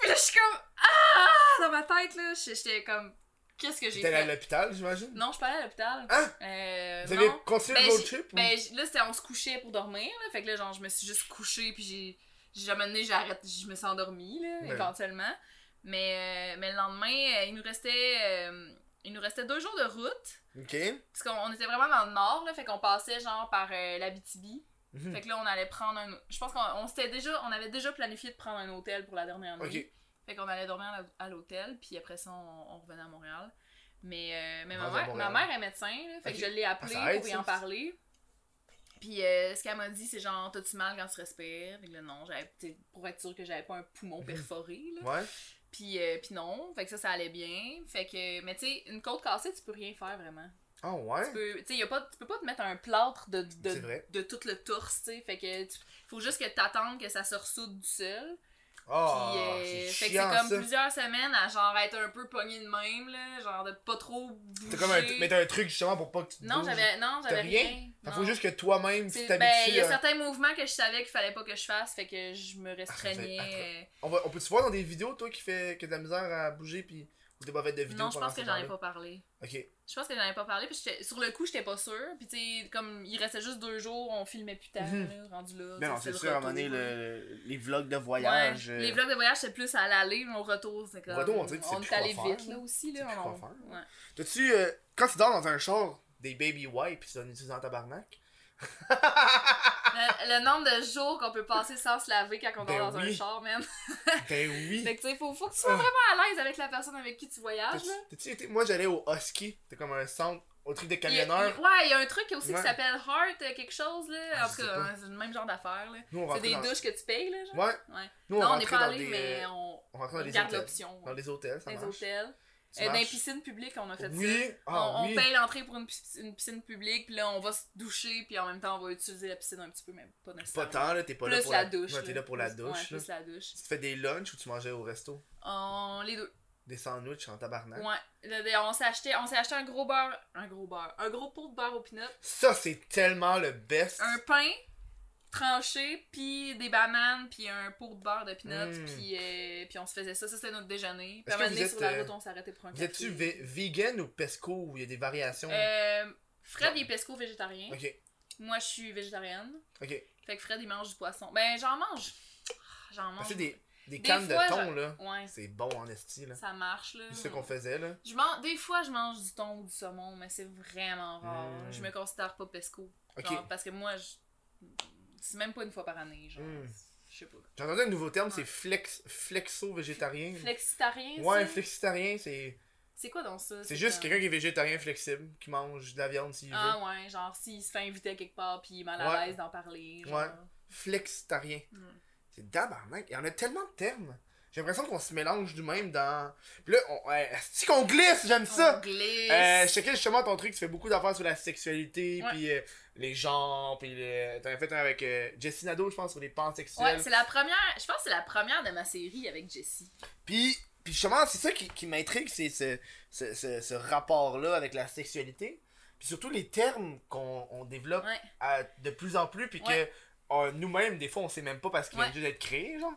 Puis là, je suis comme, ah! Dans ma tête, là, j'étais comme, qu'est-ce que j'ai
T'es allé à
fait?
l'hôpital, j'imagine?
Non, je suis pas allée à l'hôpital.
Hein?
Euh,
Vous
non.
avez continué
Ben,
le road
j'ai-
trip? ou-
Ben, j- là, c'était on se couchait pour dormir, là. Fait que là, genre, je me suis juste couchée, puis j'ai. J'ai amené, j'ai arrêté, je me suis endormie, là,
Ouais.
éventuellement. Mais, euh, mais le lendemain, euh, il nous restait. euh, il nous restait deux jours de route.
Ok.
Parce qu'on on était vraiment dans le nord, là. Fait qu'on passait, genre, par euh, l'Abitibi.
Mhm.
Fait que là, on allait prendre un. Je pense qu'on on s'était déjà. On avait déjà planifié de prendre un hôtel pour la dernière nuit.
Ok.
Fait qu'on allait dormir à la- à l'hôtel, puis après ça, on, on revenait à Montréal. Mais, euh, mais ma,
Rendu à
mère, ma
Montréal.
mère est médecin, là, fait
Ok.
que je l'ai appelée
Ah, ça aide,
pour y
ça,
en
ça.
parler. Puis euh, ce qu'elle m'a dit, c'est genre, t'as-tu mal quand tu respires? Fait que là, non, j'avais, t'sais, pour être sûre que j'avais pas un poumon perforé, là.
Mhm. Ouais.
Puis, euh, puis non, fait que ça, ça allait bien. Fait que, mais tu sais, une côte cassée, tu peux rien faire vraiment.
Ah ouais?
Tu peux, t'sais, y a pas, tu peux pas te mettre un plâtre de, de,
C'est vrai.
de tout le torse, tu sais. Fait que, tu- faut juste que t'attendes que ça se ressoude du sol.
Ah,
Puis, euh,
c'est
fait que c'est
chiant,
comme
ça.
plusieurs semaines à genre être un peu pogné de même, là, genre de pas trop bouger.
T'as comme un, mais t'as un truc justement pour pas que tu te
Non,
bouges.
j'avais non, j'avais
T'as rien?
rien.
Fait
non.
faut juste que toi-même, tu
C'est- ben, il
t'habitues.
y
euh,
a
à-
certains mouvements que je savais qu'il fallait pas que je fasse, fait que je me
Ah, ça, c'est
restreignais. euh,
On, va- on peut te voir dans des vidéos, toi, qui fait que t'as de la misère à bouger, puis Ou t'es pas fait de vidéo
Non, je
pendant
pense que
ce
j'en ai
temps-là?
pas parlé.
Ok.
Je pense que j'en ai pas parlé, puis j'étais- sur le coup, j'étais pas sûre. Puis tu sais, comme il restait juste deux jours, on filmait plus tard,
Mhm.
là, rendu là.
Mais Ben non,
tu sais,
c'est
c'était
sûr, à un moment donné,
retour, hein.
le- les vlogs de
Ouais,
voyage. euh,
les vlogs de voyage, c'est plus à l'aller, mais au retour, c'est comme.
retour, on dirait que tu sais
on
plus
est
quoi
allé
faire,
vite,
là.
là aussi,
Tu sais
là.
plus
on-
quoi faire.
Ouais.
T'as-tu, euh, quand tu dors dans un char, des baby wipes, ça nous utilise en tabarnak?
le, le nombre de jours qu'on peut passer sans se laver quand on
Ben
dort dans un
oui.
char, man.
Ben oui!
Fait que tu sais, faut, faut que tu sois
Ah.
vraiment à l'aise avec la personne avec qui tu voyages,
T'as-tu-
là.
T'as-tu été. Moi, j'allais au Husky, c'était comme un centre, au truc de
Il y a-
camionneurs.
il- ouais, il y a un truc aussi
Ouais.
qui s'appelle Heart, euh, quelque chose, là.
Ah,
en
je
tout
sais
cas,
pas.
hein, c'est le même genre d'affaire, là.
Nous, on
C'est
rentrait
des
dans...
douches que tu payes, là, genre.
Ouais.
Ouais.
Nous, on
non, on n'est
rentrait
pas
dans
allé,
des,
mais
euh,
on,
on rentrait
on
dans des
garde
hôtels.
l'option.
Dans
ouais.
des hôtels, ça
Dans les
marche.
hôtels.
Tu
Euh, dans les
marches.
piscines publiques, on a fait ça.
Oui! Ah
on, on
oui!
paye l'entrée pour une, pisc- une piscine publique, puis là, on va se doucher, puis en même temps, on va utiliser la piscine un petit peu, mais pas
Pas
nécessairement.
tant, là, t'es pas là
plus
pour
la douche.
Ouais, t'es là pour la douche, là.
Ouais, plus la douche.
Tu te fais des lunchs ou tu mangeais au resto?
On... Les deux.
Des sandwichs en tabarnak.
Ouais. Le- le- on s'est acheté, on s'est acheté un gros beurre. Un gros beurre. Un gros pot de beurre au pinot.
Ça, c'est tellement le best!
Un pain tranché, puis des bananes, puis un pot de beurre de pinot,
Mm.
puis, euh, puis on se faisait ça. Ça, c'était notre déjeuner. Puis
Est-ce
à
que
un moment
vous
donné,
êtes,
sur la
euh,
route, on s'arrêtait pour un
Vous êtes-tu
café.
ve- vegan ou pesco ou il y a des variations?
Euh, Fred, il est pesco végétarien.
Ok,
Moi, je suis végétarienne.
ok.
Fait que Fred, il mange du poisson. Ben, j'en mange. J'en mange.
Parce que Ben, des, des
Des
cannes
fois,
de thon, là,
Ouais,
c'est bon en esti, là.
ça marche, là.
C'est ce qu'on faisait, là.
Je mange... Des fois, je mange du thon ou du saumon, mais c'est vraiment rare.
Mm.
Je me considère pas pesco.
Ok.
Genre, parce que moi, je... c'est même pas une fois par année. Genre,
Mm.
je sais pas.
J'ai entendu un nouveau terme, c'est flex, flexo-végétarien.
Flexitarien,
Mm. Ouais,
ça?
flexitarien, c'est
C'est quoi dans ça?
c'est juste
comme-
quelqu'un qui est végétarien flexible, qui mange de la viande s'il
Ah
veut.
ouais, genre s'il se fait inviter quelque part puis il est mal à
Ouais.
l'aise d'en parler. Genre.
Ouais. Flexitarien.
Mm.
C'est tabarnak. Il y en a tellement de termes. J'ai l'impression qu'on se mélange du même dans. Puis là, on... eh, esti qu'on glisse, j'aime ça!
On glisse.
Euh, je checkais justement ton truc, tu fais beaucoup d'affaires sur la sexualité,
Ouais.
puis euh, les genres, puis le- t'en as fait un avec euh, Jessie Nadeau, je pense, sur les pansexuels.
Ouais, c'est la première. Je pense que c'est la première de ma série avec Jessie.
puis, puis justement, c'est ça qui, qui m'intrigue, c'est ce, ce, ce- ce rapport-là avec la sexualité, puis surtout les termes qu'on on développe
Ouais.
à- de plus en plus, puis
Ouais.
que euh, nous-mêmes, des fois, on sait même pas parce qu'ils
Ouais.
viennent juste d'être créés, genre.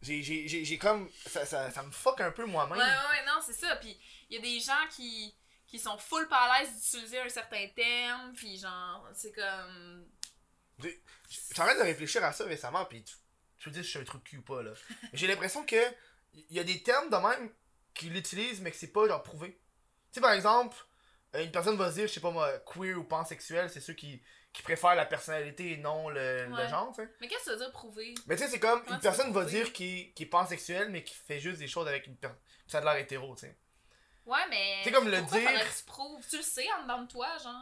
J'ai- J'ai j'ai- j'ai comme. Ça, ça, ça me fuck un peu moi-même.
Ouais, ouais, ouais, non, c'est ça. Puis il y a des gens qui, qui sont full pas à l'aise d'utiliser un certain terme, puis genre, c'est comme.
J'étais en train de réfléchir à ça récemment, puis tu, tu me dis si je suis un truc cul ou pas, là. Mais J'ai l'impression que il y a des termes de même qui l'utilisent, mais que c'est pas genre prouvé. Tu sais, par exemple, euh, une personne va se dire, je sais pas moi, queer ou pansexuel, c'est ceux qui, qui préfèrent la personnalité et non le, le
Ouais.
genre, tu sais.
Mais qu'est-ce que ça veut dire prouver?
Mais tu sais, c'est comme,
Comment
une
tu peux
personne va
prouver?
dire qu'il qu'il est pansexuel, mais qui fait juste des choses avec une personne. Ça a de l'air hétéro, tu sais.
Ouais, mais.
C'est comme le
pourquoi
dire-
faudrait que tu prouves. Tu le sais en dedans de toi, genre.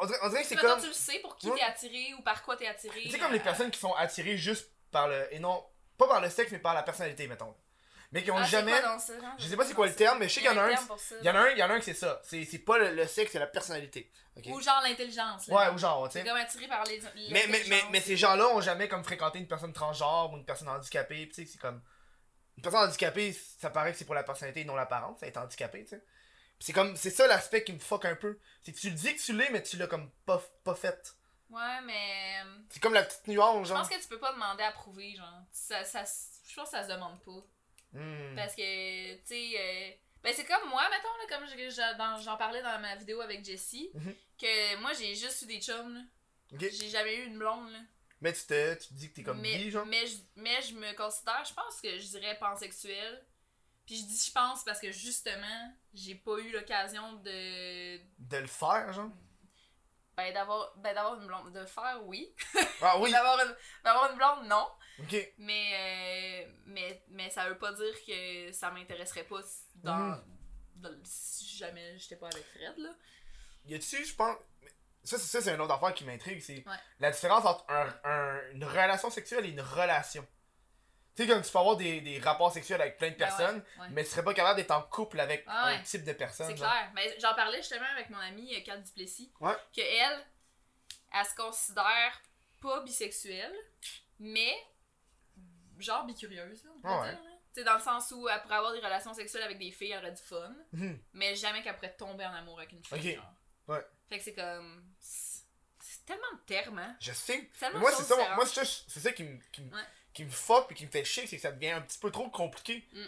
On dirait, on dirait que c'est
C'est
comme.
tu le sais pour qui
Ouais.
t'es attiré ou par quoi t'es attiré. euh,
Tu sais, comme les personnes qui sont attirées juste par le. Et non, pas par le sexe, mais par la personnalité, mettons. Mais qui ont
Ah, c'est
jamais.
quoi dans ça, genre?
Je sais pas c'est quoi le terme, mais je sais qu'il y en a un.
pour ça.
Il y en a un, il y en a un que c'est ça. C'est c'est pas le, le sexe, c'est la personnalité. Ok.
Ou genre l'intelligence. là.
Ouais, ou genre, tu
C'est
sais.
comme attiré par les.
Mais, mais, mais, mais ces gens-là ont jamais comme fréquenté une personne transgenre ou une personne handicapée. puis Tu sais, c'est comme. Une personne handicapée, ça paraît que c'est pour la personnalité et non l'apparence, être handicapé, tu sais. Puis C'est comme. C'est ça l'aspect qui me fuck un peu. C'est que tu le dis que tu l'es, mais tu l'as comme pas, pas fait.
Ouais, mais. euh,
C'est comme la petite nuance,
Je
genre.
pense que tu peux pas demander à prouver, genre. Ça, ça, s- je pense que ça se demande pas.
Hmm.
Parce que, tu sais, euh, ben c'est comme moi, mettons, là, comme je- je- dans- j'en parlais dans ma vidéo avec Jessie,
Mhm.
que moi, j'ai juste eu des chums, là.
Ok.
J'ai jamais eu une blonde, là.
Mais tu te, tu te dis que t'es comme
mais,
bi, genre.
mais, je, mais je me considère, je pense que je dirais pansexuelle. Puis je dis je pense parce que, justement, j'ai pas eu l'occasion de...
De le faire, genre.
Ben, d'avoir ben, d'avoir une blonde. De faire, oui.
Ah oui!
D'avoir une, d'avoir une blonde, non.
Ok.
Mais, euh, mais, mais ça veut pas dire que ça m'intéresserait pas si- dans,
Hmm.
dans- si jamais j'étais pas avec Fred, là.
Y a-tu, je pense. Ça, c'est- ça c'est une autre affaire qui m'intrigue. C'est
Ouais.
la différence entre un- un- une relation sexuelle et une relation. Tu sais, comme tu peux avoir des, des rapports sexuels avec plein de
Ben
personnes,
ouais, ouais.
mais tu serais pas capable d'être en couple avec
Ah ouais.
un type de personne.
C'est
genre.
clair. Mais j'en parlais justement avec mon amie euh, Kat Duplessis.
Ouais.
Que elle, elle se considère pas bisexuelle, mais genre bicurieuse, là, on peut
Ah ouais.
dire. là. Tu sais, dans le sens où elle pourrait avoir des relations sexuelles avec des filles, elle aurait du fun,
Mhm.
mais jamais qu'elle pourrait tomber en amour avec une
Ok.
fille. genre.
Ouais.
Fait que c'est comme. C'est c'est tellement de termes, hein.
Je sais.
C'est tellement
moi,
de
c'est
choses
ça,
différentes.
moi, c'est ça, c'est ça qui me qui me-
Ouais.
qui me fuck et qui me fait chier, c'est que ça devient un petit peu trop compliqué.
Mm.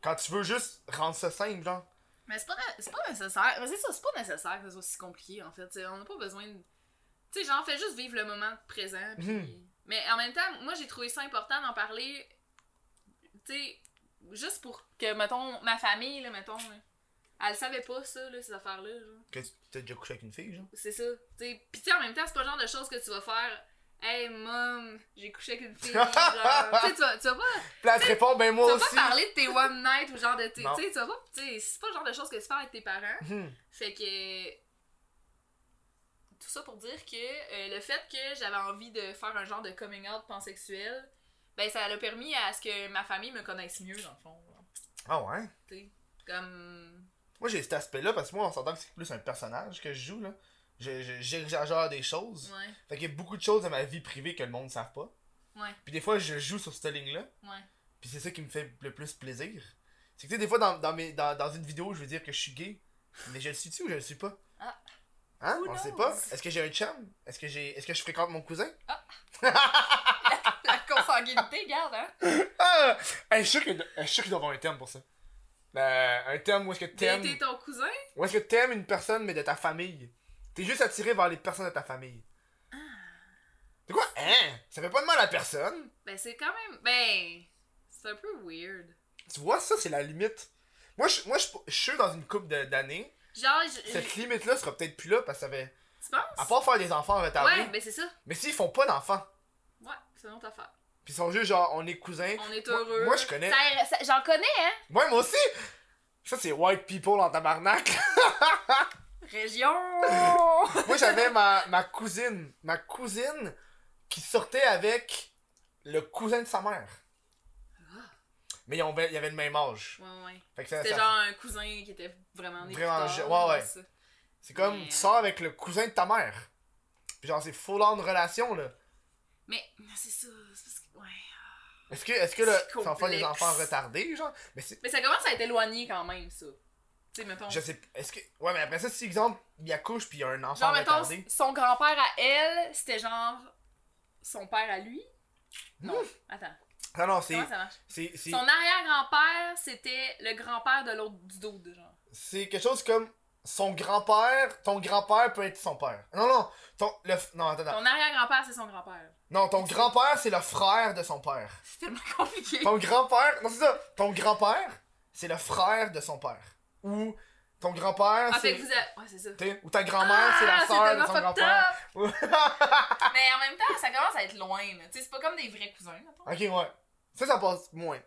Quand tu veux juste rendre ça simple, genre.
Mais c'est pas, na- c'est pas nécessaire. Mais c'est ça, c'est pas nécessaire que ce soit si compliqué, en fait. T'sais, on n'a pas besoin de. Tu sais, genre, fais juste vivre le moment présent. puis-
Mhm.
Mais en même temps, moi, j'ai trouvé ça important d'en parler. Tu sais, juste pour que, mettons, ma famille, là, mettons, là, elle savait pas ça, là, ces affaires-là. genre.
Que tu t'es déjà couché avec une fille, genre.
C'est ça. Tu sais, pis tu sais, en même temps, c'est pas le genre de choses que tu vas faire. Hey, mom, j'ai couché avec une fille. genre. Tu sais, tu vas- tu vas pas
Puis là, elle te répond, ben moi
tu vas
aussi.
pas parler de tes one night ou genre de tes.
Non.
Tu sais, tu vas pas. Tu sais, c'est pas le genre de choses que tu fais avec tes parents.
Mhm.
Fait que. Tout ça pour dire que euh, le fait que j'avais envie de faire un genre de coming out pansexuel, ben ça l'a permis à ce que ma famille me connaisse mieux, dans le fond. genre.
Ah ouais?
Tu sais, comme.
Moi, j'ai cet aspect-là parce que moi, on s'entend que c'est plus un personnage que je joue, là. Je- je- J'exagère des choses.
Ouais,
Fait qu'il y a beaucoup de choses dans ma vie privée que le monde ne savent pas.
ouais,
Puis des fois, je joue sur cette ligne-là.
ouais.
Puis c'est ça qui me fait le plus plaisir. C'est que tu sais, des fois, dans, dans, mes, dans, dans une vidéo, je veux dire que je suis gay. Mais je le suis-tu ou je le suis pas?
Ah.
Hein?
Who
on sait
knows?
pas. Est-ce que j'ai un chum? Est-ce que j'ai est-ce que je fréquente mon cousin?
La consanguinité, garde, hein.
Ah! Hey, je suis sûr qu'il doit- je suis sûr qu'il doit y avoir un thème pour ça. Euh, un thème où est-ce que
T'es
t'aimes...
t'es ton cousin?
Où est-ce que t'aimes une personne, mais de ta famille? T'es juste attiré vers les personnes de ta famille. C'est quoi? Hein? Ça fait pas de mal à personne.
Ben c'est quand même. Ben. C'est un peu weird.
Tu vois, ça, c'est la limite. Moi, je, moi, je, je suis sûr dans une couple de- d'années,
Genre, je- je-
cette limite-là sera peut-être plus là parce que ça va...
tu
À
penses?
part faire des enfants retardés.
Ouais, ben c'est ça.
Mais s'ils font pas d'enfants,
Ouais, c'est une autre affaire.
puis ils sont juste genre, on est cousins.
On est
Moi-
heureux.
Moi, je connais.
Ça- ça- J'en connais, hein?
Ouais, moi aussi! Ça, c'est white people en tabarnak.
Région!
moi, j'avais ma, ma cousine. Ma cousine qui sortait avec le cousin de sa mère. Mais ils ont- il y avait le même âge.
ouais, ouais.
Fait que ça-
C'était
ça-
genre un cousin qui était vraiment né
Vraiment
plus
jeune,
tard,
ouais, ouais.
ça.
c'est comme,
Mais, euh,
tu sors avec le cousin de ta mère. Puis genre, c'est full on relation, là.
Mais, mais c'est ça, c'est parce que. Ouais.
Est-ce que, est-ce que là,
C'est
ça va faire des
complexe.
enfants retardés, genre? Mais c'est,
Mais ça commence à être éloigné quand même, ça. Tu sais, mettons.
Je sais Est-ce que. Ouais, mais après ça, si exemple, il accouche puis il y a un enfant
Genre, mettons,
retardé.
son grand-père à elle, c'était genre. Son père à lui? Non.
Hmm.
Attends,
Non, non, c'est.
comment ça marche?
C'est. c'est-
Son arrière-grand-père, c'était le grand-père de l'autre du dude, genre.
C'est quelque chose comme. Son grand-père. Ton grand-père peut être son père. Non, non. Ton. Le... f- Non, attends, attends.
Ton arrière-grand-père, c'est son grand-père.
Non, ton grand-père, c'est le frère de son père.
C'est tellement compliqué.
Ton grand-père. Non, c'est ça. Ton grand-père, c'est le frère de son père. Ou. Ton grand-père,
Ah, fait
c'est.
que vous avez... Ouais, c'est ça.
t'sais, Ou ta grand-mère, c'est
Ah,
la sœur de
tellement
son
fucked
grand-père.
up. Mais en même temps, ça commence à être loin, là. Tu sais, c'est pas comme des vrais cousins, mettons.
ok, ouais. Ça, ça passe moins.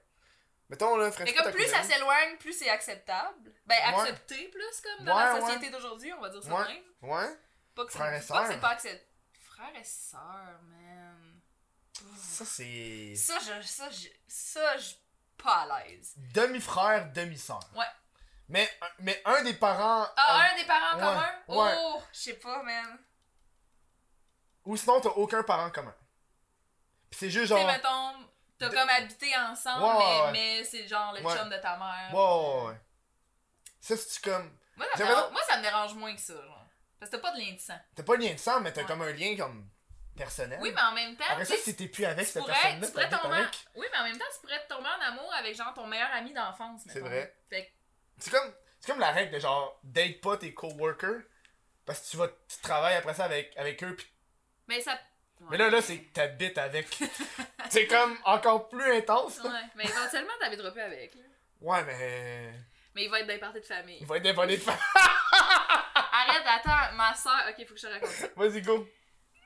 Mettons, là, frère.
Mais comme plus ça s'éloigne, plus c'est acceptable. Ben,
Ouais.
accepté plus, comme dans
Ouais,
la
ouais.
société d'aujourd'hui, on va dire ça
Ouais.
même.
Ouais.
Pas que c'est
Frères et
pas, que
sœurs.
c'est pas accepté. Frères et sœurs, man.
Ça, c'est.
Ça, je. Ça, je. Ça, je. Pas à l'aise.
demi-frère, demi-sœur.
Ouais.
Mais, mais un des parents.
Ah,
a-
un des
Euh,
parents
ouais,
communs?
ouais.
Oh, je sais pas, man.
Ou sinon, t'as aucun parent commun. Pis c'est juste
Tu
genre.
sais, mettons, t'as
De-
comme habité ensemble,
Ouais, ouais,
mais,
ouais.
mais c'est genre le
Ouais.
chum de ta mère.
Ouais, ouais, ouais. Ça, c'est comme.
Moi, ça
J'ai
me dérange-
raison.
moi, ça me dérange moins que ça, genre. Parce que t'as pas de lien de sang.
T'as pas de lien de sang, mais t'as
Ouais.
comme un lien comme. personnel.
Oui, Ah, mais en même temps,
Après ça,
tu sais,
si t'es plus avec
tu
cette
pourrais-
personne-là,
tu pourrais
t'habites
tomber en-
avec.
Oui, mais en même temps, tu pourrais te tomber en amour avec genre ton meilleur ami d'enfance.
C'est
mettons.
vrai.
Fait que-
C'est comme. C'est comme la règle de genre, date pas tes coworkers. Parce que tu vas. Tu travailles après ça avec, avec eux. pis-
mais ça.
Mais là, là, c'est que t'habites avec. c'est comme encore plus intense. là.
Ouais, mais éventuellement, t'habiteras plus avec. là.
Ouais, mais.
Mais il va être dans les parties de famille.
Il va être dévolé de faire.
Arrête, attends, ma soeur. Ok, faut que je te raconte ça.
Vas-y, go.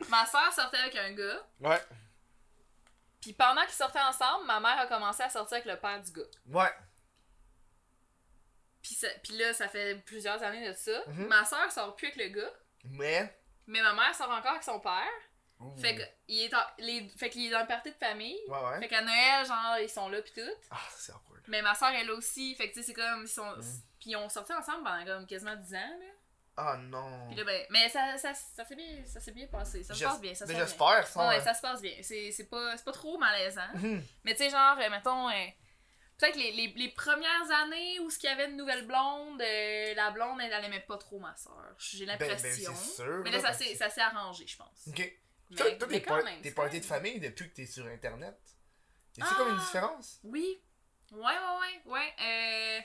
Ma soeur sortait avec un gars,
Ouais.
puis pendant qu'ils sortaient ensemble, ma mère a commencé à sortir avec le père du gars.
Ouais.
Puis ça- puis là, ça fait plusieurs années de ça.
Mhm.
Ma soeur sort plus avec le gars,
Mais.
mais ma mère sort encore avec son père.
Mhm.
Fait que, il est en- les, fait qu'il est dans le party de famille.
Ouais, ouais.
Fait qu'à Noël, genre, ils sont là pis tout.
Ah, ça, c'est awkward.
Mais ma soeur, elle aussi. Fait que, tu sais, c'est comme, ils sont...
Mhm.
Pis ils ont sorti ensemble pendant comme quasiment 10 ans, là.
Ah non.
Pis là, ben... Mais ça, ça, ça s'est bien, ça s'est bien passé. Ça se
J'es-
passe bien, ça se
Mais
passe bien.
j'espère, euh, ça. hein.
Ouais, ça se passe bien. C'est, c'est, pas, c'est pas trop malaisant.
Mhm.
Mais tu sais, genre, euh, mettons... euh, Peut-être les, les, les premières années où ce qu'il y avait une nouvelle blonde, euh, la blonde, elle, elle aimait pas trop ma soeur. J'ai
Ben, ben, c'est
l'impression.
sûr.
mais là, ça
parce
s'est,
que-
ça s'est arrangé, je pense.
Ok.
Mais,
Toi, toi,
mais
t'es
quand
par-
même,
t'es
c'est
party de
quand même-
famille depuis que t'es sur Internet. Y a-tu
Ah.
comme une différence
Oui. Ouais, ouais, ouais, ouais. Euh,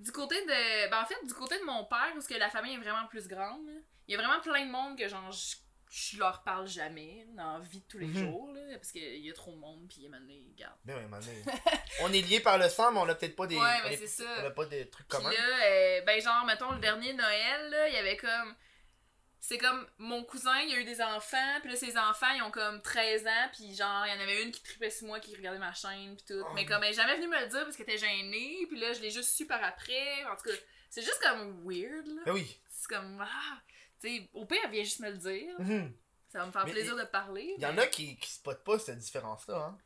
du côté de. Ben, en fait, du côté de mon père, où ce que la famille est vraiment plus grande, là, il y a vraiment plein de monde que, genre, je, je leur parle jamais, dans la vie de tous les
Mhm.
jours, là, parce qu'il y a trop de monde, puis maintenant, ils gardent.
Ben oui, mané. on est liés par le sang, mais on a peut-être pas des.
Ouais,
on
mais
est-
c'est ça.
On a pas des trucs
Puis
communs.
là, euh, ben genre, mettons, le dernier Noël, là, il y avait comme... C'est comme, mon cousin, il a eu des enfants, puis là, ses enfants, ils ont comme 13 ans, puis genre, il y en avait une qui tripait sur moi, qui regardait ma chaîne, puis tout.
Oh.
Mais comme, elle est jamais venue me le dire parce qu'elle était gênée, puis là, je l'ai juste su par après. En tout cas, c'est juste comme weird, là.
Ben oui.
C'est comme, ah... Tu sais, au pire, elle vient juste me le dire.
Mhm.
Ça va me faire
Mais
plaisir de te parler.
Il y en a qui, qui spotent pas cette différence-là. Hein.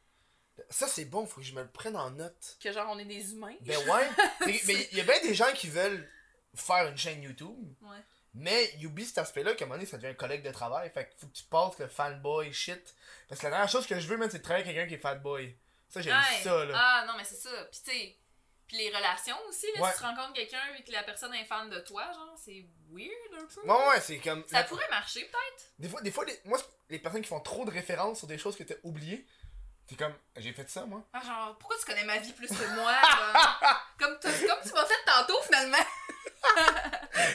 Ça, c'est bon, faut que je me le prenne en note.
Que genre, on est des humains.
Ben ouais. mais mais il y a bien des gens qui veulent faire une chaîne YouTube,
Ouais.
mais ils oublient cet aspect-là qu'à un moment donné, ça devient un collègue de travail. Fait que faut que tu passes le fanboy shit. Parce que la dernière chose que je veux, même, c'est de travailler avec quelqu'un qui est fanboy. Ça, j'ai
Ouais.
ça, là.
Ah non, mais c'est ça. Puis tu sais, puis les relations aussi, là,
Ouais.
si tu rencontres quelqu'un et que la personne est fan de toi, genre, c'est weird un peu.
Ouais, ouais, c'est comme.
Ah. Ça
la-
pourrait marcher peut-être.
Des fois, des fois les... moi, les personnes qui font trop de références sur des choses que t'as oubliées, t'es comme, j'ai fait ça, moi.
Ah, genre, pourquoi tu connais ma vie plus que moi? genre? comme, tu- comme tu m'as fait tantôt finalement.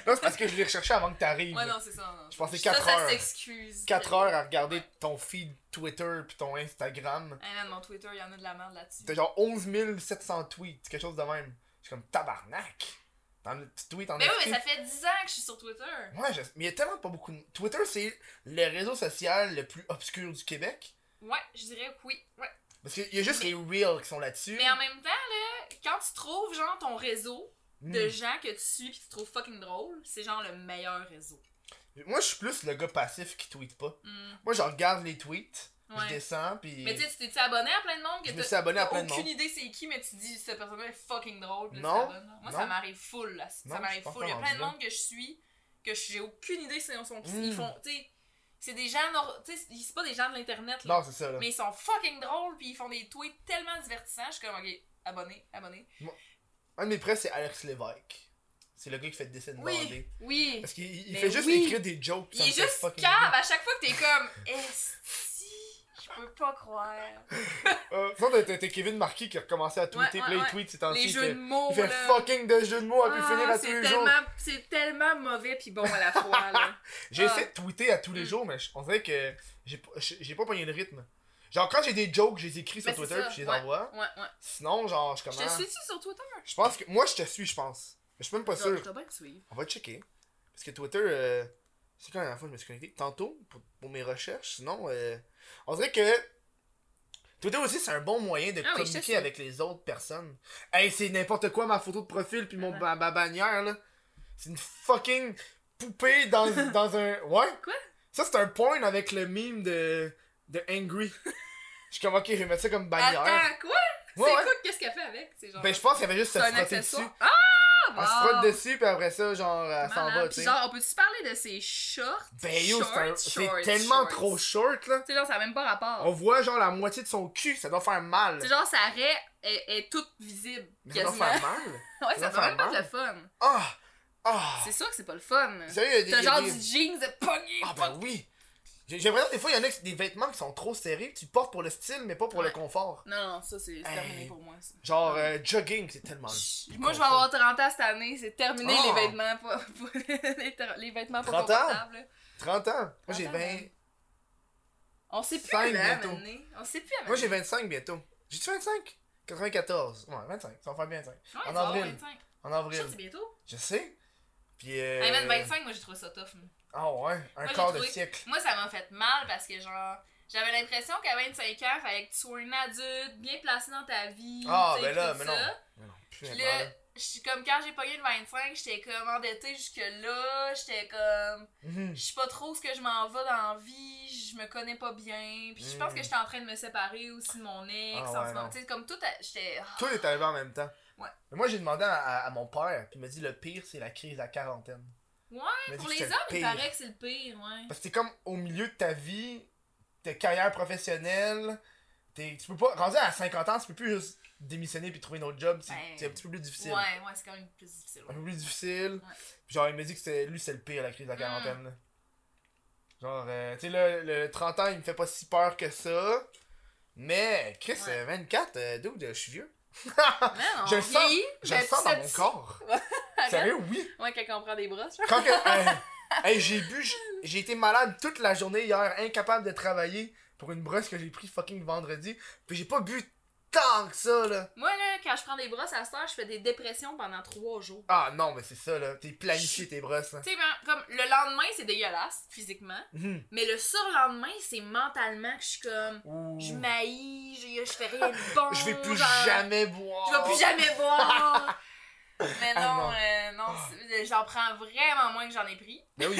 Non, c'est parce que je l'ai recherché avant que t'arrives.
Ouais, non, c'est ça. non.
Je pensais
Ça,
quatre
Ça
heures.
s'excuse.
4 heures à regarder ton feed Twitter puis ton Instagram.
Hey man, mon Twitter, il y en a de la merde là-dessus.
T'as genre 11 700 tweets, quelque chose de même. Je suis comme tabarnak. Dans le petit tweet en
Mais Ben oui,
esti.
mais ça fait 10 ans que je suis sur Twitter.
Ouais, je- mais il y a tellement pas beaucoup de... Twitter, c'est le réseau social le plus obscur du Québec.
Ouais, je dirais que oui. Ouais.
Parce qu'il y a juste les reels qui sont là-dessus.
Mais en même temps, là, quand tu trouves genre ton réseau
Hmm.
de gens que tu suis pis tu trouves fucking drôle, c'est genre le meilleur réseau.
Moi, je suis plus le gars passif qui tweet pas.
Hmm.
Moi, je regarde les tweets,
Ouais.
je descends, puis...
Mais tu sais, tu t'es abonné à plein de monde que
Je me
t'as
suis abonné à
t'as
plein de
aucune
monde.
idée c'est qui, mais tu dis cette personne-là est fucking drôle. puis là,
Non,
tu t'abonnes, là. Moi,
non.
ça m'arrive full. Là.
Non,
Ça m'arrive
je suis pas
full. Il y a
encore
plein de
rendu là.
monde que je suis que j'ai aucune idée c'est sont qui
Mm.
ils font. Tu sais, c'est des gens. nor- Tu sais, c'est- c'est pas des gens de l'internet. là.
Non, c'est ça, là.
Mais ils sont fucking drôles puis ils font des tweets tellement divertissants. Je suis comme, ok, abonné, abonné.
Un de mes prêts, c'est Alex Lévesque. C'est le gars qui fait des scènes
Oui, oui.
Parce qu'il il
Mais
fait juste
oui.
écrire des jokes.
Il
ça
est
me fait
juste
fucking
cave à chaque fois que t'es comme, esti, je peux pas croire.
Euh, sinon, t'as- t'as t'as Kevin Marquis qui a recommencé à tweeter,
Ouais,
puis là,
ouais,
il tweet ces temps-ci.
Les
il
jeux
fait-
de mots.
Il fait
là.
fucking de jeux de mots à pu
Ah,
finir à tous
c'est
les jours.
tellement, C'est tellement mauvais puis bon à la fois. là.
J'ai
Ah.
essayé de tweeter à tous les
Mm.
jours, mais je- on dirait que j'ai pas- j'ai j'ai pas pogné le rythme. Genre, quand j'ai des jokes, je les écris sur
Ben, c'est
Twitter,
ça,
puis je les
ouais.
envoie.
Ouais, ouais.
Sinon, genre, je
Je te
commence.
suis-tu sur Twitter?
Je pense que. Moi, je te suis, je pense. Mais je suis même pas
Non,
sûr.
Je dois bien te suivre.
On va checker. Parce que Twitter, euh, c'est quand la dernière fois que je me suis connecté Tantôt, pour, pour mes recherches. Sinon, euh, on dirait que Twitter aussi, c'est un bon moyen de
Ah oui, je sais
communiquer
ça.
avec les autres personnes. Hey, c'est n'importe quoi ma photo de profil puis mon, ma, ma bannière, là. C'est une fucking poupée dans, dans un. Ouais?
Quoi?
Ça, c'est un point avec le meme de, de Angry. Je suis comme, ok, je vais mettre ça comme bannière.
Attends, quoi?
Ouais,
c'est
ouais.
quoi? Qu'est-ce qu'elle fait avec? C'est genre...
Ben, je pense qu'elle avait juste se
c'est un
frotter dessus.
accessoire. Ah!
Elle
Wow.
se frotte dessus, puis après ça, genre, elle s'en
Malade.
va, tu
Puis
sais.
genre, on peut-tu parler de ces shorts?
Ben yo, c'est un-
Shorts,
c'est
shorts,
tellement
shorts.
trop short là.
Tu sais, genre, ça n'a même pas rapport.
On voit genre la moitié de son cul, ça doit faire mal.
Tu sais, genre, sa raie est, est toute visible.
Mais ça doit
Quasiment.
faire mal.
ouais,
doit
ça
faire
doit même pas être
mal.
le fun.
Ah! Ah!
C'est sûr que c'est pas le fun.
Sérieux, il y a
T'as
des... il y a
genre
des-
du jeans de pogné.
Ah ben oui! J'ai j'ai l'impression que des fois, il y en a qui- des vêtements qui sont trop serrés, que tu portes pour le style, mais pas pour le
Ouais.
confort.
Non, non, ça, c'est c'est terminé
Hey.
pour moi. ça.
Genre, euh, jogging, c'est tellement...
Chut, Moi, je vais avoir 30 ans cette année. C'est terminé
Oh.
les vêtements pas, pas- les, ter- les vêtements pas
30 ans?
confortables. là.
30 ans! Moi j'ai
30 ans,
20...
man. On sait plus
Cinq
hein,
bientôt.
maintenant. On sait plus.
Moi j'ai 25 bientôt. J'ai-tu 25? 94. Ouais, 25. Ça va faire bien 25. en avril.
25.
En
Je sais,
avril.
c'est bientôt.
Je sais. Puis euh...
Hey, man, 25, moi, j'ai trouvé ça tough. moi.
Ah ouais, un
Moi, j'ai
quart de
trouvé-
siècle.
Moi, ça m'a fait mal parce que, genre, j'avais l'impression qu'à 25 ans, fallait que tu sois un adulte, bien placé dans ta vie.
Ah,
tu sais,
ben là,
tout
mais
ça.
non. Mais non, plus
Puis
vraiment,
là,
là.
je suis comme quand j'ai pogné le 25, j'étais comme endettée jusque-là. J'étais comme.
Mhm.
je sais pas trop ce que je m'en vais dans la vie, je me connais pas bien, puis je pense
Mm.
que j'étais en train de me séparer aussi de mon ex
Ah
en
ouais,
ce moment,
non.
tu sais, comme tout, à- j'étais... ah,
Tout est arrivé en même temps.
Ouais.
Mais moi, j'ai demandé à, à- à mon père, puis il m'a dit le pire, c'est la crise de la quarantaine.
Ouais,
Il m'a dit
Pour
que
les
c'était
hommes,
le
il
pire.
paraît que c'est le pire, ouais.
Parce que t'es comme au milieu de ta vie, ta carrière professionnelle, t'es- tu peux pas. Rendu à 50 ans, tu peux plus juste démissionner puis trouver un autre job, c'est
Ben,
c'est un petit peu plus difficile.
Ouais, ouais, c'est quand même plus difficile.
Un
ouais.
peu plus difficile.
Ouais.
Puis genre, il m'a dit que c'était- lui, c'est le pire, la crise de la
Mm.
quarantaine. là. Genre, euh, tu sais, là, le 30 ans, il me fait pas si peur que ça. Mais, Chris,
Ouais.
euh, 24, euh, dude, je suis vieux.
Man, on
Je le sens.
vieillit,
Je le
mais
sens
tu sais,
dans mon
tu-
corps.
Arrête.
Sérieux, oui.
Ouais, quand on prend des brosses.
Quand que- euh, hey, j'ai bu, j'- j'ai été malade toute la journée hier, incapable de travailler pour une brosse que j'ai pris fucking vendredi. Puis j'ai pas bu tant que ça, là.
Moi, là, quand je prends des brosses à cette heure, je fais des dépressions pendant trois jours.
Ah non, mais c'est ça, là. T'es planifié tes brosses. hein.
Tu sais, ben, comme le lendemain, c'est dégueulasse, physiquement.
Mhm.
Mais le surlendemain, c'est mentalement que je suis comme.
Ouh.
Je maillis, je, je fais rien de bon.
Je vais plus
genre,
jamais boire.
Je vais plus jamais boire. Mais
Oh. Ah,
non,
non.
euh, non, c'est- j'en prends vraiment moins que j'en ai pris.
Ben oui.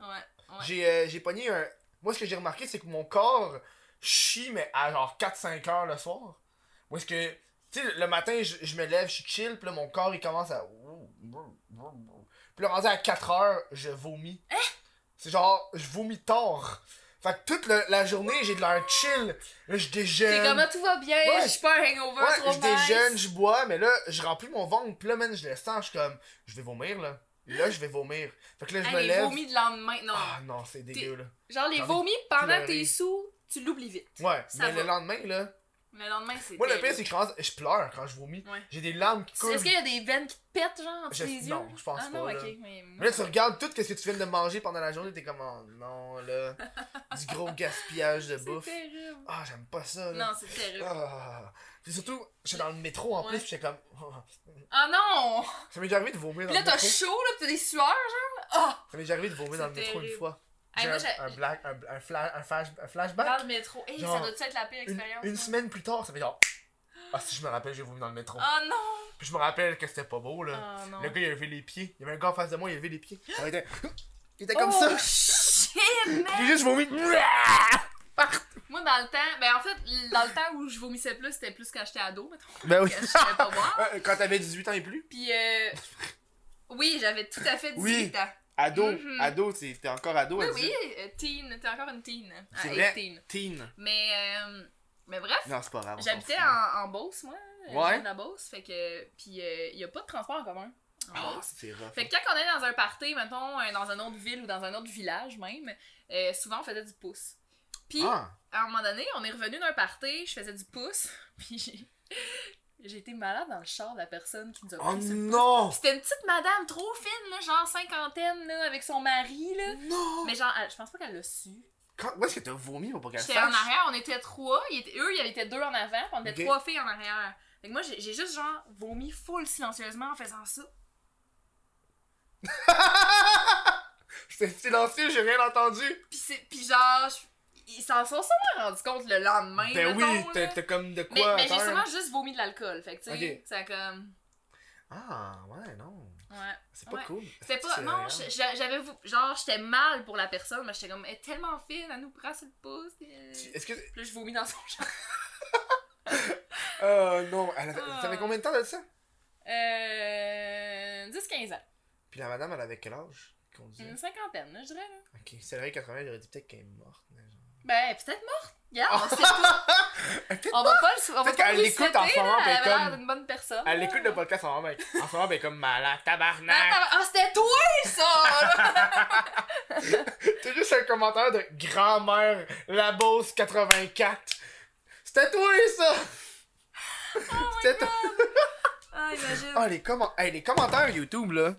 Ouais.
J'ai euh, j'ai pogné un. Moi, ce que j'ai remarqué, c'est que mon corps chie, mais à genre 4-5 heures le soir. Ou est-ce que. Tu sais, le matin, je, je me lève, je suis chill, puis là, mon corps, il commence à. Puis là, rendu à 4 heures, je vomis.
Hein?
C'est genre, je vomis tard. Fait que toute le- la journée, j'ai de l'air chill. Là, je
T'es
déjeune.
comme, ah, tout va bien,
ouais.
je suis pas un hangover, trop
Ouais, je
nice.
déjeune, je bois, mais là, je remplis mon ventre, puis là, man, je le sens, je suis comme, je vais vomir, là. Là, je vais vomir. Fait que là, je
Hey,
me
les
lève.
vomis de lendemain, non.
Ah non, c'est dégueu, là.
Genre, les
J'en ai
vomis pendant
pleuré.
que t'es sous, tu l'oublies vite.
Ouais,
Ça
mais
va.
le lendemain, là.
Mais le lendemain, c'est.
Moi, le
terrible.
pire, c'est que je, commence- je pleure quand je vomis.
Ouais.
J'ai des larmes qui coulent.
Est-ce qu'il y a des veines qui te pètent, genre, entre
Je-
les yeux?
non, je pense
ah, non,
pas,
ok.
là.
mais-
Mais là, tu regardes tout ce que tu viens de manger pendant la journée, t'es comme, oh non, là. du gros gaspillage de
C'est
bouffe.
terrible.
Ah, j'aime pas ça, là.
Non, c'est terrible.
Ah. Puis surtout, j'étais dans le métro en
Ouais.
plus, puis j'étais comme. oh.
Ah non!
Ça m'est déjà arrivé de vomir dans
Puis là,
le
t'as
métro.
chaud, là, pis t'as des sueurs, genre. Ah!
Ça m'est déjà arrivé de vomir dans le
C'est
métro une
terrible.
fois.
Hey,
J'ai
moi,
un,
j'ai-
un, black, un, un, flash, un, flash- un
Dans
flashback.
le métro. Hey,
Genre,
ça doit-tu être la pire
Une,
expérience?
une
ça?
semaine plus tard, ça fait genre. Ah, si je me rappelle, j'ai vomi dans le métro.
Ah non!
Puis je me rappelle que c'était pas beau, là.
Ah non.
Euh, Le gars, il a levé les pieds. Il y avait un gars en face de moi, il a levé les pieds. Il était, il était comme
oh,
ça.
shit, man!
J'ai juste vomi.
Moi, dans le temps, ben en fait, dans le temps où je vomissais plus, c'était plus quand j'étais ado, mettons.
Ben oui.
que Je savais pas boire.
Euh, Quand t'avais 18 ans et plus.
Puis, euh, oui, j'avais tout à fait 18
Oui.
ans.
Ado,
Mhm.
ado, t'es t'es encore ado.
Oui,
à
oui,
18.
euh, teen, t'es encore une teen. hein,
C'est
à
vrai.
18.
Teen.
Mais, euh, mais bref,
Non, c'est pas grave. on s'en
j'habitais
fout.
en, en Beauce, moi. euh,
Ouais.
je viens de la Beauce, fait que, puis euh, y a pas de transport en commun en
Ah,
Beauce.
c'est rough.
Fait que quand on est dans un party, mettons, euh, dans une autre ville ou dans un autre village même, euh, souvent on faisait du pouce. Puis,
Ah.
à un moment donné, on est revenu d'un party, je faisais du pouce, puis j'ai- j'ai été malade dans le char de la personne qui nous a
Oh
pris ce-
non!
C'était une petite madame trop fine, là, genre cinquantaine, là, avec son mari, là.
Non!
Mais genre, elle- je pense pas qu'elle l'a su.
Quand- Où est-ce que t'as vomi pour pas qu'elle
J'étais en
sache?
arrière, on était trois, ils étaient- eux, il y avait deux en avant, puis on était
Ok.
trois filles en arrière. Fait que moi, j'ai j'ai juste, genre, vomi full silencieusement en faisant ça.
J'étais silencieux, j'ai rien entendu.
Puis, c'est- puis genre, je- ils s'en sont sûrement rendus compte le lendemain,
ben oui,
mettons,
t'as
là.
t'as comme de
Mais,
quoi
mais j'ai
attendre.
sûrement juste vomi de l'alcool, fait que, tu sais,
Ok.
ça comme...
Ah, ouais, non.
Ouais.
C'est pas
Ouais.
cool.
C'était pas.
C'est
Non,
agréable.
je- je- j'avais. vou- Genre, j'étais mal pour la personne, mais j'étais comme. Elle est tellement fine, elle nous prend sur le pouce. euh.
Tu- Est-ce que.
Puis là, je vomis dans son genre.
Euh, non. Elle avait...
Ah.
Ça fait combien de temps de ça?
Euh. 10-15 ans.
Puis la madame, elle avait quel âge? Qu'on dit?
Une cinquantaine, là, je dirais. là.
Ok, c'est vrai, 80, j'aurais dit peut-être qu'elle est morte. mais genre.
Ben, peut-être morte. Regarde, on sait pas. on va pas le sou- on va
Peut-être
pas
qu'elle
lui
l'écoute
souhaiter,
en ce
là,
moment,
Elle
ben,
avait l'air
comme-
d'une bonne personne.
Elle
là.
écoute le podcast en ce moment, elle en ce moment, elle est comme malade,
Ben,
tabarnak.
t'as- Ah, c'était toi, ça! là.
C'est juste un commentaire de grand-mère la Beauce 84. C'était toi, ça!
Oh my
C'était toi.
God. Ah, imagine.
Ah, les, comment- hey, les commentaires YouTube, là.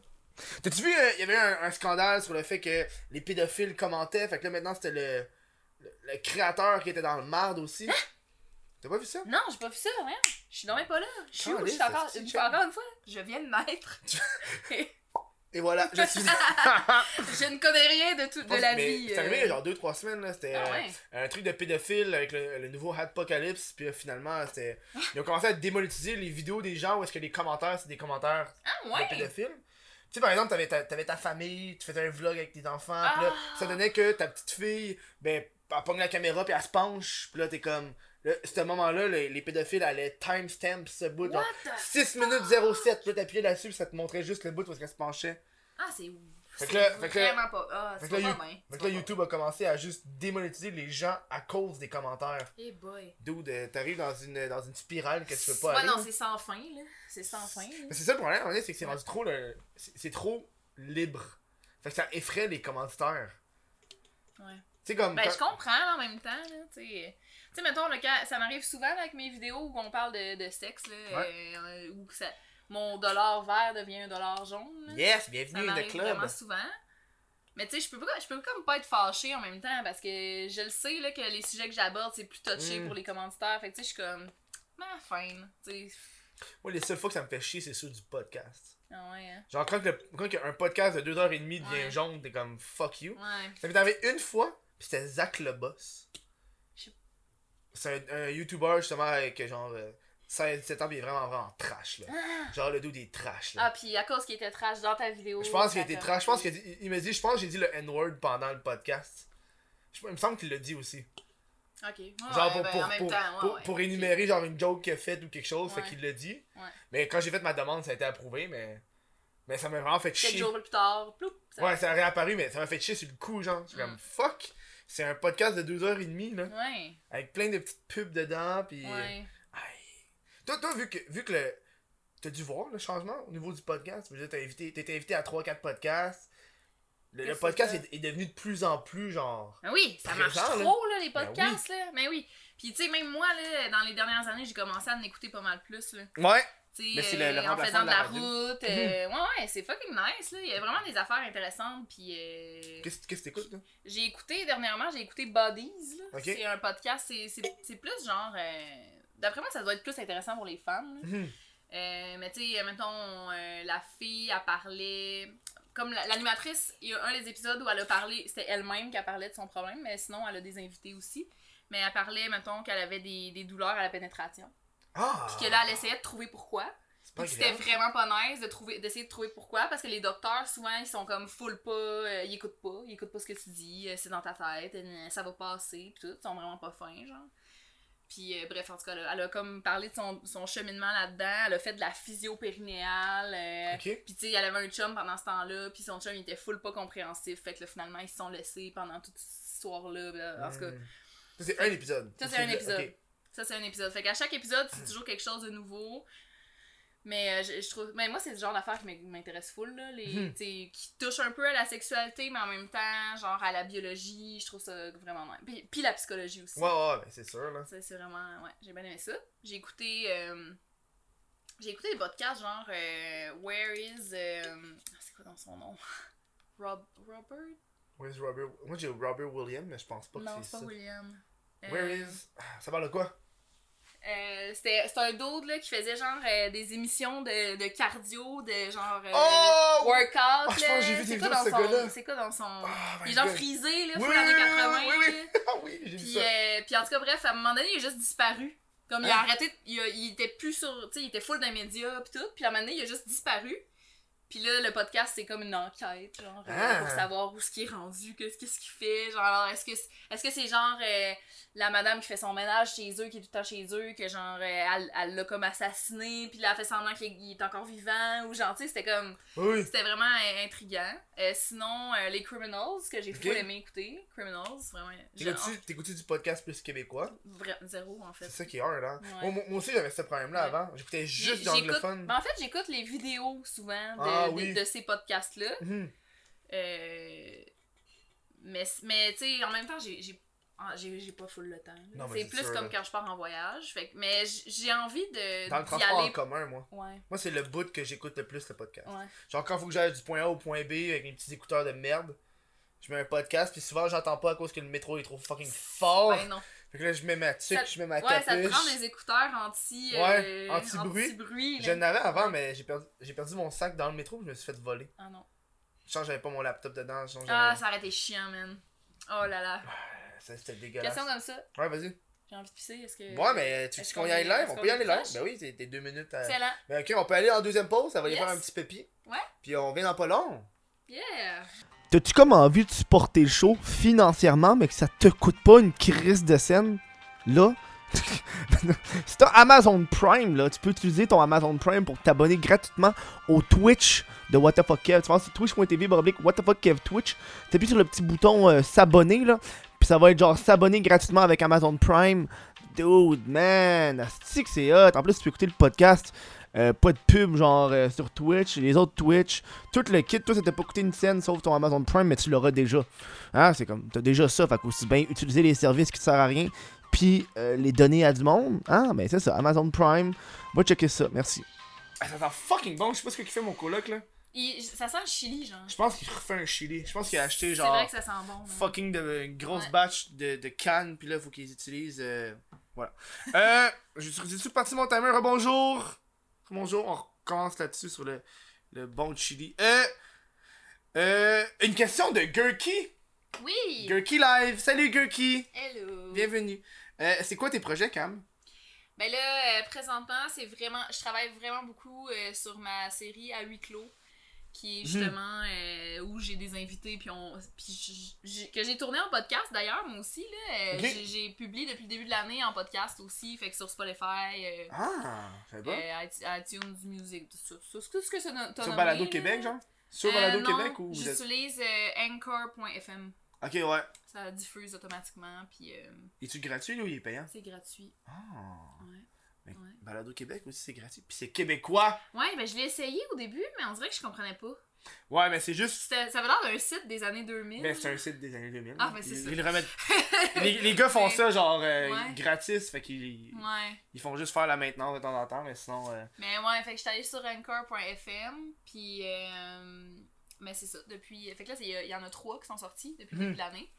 T'as-tu vu, euh, il y avait un, un scandale sur le fait que les pédophiles commentaient, fait que là, maintenant, c'était le, le, le créateur qui était dans le marde aussi. T'as pas vu ça?
Non, j'ai pas vu ça, rien. Je suis non même pas là. Je suis où? Je suis
Caliste,
encore,
c'est
une-
chill.
encore une fois, je viens de naître.
Et voilà, je suis...
Je ne connais rien de, tout, de la
Mais
vie.
C'est
euh.
arrivé, il y a genre 2-3 semaines, là, c'était...
Ah
euh,
ouais.
un truc de pédophile avec le, le nouveau Apocalypse, puis là, finalement, c'était. Ils ont commencé à démonétiser les vidéos des gens où est-ce que les commentaires, c'est des commentaires
Ah
de
ouais.
pédophiles. Tu sais, par exemple, t'avais ta, t'avais ta famille, tu faisais un vlog avec tes enfants, puis là,
Ah.
ça donnait que ta petite fille, ben, elle pogne la caméra, puis elle se penche, puis là, t'es comme. Là, ce moment-là, les, les pédophiles allaient timestamp ce bout,
What
genre
the...
6 minutes 07, puis là, t'appuyais là-dessus, puis ça te montrait juste le bout où est-ce qu'elle se penchait.
Ah, c'est ouf.
Fait
C'est
que là- fait que là-
vraiment pas. Ah,
fait
c'est
que là,
pas
you-
bien.
Fait que là, YouTube a commencé à juste démonétiser les gens à cause des commentaires.
Eh boy.
Dude, euh, t'arrives dans une, dans une spirale que tu veux
Ouais,
pas aller.
non, c'est sans fin, là. hein? C'est sans fin. là.
Mais c'est ça le problème, en fait, c'est que c'est rendu trop le... c'est c'est trop libre. Fait que ça effraie les commanditaires.
Ouais.
Tu sais comme
Ben,
quand-
je comprends, là, en même temps, là, tu sais. sais, mettons, là, quand- ça m'arrive souvent là, avec mes vidéos où on parle de, de sexe, là, euh, où que ça, mon dollar vert devient un dollar jaune. là.
Yes,
Ça
bienvenue dans le
m'arrive
club.
vraiment souvent. Mais tu sais, je peux pas- je peux comme pas être fâchée en même temps parce que je le sais là, que les sujets que j'aborde, c'est plus touché
Mm.
pour les commanditaires. Fait que tu sais, je suis comme, ma fine. Tu sais,
Moi, les seules fois que ça me fait chier, c'est ceux du podcast.
ah ouais, hein.
Genre, quand, le, quand il y a un podcast de 2h30 devient
Ouais.
jaune, t'es comme fuck you.
Ouais.
Ça m'est arrivé une fois, pis c'était Zach le boss.
Je-
C'est un, un YouTuber justement avec genre euh, 16-17 ans, pis il est vraiment vraiment trash là. Genre le dude il est trash là.
Ah, puis à cause qu'il était trash dans ta vidéo.
je pense qu'il
ça
était
fait-
trash, je pense qu'il a dit- il, il m'a dit, je pense que j'ai dit le N-word pendant le podcast. Je- il me semble qu'il l'a dit aussi.
Ok. Ouais,
Genre pour,
ouais, ben,
pour,
en même
pour,
temps, ouais,
pour-
ouais.
pour énumérer genre une joke qu'il a faite ou quelque chose,
Ouais.
fait qu'il l'a dit.
Ouais.
Mais quand j'ai fait ma demande, ça a été approuvé, mais, mais ça m'a vraiment fait
Quelques
chier.
jours plus tard, ploup. ça-
Ouais, ça a réapparu, mais ça m'a fait chier sur le coup, genre. Je suis
Mm.
comme fuck, c'est un podcast de 2h30 là.
Ouais.
Avec plein de petites pubs dedans, puis... euh,
Ouais.
Aïe. Toi, toi, vu que, vu que le... T'as dû voir le changement au niveau du podcast. Je veux dire, T'as invité, t'as été invité à 3-4 podcasts. Le, le
Qu'est-ce
podcast
que
est, est devenu de plus en plus, genre...
Ben oui, ça marche
Présent, là.
trop, là, les
Ben
podcasts, là. Ben oui. Puis, tu sais, même moi, là, dans les dernières années, j'ai commencé à en écouter pas mal plus, là.
Ouais.
Tu sais,
Mais c'est le- le
euh, en faisant
remplacement de
de
la
la
radio.
route. euh, ouais, ouais, c'est fucking nice, là. Il y a vraiment des affaires intéressantes, puis... euh,
Qu'est-ce qu'est-ce que t'écoutes, là?
J'ai écouté, dernièrement, j'ai écouté Bodies, là.
Ok.
C'est un podcast, c'est- c'est c'est plus genre... euh, D'après moi, ça doit être plus intéressant pour les femmes, là.
Mhm.
Euh, mais tu sais, mettons, euh, la fille a parlé. Comme la- l'animatrice, il y a un des épisodes où elle a parlé, c'était elle-même qui a parlé de son problème, mais sinon, elle a des invités aussi. Mais elle parlait, mettons, qu'elle avait des, des douleurs à la pénétration.
Ah!
Puis que là, elle essayait de trouver pourquoi.
C'est pas
Puis que c'était
grave.
vraiment pas nice de trouver- d'essayer de, trouver pourquoi, parce que les docteurs, souvent, ils sont comme full pas, euh, ils écoutent pas, ils écoutent pas ce que tu dis, euh, c'est dans ta tête, euh, ça va passer, puis tout, ils sont vraiment pas fins, genre. Puis euh, bref, en tout cas, là, elle a comme parlé de son, son cheminement là-dedans, elle a fait de la physio périnéale, euh,
Ok.
puis tu sais, elle avait un chum pendant ce temps-là, puis son chum, il était full pas compréhensif, fait que là, finalement, ils se sont laissés pendant toute cette histoire-là, bla- en tout cas.
Mm. Ça, c'est un épisode.
Ça, c'est un
le-
épisode.
ok. Hmm.
Ça, c'est un épisode. Fait qu'à chaque épisode, c'est toujours quelque chose de nouveau. Mais euh, je, je trouve. Mais moi, c'est le genre d'affaire qui m'in- m'intéresse full, là. Les,
Mhm.
t'sais, qui touche un peu à la sexualité, mais en même temps, genre à la biologie. Je trouve ça vraiment. nice. Puis, puis la psychologie aussi.
Ouais, ouais, ben, c'est sûr, là.
Ça, C'est vraiment. Ouais, j'ai bien aimé ça. J'ai écouté. euh, J'ai écouté des podcasts genre euh, Where is. euh, ah, C'est quoi dans son nom Rob... Robert
Where's Robert... Moi, j'ai Robert Williams, mais je pense pas que
Non,
c'est
c'est
ça.
pas William.
Where
Euh,
is... Ah, Ça parle de quoi?
Euh, c'était c'était un dude là, qui faisait genre euh, des émissions de, de cardio, de genre euh,
Oh!
workout.
pense que
là.
j'ai vu
C'est
des vidéos
quoi
de
dans
ce
son-
gars-là.
C'est quoi dans son.
Ah, my
il est genre
God.
frisé, là,
Oui,
fin
oui,
années
oui,
80.
oui, oui.
là.
Ah oui, j'ai vu
Puis,
ça.
euh, puis en tout cas, bref, à un moment donné, il est juste disparu. Comme il a
Hein?
arrêté, il, a- il était plus sur. Tu sais, il était full d'un média, puis tout. Puis à un moment donné, il a juste disparu. Puis là, le podcast, c'est comme une enquête, genre, euh,
Ah.
pour savoir où ce qui est rendu, qu'est-ce qu'est-ce qu'il fait. Genre, alors, est-ce que c'est est-ce que c'est genre euh, la madame qui fait son ménage chez eux, qui est tout le temps chez eux, que genre, euh, elle elle l'a comme assassiné, puis là, elle fait semblant qu'il il est encore vivant, ou genre, tu sais, c'était comme.
Oui.
C'était vraiment euh, intriguant. Euh, sinon, euh, les Criminals, que j'ai
Ok.
full aimé écouter. Criminals, vraiment. j'ai-
T'écoutes-tu- T'écoutes-tu du podcast plus québécois?
Vra- zéro en fait.
C'est ça qui est hard, hein.
Ouais.
Moi, moi- moi aussi, j'avais ce problème-là
Ouais.
avant. J'écoutais juste
J'ai-
du
j'écoute-
anglophone.
Ben, en fait, j'écoute les vidéos souvent de,
Ah
de-
oui.
de ces podcasts-là.
Mhm.
Euh, Mais, mais tu sais, en même temps, j'ai j'ai- ah, j'ai- j'ai pas full le temps. là.
Non, mais
C'est
c'est
plus
sûr,
comme
là.
quand je pars en voyage. Fait que- mais j- j'ai envie de
Dans le
d'y
transport en
aller.
commun, moi.
Ouais,
Moi, c'est le bout que j'écoute le plus, le podcast.
ouais.
Genre, quand faut que j'aille du point A au point B avec mes petits écouteurs de merde, je mets un podcast, puis souvent, j'entends pas à cause que le métro est trop fucking fort.
Ben non.
Fait que là, je mets ma tuque,
Ça-
je mets ma
Ouais, ça te
capuche.
prend des écouteurs anti.
Ouais,
euh,
anti-bruit.
anti-bruit, là.
Je n'avais avant, mais j'ai perdu, j'ai perdu mon sac dans le métro, puis je me suis fait voler.
Ah non.
Je sens que j'avais pas mon laptop dedans, je sens que
Ah,
j'avais-
ça aurait été chiant, man. Oh là là.
ça, c'était dégueulasse.
Question comme ça.
Ouais, vas-y.
J'ai envie de pisser. Est-ce que.
Ouais, mais tu veux
Est-ce
qu'on y
qu'on
aille
est-
live?
est-ce
On
qu'on
peut y aller
est
live?
proche?
Ben oui, t'es t'es deux minutes à...
Excellent.
Ben ok, on peut aller en deuxième pause, ça va y
Yes.
faire un petit pépi.
Ouais.
Puis on vient dans pas long.
Yeah.
T'as-tu comme envie de supporter le show financièrement, mais que ça te coûte pas une crise de scène? Là? si t'as Amazon Prime, là, tu peux utiliser ton Amazon Prime pour t'abonner gratuitement au Twitch de What the fuck Kev. Tu vas sur twitch.tv baroblique What the fuck Kev Twitch. T'appuies sur le petit bouton euh, s'abonner, là. Puis ça va être genre s'abonner gratuitement avec Amazon Prime. Dude, man, asti que c'est hot. En plus, tu peux écouter le podcast. euh, pas de pub, genre euh, sur Twitch, les autres Twitch tout le kit, toi, ça t'a pas coûté une scène sauf ton Amazon Prime, mais tu l'auras déjà. Hein, c'est comme, t'as déjà ça, fait qu'aussi bien utiliser les services qui te servent à rien,
puis euh, les donner à du monde. Ah, ben c'est ça, Amazon Prime. Va checker ça, merci.
Ah, Ça sent fucking bon, je sais pas ce que fait mon coloc là.
Il- ça sent le chili, genre.
Je pense qu'il refait un chili. Je pense qu'il a acheté
C'est
genre
vrai que ça sent bon. là.
fucking de une grosse
Ouais.
batch de, de cannes, puis là, faut qu'ils utilisent. euh, voilà. Euh, J'ai-tu parti mon timer? Bonjour! Bonjour, on recommence là-dessus sur le, le bon chili. Euh, euh, une question de Gurky.
Oui!
Gurky Live. Salut Gurky!
Hello!
Bienvenue. Euh, c'est quoi tes projets, Cam?
Ben là, euh, présentement, c'est vraiment. Je travaille vraiment beaucoup euh, sur ma série à huis clos,
Mhm.
qui est justement euh, où j'ai des invités, puis on. puis j- j- que j'ai tourné en podcast d'ailleurs, moi aussi, là. Euh,
Ok.
j'ai- J'ai publié depuis le début de l'année en podcast aussi, fait que sur Spotify, euh,
Ah, c'est bon.
euh, iTu- iTunes Music, tout ça. Sur, sur- tout ce que ça donne.
Sur Balado Québec, genre Sur Balado Québec ou vous êtes.
Euh, J'utilise euh, anchor.fm.
Ok, ouais.
Ça diffuse automatiquement, puis euh,
Es-tu gratuit lui, ou il est payant?
c'est gratuit.
Ah.
Ouais.
Ben-
ouais.
Balado Québec aussi, c'est gratuit. Puis c'est québécois!
Ouais, ben je l'ai essayé au début, mais on dirait que je comprenais pas.
Ouais, mais c'est juste.
C'était- Ça avait l'air d'un site des années 2000.
Ben, c'est un site des années 2000.
Ah, ben c'est ça.
Ils le remettent. les, les gars font ça genre euh,
Ouais.
gratis, fait qu'ils
Ouais.
ils font juste faire la maintenance de temps en temps, mais sinon. euh,
Mais ouais, fait que je suis allée sur anchor.fm, puis. euh, Mais c'est ça, depuis. Fait que là, c'est- il y en a trois qui sont sortis depuis le
Mhm.
début de l'année.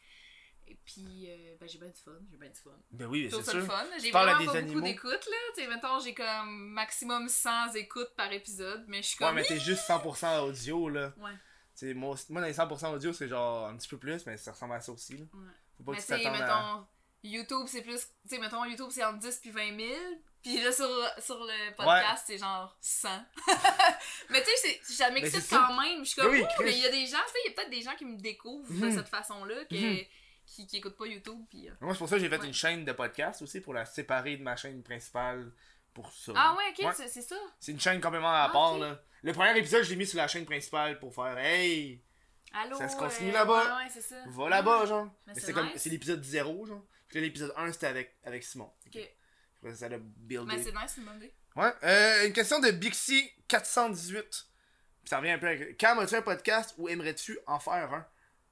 Et puis, euh, ben j'ai bien du fun, j'ai bien du fun.
Ben oui,
C'est
c'est
ça le
sûr.
fun. J'ai
parles à
vraiment
des
pas
animaux.
beaucoup d'écoutes, là. Tu sais, mettons, j'ai comme maximum 100 écoutes par épisode, mais je suis
Ouais,
comme.
mais t'es juste 100% audio, là.
Ouais.
Tu sais, moi, moi, dans les 100% audio, c'est genre un petit peu plus, mais ça ressemble à ça aussi, là.
Ouais.
Faut pas
Mais
que tu
tu sais,
t'attendes
mettons,
à...
YouTube, c'est plus. Tu sais, mettons, YouTube, c'est entre 10 puis 20 000. Puis là, sur, sur le podcast, c'est genre 100. mais tu sais, c'est- ça m'excite
c'est ça.
quand même. Je suis comme,
Mais oui,
Ouh,
Chris.
mais il y a des gens, tu sais, il y a peut-être des gens qui me découvrent de
Mhm.
cette façon-là, que-
Mhm.
qui, qui écoutent pas YouTube. Puis, euh.
Moi, c'est pour ça que j'ai fait
Ouais.
une chaîne de podcast aussi, pour la séparer de ma chaîne principale pour ça.
Ah ouais, ok,
Ouais.
c'est c'est ça.
C'est une chaîne complètement à
Ah,
part,
ok.
là. Le premier épisode, je l'ai mis sur la chaîne principale pour faire « Hey,
Allô.
Ça se continue
euh,
là-bas.
Ouais, ouais, c'est ça.
va là-bas, genre! »
Mais
Ah, Mais
c'est
c'est comme...
nice.
C'est l'épisode 0, genre. Puis là, l'épisode 1, c'était avec, avec Simon.
Ok.
Après, ça l'a
Mais
buildé.
c'est nice, c'est une bonne idée.
Ouais. Euh, une question de Bixi418. Ça revient un peu avec... Cam, as-tu un podcast ou aimerais-tu en faire un?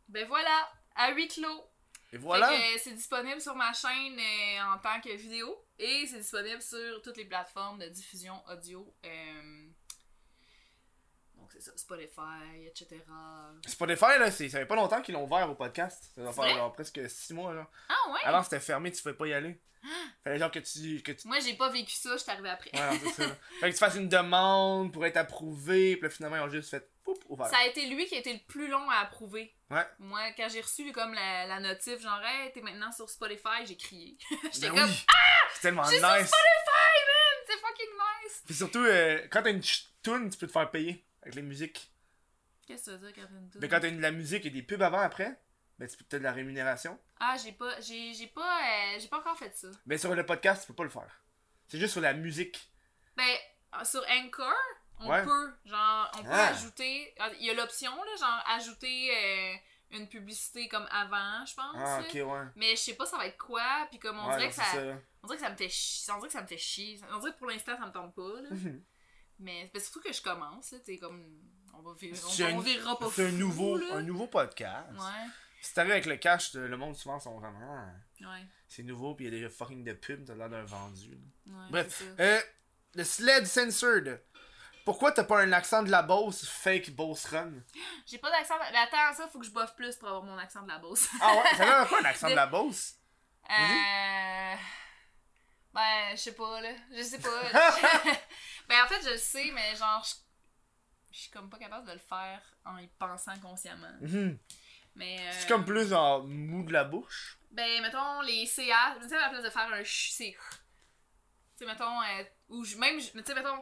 Ben voilà, à huis clos.
Et
Fait
voilà.
que, euh, c'est disponible sur ma chaîne euh, en tant que vidéo et c'est disponible sur toutes les plateformes de diffusion audio. euh, donc c'est ça, Spotify, etc.
Spotify, là, c'est- ça fait pas longtemps qu'ils l'ont ouvert au podcast. Ça doit
vrai?
faire genre, presque 6 mois, genre.
Ah ouais?
Avant, c'était fermé, tu pouvais pas y aller.
Ah!
Fallait genre que tu. Que tu...
Moi j'ai pas vécu ça, je suis arrivée après.
Ouais, non, c'est ça, là. Fait que tu fasses une demande pour être approuvé, puis là, finalement, ils ont juste fait. Poup, ouvert.
Ça a été lui qui a été le plus long à approuver.
Ouais.
Moi, quand j'ai reçu comme la, la notif, genre, hey, t'es maintenant sur Spotify, j'ai crié. J'étais
Ben
comme, Ah!
oui. C'est tellement
j'ai sur
Ah, nice.
c'est fucking nice!
Puis surtout, euh, quand t'as une ch- tune, tu peux te faire payer avec les musiques.
Qu'est-ce que ça veut dire, Catherine?
Mais quand t'as une- de la musique et des pubs avant, après, ben, tu peux peut-être de la rémunération.
Ah, j'ai pas, j'ai j'ai pas, euh, j'ai pas encore fait ça.
Mais sur le podcast, tu peux pas le faire. C'est juste sur la musique.
Ben, sur Anchor, on
Ouais.
peut, genre, on peut
Ah.
ajouter, euh, il y a l'option, là, genre, ajouter euh, une publicité comme avant, je pense.
Ah,
là.
ok, ouais.
Mais je sais pas ça va être quoi, puis comme on,
Ouais,
dirait
non,
que
c'est
ça,
là.
on dirait que ça me fait chier, on dirait que ça me fait chier, on dirait que pour l'instant ça me tombe pas, là.
Mhm.
Mais c'est surtout que je commence, là, t'sais, comme, on va virer,
C'est
on,
un-
on virera pas
C'est un
fou,
nouveau,
là.
un nouveau podcast.
Ouais,
Si t'arrives avec le cash, euh, le monde souvent sont vraiment.
ouais,
C'est nouveau, puis il y a des fucking de pubs, t'as l'air d'un vendu. là.
ouais,
Bref.
c'est ça.
Euh, le Sled Censored. Pourquoi t'as pas un accent de la Beauce, fake Beauce Run
J'ai pas d'accent, de- mais attends, ça, faut que je boffe plus pour avoir mon accent de la Beauce.
Ah ouais, ça donne quoi un accent de la Beauce
Euh... Ben, je sais pas, là. Je sais pas. ben, en fait, je le sais, mais genre, je je suis comme pas capable de le faire en y pensant consciemment.
Mhm.
Mais. euh,
C'est comme plus en mou de la bouche.
Ben, mettons, les CA, tu sais, à la place de faire un ch, c'est. Tu sais, mettons, euh, ou je- même, je- mais tu sais, mettons,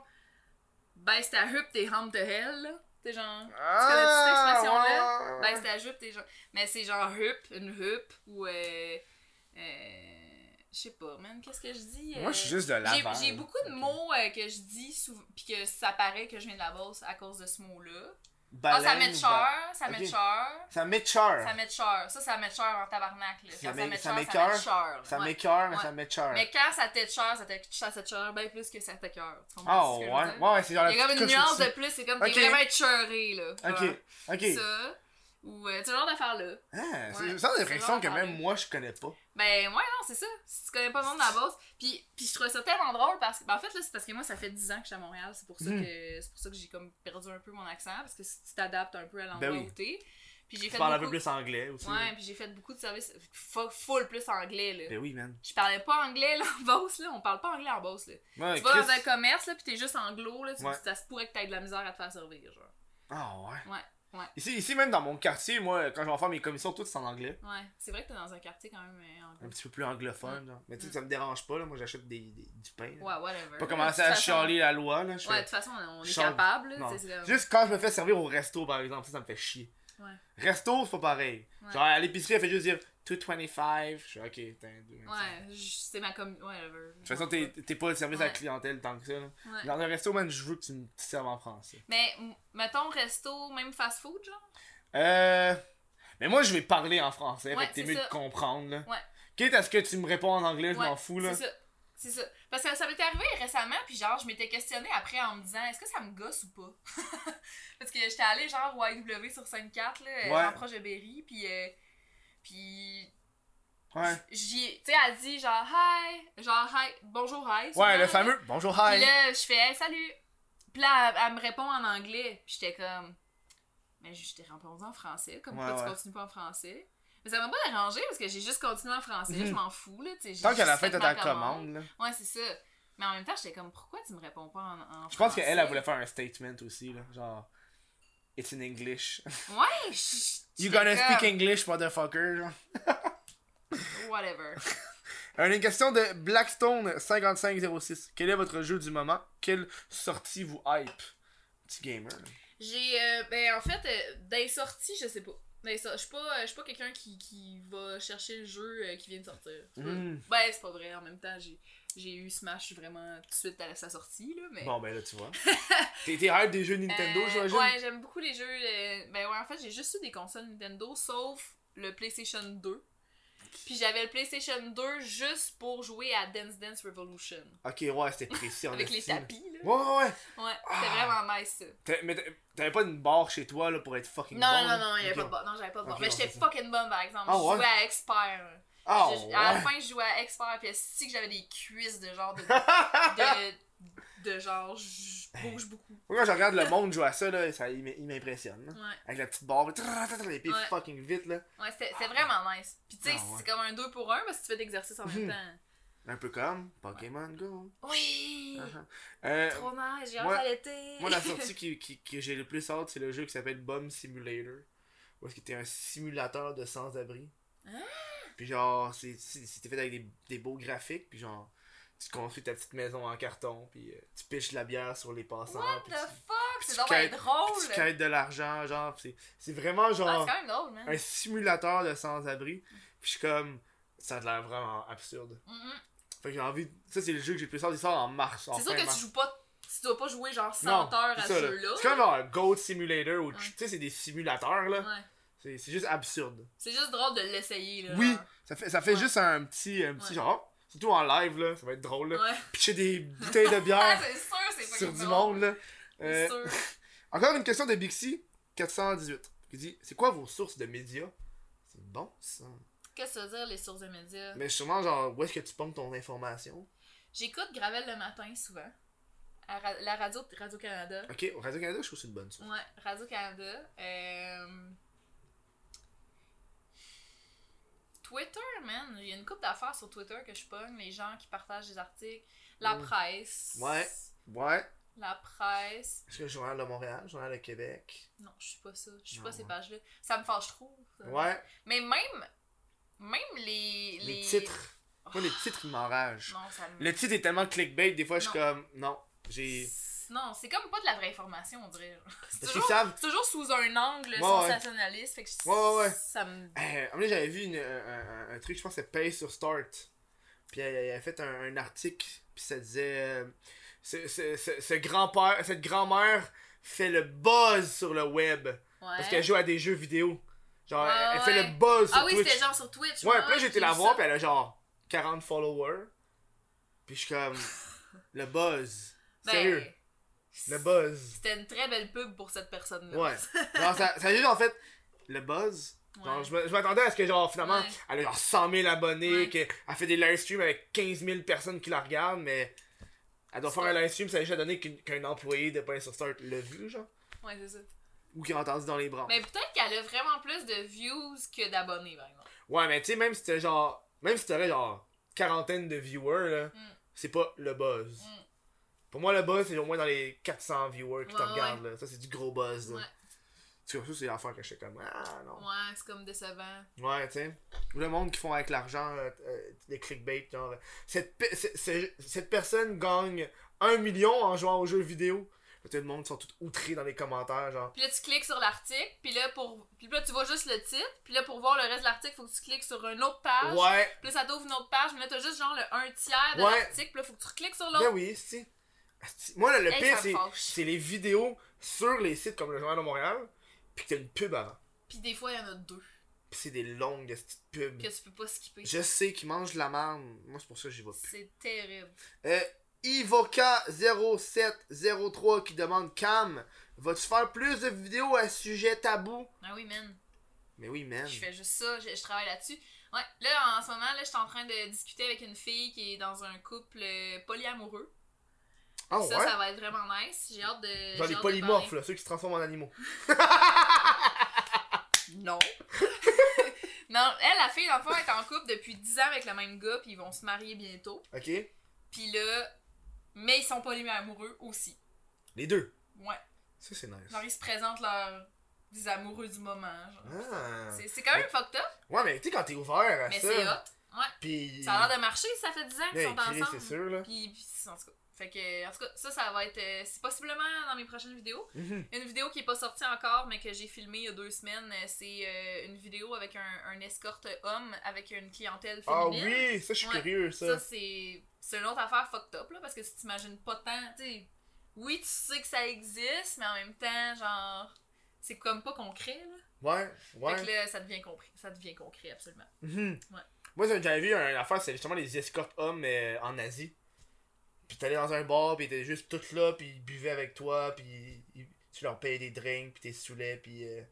ben, baisse ta huppe, t'es home to hell, là. Tu sais, genre. connais-tu cette expression-là?
ouais.
Baisse ta Ben, jupe, t'es genre. Mais c'est genre hup, une hup, ou. Euh, euh, je sais pas, man, qu'est-ce que je dis?
Moi, je suis
euh,
juste de
j'ai-
l'avant.
J'ai beaucoup de mots euh, que je dis souvent, puis que ça paraît que je viens de la Beauce à cause de ce mot-là. Ah,
ben,
ça met de cher, ça met de
Ok.
cher,
Ça met cher.
ça met de cher. Ça, ça met de cher en tabarnak. Là.
Ça
Quand
met- ça
ça met de cher,
m'écoeure.
ça met de cher. là.
Ça
Ouais.
met cœur, mais
Ouais.
ça met cher.
Mais quand ça t'est de cher, ça t'est ça t'est de cher bien plus que ça t'est cœur. Tu comprends
Ah
ce que
ouais.
je veux dire?
Ouais, ouais, c'est genre la
Il y a comme une
petite
nuance
couche
de plus, c'est comme
Ok.
t'es vraiment écheuré, là.
au-dessus. Ok, ok.
Ça. Ou Ou euh, ce genre d'affaires-là.
Ah, c'est
Ouais,
ça
c'est
l'impression que
vraiment
même
pareil.
moi, je connais pas.
Ben ouais, non, c'est ça. Si tu connais pas le monde de la bosse. Puis, puis je trouvais ça tellement drôle parce que. Ben en fait, là, c'est parce que moi, ça fait 10 ans que je suis à Montréal. C'est pour ça
Hmm.
Mm.
que c'est pour ça que j'ai comme perdu un peu mon accent. Parce que si tu t'adaptes un peu à l'endroit
Ben oui.
où t'es. Puis j'ai
Tu
fait
parles un peu
beaucoup.
plus anglais aussi.
Ouais, puis j'ai fait beaucoup de services fu- full plus anglais, là.
Ben oui, man.
Je parlais pas anglais, là, en bosse, là. On parle pas anglais en bosse, là.
Ouais,
tu vas dans
Chris-
un commerce, là, pis t'es juste anglo, là. tu-
Ouais.
Ça se pourrait que t'aies de la misère à te faire servir, genre.
Ah ouais.
Ouais, ouais.
Ici, ici, même dans mon quartier, moi, quand je vais faire mes commissions, tout c'est en anglais.
Ouais. C'est vrai que t'es dans un quartier quand même euh,
Un
anglais.
petit peu plus anglophone, genre. Mais tu sais, ça me dérange pas, là. Moi, j'achète des, des- du pain. là.
Ouais, whatever.
Pas
De
commencer
toute
à
façon-
chialer la loi, là. je
Ouais, de
fais-
toute façon, on on est
Charles-
capable, là.
Non.
tu sais, c'est comme-
Juste quand je me fais servir au resto, par exemple, ça, ça me fait chier.
Ouais.
Resto, c'est pas pareil.
Ouais.
Genre, à l'épicerie, elle fait juste dire 225. Je suis ok, t'as un deux.
Ouais, je- c'est ma com... Ouais, whatever.
De toute façon, t'es t'es pas de service à la
Ouais.
clientèle tant que ça. Là.
Ouais.
Dans un resto, man, je veux que tu me tu te serves en français.
Mais, m- mettons, resto, même fast-food, genre.
Euh. Mais moi, je vais parler en français,
Ouais,
fait que t'es
c'est
mieux
ça.
de comprendre. Là.
Ouais.
Quitte à ce que tu me réponds en anglais, je
Ouais,
m'en fous. là.
C'est ça. C'est ça. Parce que ça m'était arrivé récemment, puis genre, je m'étais questionnée après en me disant, est-ce que ça me gosse ou pas? Parce que j'étais allée, genre, au IW sur 54, là,
Ouais.
euh, genre proche de Berry, puis... euh, puis...
Ouais.
J'y... Tu sais, elle dit, genre, hi! Genre, hi! Bonjour, hi! souvent,
Ouais, le
là.
fameux bonjour,
Puis
hi.
là, je fais Hey, salut. Puis là, elle, elle me répond en anglais. Puis j'étais comme mais j'étais répondu en français, comme
Ouais,
pourquoi
ouais.
tu continues pas en français Mais ça m'a pas dérangé parce que j'ai juste continué en français,
Mhm.
je m'en fous là, tu sais. j'ai
Tant qu'à la
juste
fin,
fait
t'as
ma
ta commande. là.
Ouais, c'est ça. Mais en même temps, j'étais comme pourquoi tu me réponds pas en, en français
Je pense qu'elle, elle voulait faire un statement aussi. Là. Genre, it's in English.
Ouais, je-
You
j'étais
gonna speak
comme,
English, motherfucker. genre.
Whatever.
Euh, Une question de Blackstone 5506. Quel est votre jeu du moment Quelle sortie vous hype
Petit gamer. là.
J'ai euh, ben en fait euh, des sorties, je sais pas. Dans les sor- Je suis pas, euh, je suis pas quelqu'un qui, qui va chercher le jeu euh, qui vient de sortir. C'est pas-
Mm.
Ben, c'est pas vrai. En même temps, j'ai, j'ai eu Smash vraiment tout de suite à sa sortie, là, mais...
Bon, ben là, tu vois. t'es t'es hype des jeux Nintendo,
Euh,
j'imagine.
Ouais, j'aime beaucoup les jeux... euh, Ben ouais, en fait, j'ai juste eu des consoles Nintendo, sauf le PlayStation 2. Puis j'avais le PlayStation 2 juste pour jouer à Dance Dance Revolution.
Ok, ouais, c'était précis. en
avec les
esti, là.
tapis, là.
Ouais, ouais, ouais.
Ouais, c'était
Ah.
vraiment nice, ça.
T'as- Mais t'as- t'avais pas une barre chez toi là, pour être fucking
Non,
bon,
non,
là?
non, il y avait
Ok.
pas de bon. Non, j'avais pas de bon.
Ok,
mais
bon,
j'étais
c'est ça.
fucking bonne, par exemple.
Ah,
je
ouais?
jouais à Expert.
Ah,
Je-
ouais.
À la fin, je jouais à expert, puis si que j'avais des cuisses de genre de. ah. de, de genre, je bouge beaucoup.
Moi, quand je regarde le monde jouer à ça, là, ça, il m- il m'impressionne. là.
Ouais,
Avec la petite barre, trrr, les pieds
Ouais.
fucking vite, là.
ouais c'était c'était vraiment nice. Puis tu sais,
Ah ouais.
c'est comme un 2 pour 1 parce que tu fais d'exercice en même temps.
Un peu comme Pokémon Go.
Oui!
Uh-huh. Euh,
Trop nice, j'ai hâte
moi-
à l'été!
moi, la sortie qui, qui- que j'ai le plus hâte, c'est le jeu qui s'appelle Bomb Simulator. Où est-ce que t'es un simulateur de sans-abri.
Ah!
Puis genre, c'est c'est- c'était fait avec des, des beaux graphiques, puis genre, tu construis ta petite maison en carton, puis euh, tu piches la bière sur les passants.
What
puis
the
tu-
fuck? C'est
tu
donc bien
quêtes-
drôle!
tu quêtes de l'argent, genre, pis c'est c'est vraiment
Ah,
genre
c'est quand même drôle, man!
un simulateur de sans-abri. Puis je suis comme, ça a l'air vraiment absurde.
Mhm.
Fait que j'ai envie, ça c'est le jeu que j'ai le plus sorti, il sort en mars.
C'est sûr que tu joues pas. Tu dois pas jouer genre 100
Non,
heures à
c'est
ce
ça, là.
jeu-là.
C'est hein. comme un Goat Simulator où tu
Ouais.
tu sais, c'est des simulateurs là.
Ouais.
C'est c'est juste absurde.
C'est juste drôle de l'essayer, là.
Oui,
genre.
ça fait, ça fait
Ouais.
juste un petit, un petit
Ouais.
genre, oh, surtout en live là, ça va être drôle là.
Ouais.
Pitcher des bouteilles de
Ah,
bière
c'est sûr, c'est pas
sur du monde là. Euh,
C'est sûr.
Encore une question de Bixi 418 qui dit C'est quoi vos sources de médias C'est bon ça.
Qu'est-ce que ça veut dire, les sources de médias?
Mais sûrement, genre, où est-ce que tu pompes ton information
J'écoute Gravel le matin souvent. À ra- la radio Radio-Canada.
Ok, au Radio-Canada, je trouve que c'est une bonne source.
Ouais, Radio-Canada. Euh, Twitter, man. Il y a une couple d'affaires sur Twitter que je pogne. Les gens qui partagent des articles. La
Mm.
presse.
Ouais. Ouais.
La presse.
Est-ce que le Journal de Montréal, le Journal de Québec
Non, je suis pas ça. Je suis
Non,
pas ces
ouais.
pages-là. Ça me fâche trop. ça.
Ouais.
Mais même. Même les.
Les, titres. Moi, les titres, ils m'enragent.
Non, ça me.
Le titre est tellement clickbait, des fois, je suis
Non.
comme, non, j'ai.
Non, c'est comme pas de la vraie information, on dirait. C'est
Parce
toujours
qu'ils savent.
C'est toujours sous un angle
Ben, Ouais,
sensationnaliste. Fait que je-
Ouais, ouais, ouais.
ça me.
Euh, un moment donné, j'avais vu une- un, un- un truc, je pense que c'est Pay sur Start. Puis elle, elle a fait un, un article, puis ça disait euh, ce, ce- ce- ce grand-père, cette grand-mère fait le buzz sur le web
Ouais.
parce qu'elle joue à des jeux vidéo. Genre,
Ouais,
elle, elle fait
ouais.
le buzz sur
ah oui,
Twitch.
c'était genre sur Twitch.
Ouais, puis là, j'étais la
j'ai
voir,
vu
puis elle a genre 40 followers. Puis je suis comme, le buzz.
ça.
Sérieux,
Ben,
le buzz.
C'était une très belle pub pour cette personne-là.
Ouais. Genre, ça, ça a juste en fait le buzz. Genre,
Ouais.
je me- je m'attendais à ce que, genre, finalement,
Ouais.
elle a genre 100 000 abonnés,
Ouais.
qu'elle fait des live streams avec 15 000 personnes qui la regardent, mais elle doit
C'est
faire un
pas-
live stream, ça a déjà donné qu'une- qu'un employé de Pain sur Start l'a vu, genre,
Ouais, c'est ça.
ou qu'il a entendu dans les branches.
Mais peut-être qu'elle a vraiment plus de views que d'abonnés, par exemple.
Ouais, mais tu sais, même si t'as genre, même si t'aurais genre quarantaine de viewers, là,
Mm.
c'est pas le buzz.
Mm.
Pour moi, le buzz, c'est au moins dans les 400 viewers qui te
Ouais,
regardent, là. Ça, c'est du gros buzz, là.
Ouais.
Tu vois, ça, c'est l'affaire que je fais comme, ah non.
Ouais, c'est comme décevant.
Ouais, tu sais. Ou le monde qui font avec l'argent euh, euh, des clickbait, genre. euh, Cette, pe- ce- ce- cette personne gagne 1 million en jouant aux jeux vidéo. Là, Tout le monde sont tout outrés dans les commentaires, genre.
Puis là, tu cliques sur l'article, puis là, pour... puis là, tu vois juste le titre, puis là, pour voir le reste de l'article, faut que tu cliques sur une autre page.
Ouais,
Puis là, ça t'ouvre une autre page, mais là, t'as juste genre le 1 tiers de
Ouais.
l'article, puis là, faut que tu cliques sur
ben
l'autre.
oui, si. Asti. Moi, là, le
Hey,
pire,
ça me
c'est-
fâche.
c'est les vidéos sur les sites comme le Journal de Montréal, pis que t'as une pub avant.
Puis des fois, il y en a deux
Pis c'est des longues asti, de pubs.
que tu peux pas skipper.
Je sais qu'ils mangent de la merde. Moi, c'est pour ça que j'y vais plus.
C'est terrible.
Euh, Ivoca0703 qui demande Cam, vas-tu faire plus de vidéos à sujet tabou
Ah oui, man.
Mais oui, man.
Je fais juste ça, je, je travaille là-dessus. Ouais, là, en ce moment, là, je suis en train de discuter avec une fille qui est dans un couple euh, polyamoureux.
Ah
ça,
ouais
ça va être vraiment nice. J'ai hâte de. j'ai
Genre
hâte
les
de
polymorphes,
parler.
là, ceux qui se transforment en animaux.
Non. non, elle, la fille, dans le fond, elle est en couple depuis 10 ans avec le même gars, puis ils vont se marier bientôt.
Ok
Puis là, mais ils sont polyamoureux aussi.
Les deux.
Ouais.
Ça, c'est nice.
Genre, ils se présentent leurs des amoureux du moment. Genre.
Ah.
C'est c'est quand même fucked up,
Ouais, mais tu sais, quand t'es ouvert à
mais c'est
ça.
hot.
Pis.
Ça a l'air de marcher, ça fait 10 ans qu'ils
Ouais,
sont
Chris,
ensemble.
c'est sûr, là.
Puis, puis, en tout cas. Fait que, en tout cas, ça, ça va être. euh, c'est possiblement dans mes prochaines vidéos.
Mhm.
Une vidéo qui est pas sortie encore, mais que j'ai filmée il y a deux semaines, euh, c'est euh, une vidéo avec un, un escorte homme avec une clientèle
Ah
féminine.
oui, ça, je suis
Ouais.
curieux, ça.
Ça, c'est c'est une autre affaire fucked up, là, parce que tu t'imagines pas tant. tu sais, oui, tu sais que ça existe, mais en même temps, genre. C'est comme pas concret, là.
Ouais, ouais.
Fait que là, ça devient concret. Ça devient concret, absolument.
Mhm.
Ouais.
Moi, j'avais- j'avais vu une affaire, c'est justement les escortes hommes euh, en Asie. Puis t'allais dans un bar, puis t'étais juste tout là, puis ils buvaient avec toi, puis ils- tu leur payais des drinks, puis t'es saoulais, puis. euh,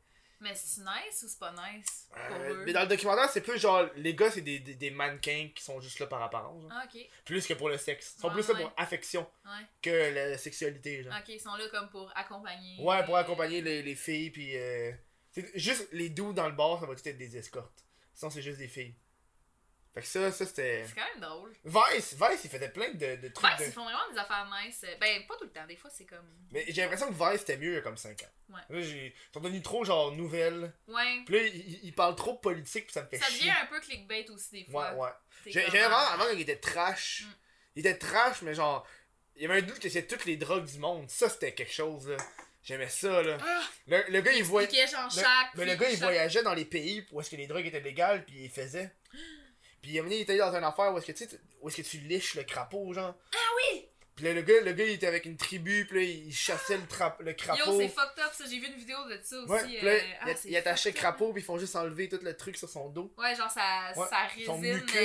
Mais c'est nice ou c'est pas nice? Pour
euh,
eux.
mais dans le documentaire, c'est plus genre, les gars, c'est des, des, des mannequins qui sont juste là par apparence. genre.
Ah, ok.
Plus que pour le sexe. Ils sont
Ouais,
plus là
ouais.
pour affection
Ouais.
que la sexualité. Genre.
Ok, ils sont là comme pour accompagner.
Ouais, pour accompagner les, les filles, puis. euh, c'est Juste les doux dans le bar, ça va tout être des escortes. Sinon, c'est juste des filles. Fait que ça, ça c'était.
C'est quand même drôle.
Vice, Vice, il faisait plein de, de trucs.
Vice,
de-
ils font vraiment des affaires nice. Ben, pas tout le temps. Des fois, c'est comme.
Mais j'ai l'impression que Vice était mieux il y a comme 5 ans.
Ouais.
Là, j'ai. Ils sont devenus trop genre nouvelles.
Ouais.
Puis là, ils ils- ils parlent trop de politique, puis ça me fait
Ça devient
chier.
un peu clickbait aussi, des fois.
Ouais, ouais.
T'es
J'ai-
comme,
J'ai vraiment,
ah,
avant, il était trash.
Mm.
Il était trash, mais genre. Il y avait un doute que c'était toutes les drogues du monde. Ça, c'était quelque chose, là. J'aimais ça, là.
Ah!
Le, le gars, il voyait.
piquet, genre,
Le-
chaque.
Mais le
fille,
gars, il
chaque-
voyageait dans les pays où est-ce que les drogues étaient légales, puis il faisait. Puis à un moment donné, il était allé dans une affaire où est-ce que, tu sais, tu- où est-ce que tu liches le crapaud, genre. Ah
oui!
Puis là, le gars, le gars, il était avec une tribu, puis là, il chassait le, tra- le
Yo,
crapaud.
c'est fucked up, ça. J'ai vu une vidéo de ça aussi.
ouais, puis là,
euh,
il,
ah, c'est
il attachait le
fucked up.
crapaud, puis ils font juste enlever tout le truc sur son dos.
Ouais, genre, ça,
Ouais,
ça
son
résine
mucus,
euh,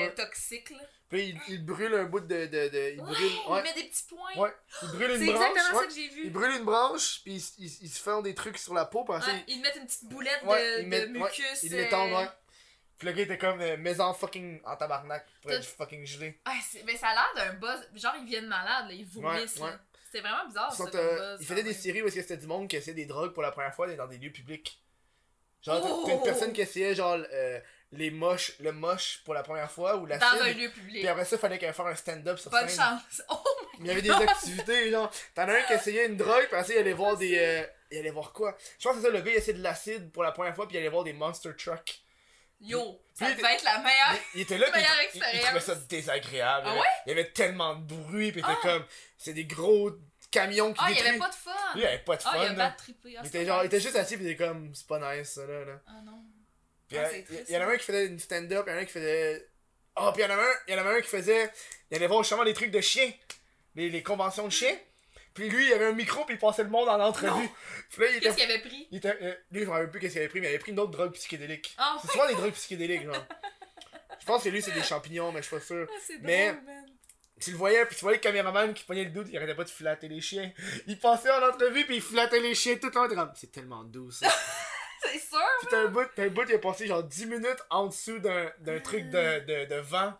ouais.
toxique, là.
Puis là, il, il brûle un bout de. de, de- il
Ouais,
brûle.
Il met des petits points.
ouais. Il brûle
C'est
une branche.
exactement ça
ouais.
que j'ai vu.
Il brûle une branche, puis il, il- il se fait des trucs sur la peau, puis après,
Ouais, ils mettent une petite boulette
Ouais,
de,
ils mettent-
de
ouais,
mucus.
il
euh,
l'étend, ouais. Puis le gars était comme, euh, mets-en fucking en tabarnak pour
Tout-
être fucking gelé.
Ah, c'est- mais ça a l'air d'un buzz. Genre, ils viennent malades, là, ils vomissent.
Ouais, ouais.
là. C'était vraiment bizarre,
Ils sont,
ça, comme
euh,
buzz.
il faisait
Ah, quand
des
même.
séries où est-ce que c'était du monde qui essayait des drogues pour la première fois dans des lieux publics. Genre, t'as-
Oh!
t'as une personne qui essayait, genre, euh, les moches, le moche pour la première fois ou la
Dans un
cible.
lieu public.
Puis après ça, fallait qu'elle fasse un stand-up sur
Bonne
scène.
chance. Oh,
Il y avait des activités, genre. T'en as un qui essayait une drogue, puis après, il allait voir des. euh, il allait voir quoi Je pense que c'est ça, le gars, il essayait de l'acide pour la première fois, puis il allait voir des monster trucks.
yo, ça
Puis-
devait être la meilleure.
Il était là, puis
Ah, Meilleure
il, il- il trouvait ça
expérience.
désagréable.
Ah
il, y avait, il y avait tellement de bruit, puis
Ah.
c'était comme. C'est des gros camions qui
Ah, il y
détruisent.
avait pas de fun.
Lui, il avait pas de fun.
Ah, il a
là.
pas trippé.
Il
Ah, c'est
était,
pas
genre, il
mal.
était juste assis pis il était comme c'est pas nice ça là. là.
Ah non.
Puis il, y
Ah,
a-
c'est triste,
il y en avait un qui faisait une stand-up, il y en avait un qui faisait. Oh, puis il y en avait un, il y en avait un qui faisait. Il allait voir justement des trucs de chiens, les, les conventions de chiens. Puis lui, il avait un micro puis il passait le monde en entrevue. Puis là, il était.
Qu'est-ce qu'il avait pris
il était- euh, lui, je me rappelle plus qu'est-ce qu'il avait pris, mais il avait pris une autre drogue psychédélique.
Ah,
C'est souvent des drogues psychédéliques, genre. Je pense que lui, c'est des champignons, mais je suis pas sûr.
ouais, Ah, c'est
Mais-
drôle, man.
Tu le voyais, puis tu voyais le caméraman qui pognait le doute, il arrêtait pas de flatter les chiens. Il passait en entrevue, puis il flattait les chiens tout le temps. T'es comme, C'est tellement doux, ça.
C'est sûr.
Puis t'as un bout, t'as un bout, il est passé genre 10 minutes en dessous d'un d'un truc de, de, de vent.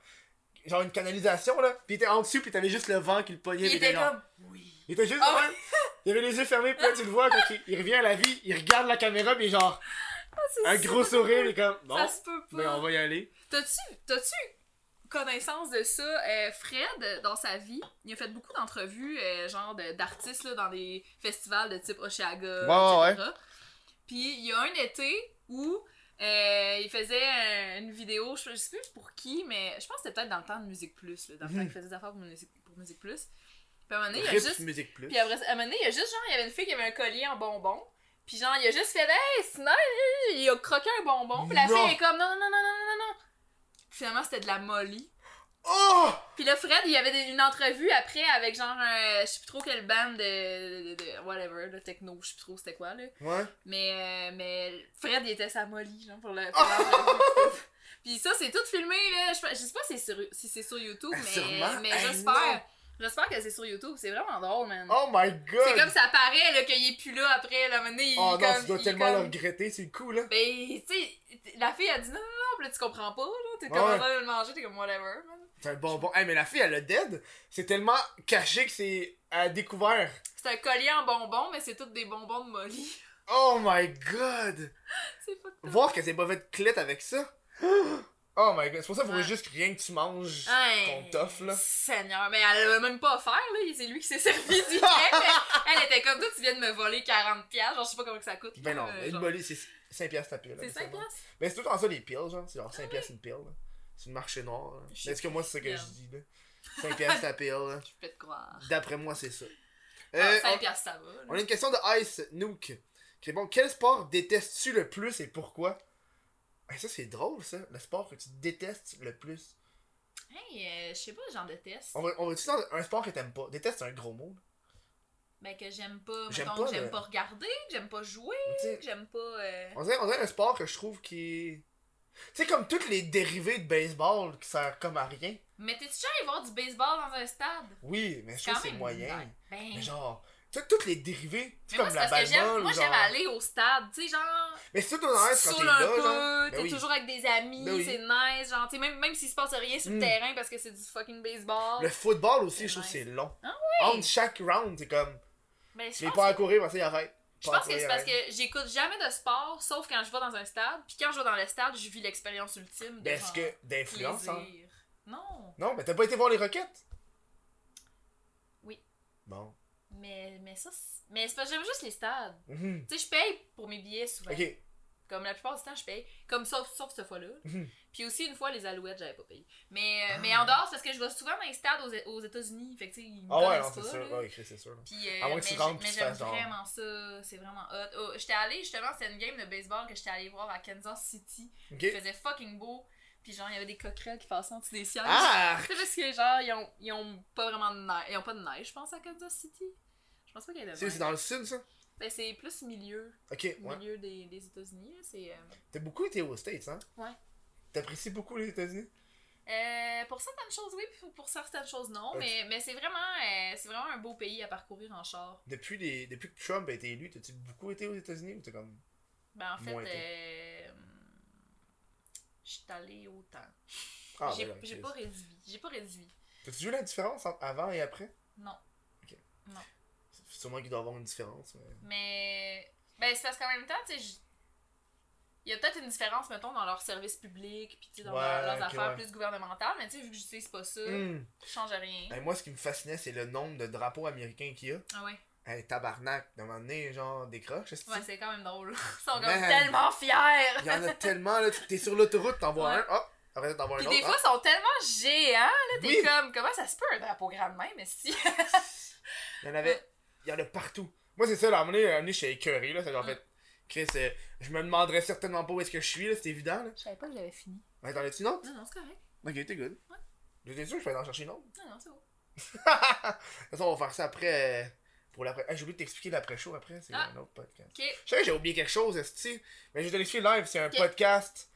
Genre une canalisation, là. Puis il était en dessous, puis t'avais juste le vent qui le pognait.
Il
puis
était
genre-
comme. Oui.
Il était juste.
Ah
ouais. Il avait les yeux fermés, puis là, tu le vois, quand il, il revient à la vie, il regarde la caméra, puis genre,
Ah, c'est
un
ça.
gros sourire, il est comme, bon,
Ça se peut pas.
ben on va y aller.
T'as-tu, t'as-tu connaissance de ça? Euh, Fred, dans sa vie, il a fait beaucoup d'entrevues, euh, genre de- d'artistes là, dans des festivals de type Oshiaga,
Ouais, ouais,
etc. Puis il y a un été où euh, il faisait un- une vidéo, je je sais plus pour qui, mais je pense que c'était peut-être dans le temps de Musique Plus, là, dans le temps qu'il faisait des affaires pour Musique, pour Musique Plus. Puis à un moment donné, il y a
Rip
juste...
Musique Plus.
Puis après, ça, à un moment donné, il y a juste genre, il y avait une fille qui avait un collier en bonbons. Puis genre, il a juste fait, hey, Sinon, il a croqué un bonbon. Puis la
Non.
fille est comme, non, non, non, non, non, non, non. Finalement, c'était de la molly.
Oh!
Puis là, Fred, il y avait des- une entrevue après avec genre, un- je sais plus trop quelle band de, de- de- whatever, de techno, je sais plus trop c'était quoi, là.
Ouais.
Mais, euh, mais Fred, il était sa molly, genre, pour le. pour l'entrevue. Puis ça, c'est tout filmé, là. Je, je sais pas si c'est sur, si c'est sur YouTube,
Ah, sûrement.
mais, mais
Ah, non.
j'espère. J'espère que c'est sur YouTube. C'est vraiment drôle, man.
Oh my god!
C'est comme ça paraît là, qu'il est plus là après, là, maintenant, il
Oh
comme,
non, tu dois
il
tellement
comme-
le regretter, c'est le coup, là.
Ben, tu sais, la fille a dit non, non, non, puis là, tu comprends pas, là, t'es
Ouais.
comme en train de le manger, t'es comme whatever, man.
C'est un bonbon. Hey, mais la fille, elle a dead. C'est tellement caché que c'est à découvert.
C'est un collier en bonbons, mais c'est tous des bonbons de Molly.
Oh my god!
c'est fucked up.
Voir qu'elle s'est pas fait clit avec ça. Oh my god, c'est pour ça qu'il faut
Ouais.
juste que rien que tu manges
Hey,
ton tof, là.
Seigneur, mais elle l'a même pas offert, là, c'est lui qui s'est servi du lait, mais elle était comme toi, tu viens de me voler 40$, piastres, genre, je sais pas comment que ça coûte.
Ben
là,
non,
euh,
une
genre.
molly, c'est 5 piastres ta pile. là,
C'est 5$?
bon.
piastres? Ah
Ben c'est tout le temps ça, les pills, genre. C'est genre 5 piastres une pile, là. C'est le marché noir, là. Ben,
Je
Mais Est-ce que moi, c'est ça que
Merde.
je dis, là? 5 piastres ta pile, là.
Je peux te croire.
D'après moi, c'est ça. Euh,
Ah,
on-
5$, piastres, ça va.
On
là.
a une question de Ice Nuke. Qui est bon, quel sport détestes-tu le plus et pourquoi Hey, Ça, c'est drôle, ça. Le sport que tu détestes le plus.
Hey, euh, je sais pas, j'en déteste.
On va, on va-tu dans un sport que t'aimes pas Déteste, c'est un gros mot.
Ben, que j'aime pas,
J'aime
mettons,
pas
que j'aime
le-
pas regarder, que j'aime pas jouer.
Tu sais,
que j'aime pas. euh,
On dirait, on dirait un sport que je trouve qui est. Tu sais, comme toutes les dérivés de baseball qui servent comme à rien.
Mais t'es-tu déjà allé voir du baseball dans un stade?
Oui, mais je trouve
Quand
que c'est
même,
moyen.
ouais. Ben.
Mais genre, tu sais, toutes les dérivés. Tu sais,
mais moi,
comme
c'est
la
parce que j'aime.
baseball.
Moi,
ou genre...
j'aime aller au stade, tu sais, genre.
Mais c'est tout dans
Tu
l'air quand t'es
saoules un
là, genre.
peu,
Ben
t'es
oui.
toujours avec des amis,
Ben oui.
c'est nice, genre, tu sais, même, même s'il se passe rien sur
Mm.
le terrain parce que c'est du fucking baseball.
Le football aussi,
C'est
je trouve que c'est
nice.
long.
Ah
Entre chaque round, c'est comme.
Mais Ben, je
Les
pense,
pas à courir, parce qu'il arrête.
je
Pas à
pense que
courir,
c'est parce
arrête.
que j'écoute jamais de sport, sauf quand je vais dans un stade. Puis quand je vais dans le stade, je vis l'expérience ultime de
Ben, Est-ce
genre,
que d'influence, hein?
plaisir. Non,
Non, mais t'as pas été voir les roquettes?
Oui.
Bon.
mais, mais ça, c'est- mais c'est parce que j'aime juste les stades.
Mhm.
Tu sais, je paye pour mes billets souvent.
Ok.
Comme la plupart du temps, je paye. Comme sauf, sauf cette fois-là.
Mhm.
Puis aussi, une fois, les alouettes, j'avais pas payé. Mais, euh,
Ah.
mais en dehors, c'est parce que je vais souvent dans les stades aux, aux États-Unis. Fait que, tu sais, ils me
Ah ouais, non,
connaissent
c'est
pas,
sûr.
là.
Ouais, Chris, c'est sûr.
Puis, euh,
À moins
mais
que tu
j'ai-
rentres puis
mais
tu
j'aime
fasses genre-
vraiment ça. C'est vraiment hot. Oh, j'étais allée, justement, c'était une game de baseball que j'étais allée voir à Kansas City.
Ok.
Il faisait fucking beau. Puis genre, il y avait des coquerelles qui passaient en dessous des sièges.
Ah!
C'est parce que genre, ils ont, ils ont pas vraiment de neige. Ils ont pas de neige, je pense, à Kansas City. Je pense pas qu'il y ait de
C'est c'est
neige.
dans le sud, ça?
Ben, c'est plus milieu,
Ok, ouais.
milieu des, des États-Unis. là. C'est... euh,
T'as beaucoup été aux States, hein?
Ouais.
T'apprécies beaucoup les États-Unis?
Euh, pour certaines choses, oui, puis pour certaines choses, non.
Ok.
Mais, mais c'est vraiment, euh, c'est vraiment un beau pays à parcourir en char.
Depuis, les... Depuis que Trump a été élu, t'as-tu beaucoup été aux États-Unis ou t'es comme.
Ben, en fait,
Moins été.
euh, je suis allée autant.
Ah,
j'ai
ben là,
j'ai
Chris.
pas réduit. J'ai pas réduit.
T'as-tu vu la différence entre avant et après?
Non.
C'est Sûrement qu'il doit y avoir une différence, mais.
Mais. Ben, c'est parce qu'en même temps, tu sais, j- il y a peut-être une différence, mettons, dans leur service public, puis tu sais, dans
Ouais,
leur- leurs
ok,
affaires
ouais.
plus gouvernementales, mais tu sais, vu que j'utilise pas ça,
Hum.
je change rien.
Ben, moi, ce qui me fascinait, c'est le nombre de drapeaux américains qu'il y a.
Ah ouais.
Hey, tabarnak, d'un moment donné, genre, décroche, est-ce que
Ouais, c'est quand même drôle. Ils sont comme
Man.
tellement fiers!
Il y en a tellement, là. tu- T'es sur l'autoroute, t'en vois
Ouais.
un, hop, après ça, t'en vois un
Puis
autre. ah, hein?
des fois, ils sont tellement géants, là, t'es
Oui.
comme, comment ça se peut un drapeau grand de même, mais si.
hop. Il y en avait. Il y en a partout. Moi, c'est ça, là, à un moment donné, à un moment donné, j'étais écœuré, là. Ça, genre, en fait, Chris, euh, je me demanderais certainement pas où est-ce que je suis, là, c'est évident, là.
Je savais pas que j'avais fini.
Ouais, t'en as-tu une autre
Non, non, c'est correct.
Ok, t'es good.
Ouais.
J'étais sûr que je vais en chercher une autre.
Non, non, c'est bon.
De toute façon, on va faire ça après. euh, pour l'après. Ah, j'ai oublié de t'expliquer l'après-show après, c'est
Ah.
un autre podcast.
Ok.
Je sais que j'ai oublié quelque chose, esti. Mais je vais te l'expliquer live, c'est un
Ok.
podcast.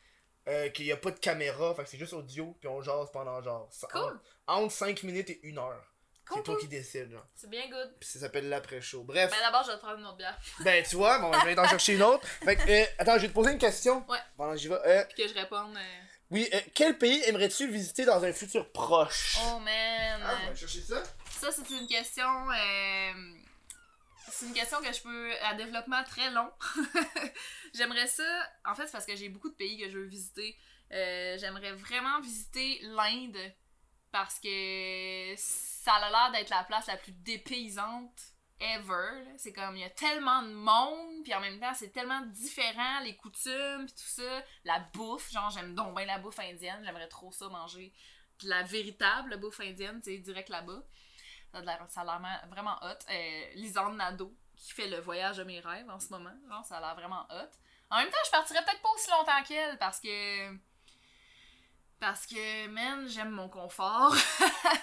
Euh, qu'il n'y a pas
Ah.
de caméra, fait que c'est juste audio, puis on jase pendant genre. ça-
Cool.
Entre 5 minutes et 1 heure. C'est toi
Coucou.
qui décides, genre.
C'est bien good.
Puis ça s'appelle l'après-show. Bref.
Mais d'abord, je vais te prendre une autre bière.
Ben, tu vois, bon, je vais t'en chercher une autre. Fait que, euh, attends, je vais te poser une question.
Ouais.
Pendant que j'y vais. Euh,
Puis que je réponde. euh,
oui, euh, quel pays aimerais-tu visiter dans un futur proche?
Oh man.
Ah, on va chercher ça.
Ça, c'est une question. euh, C'est une question que je peux. à développement très long. J'aimerais ça. En fait, c'est parce que j'ai beaucoup de pays que je veux visiter. Euh, J'aimerais vraiment visiter l'Inde parce que ça a l'air d'être la place la plus dépaysante ever. là. C'est comme il y a tellement de monde, puis en même temps, c'est tellement différent, les coutumes, puis tout ça. La bouffe, genre, j'aime donc bien la bouffe indienne. J'aimerais trop ça manger. De la véritable bouffe indienne, tu sais, direct là-bas. Ça a l'air- ça a l'air ma- vraiment hot. Euh, Lisande Nadeau, qui fait le voyage de mes rêves en ce moment. Genre, ça a l'air vraiment hot. En même temps, je partirais peut-être pas aussi longtemps qu'elle parce que. Parce que, man, j'aime mon confort.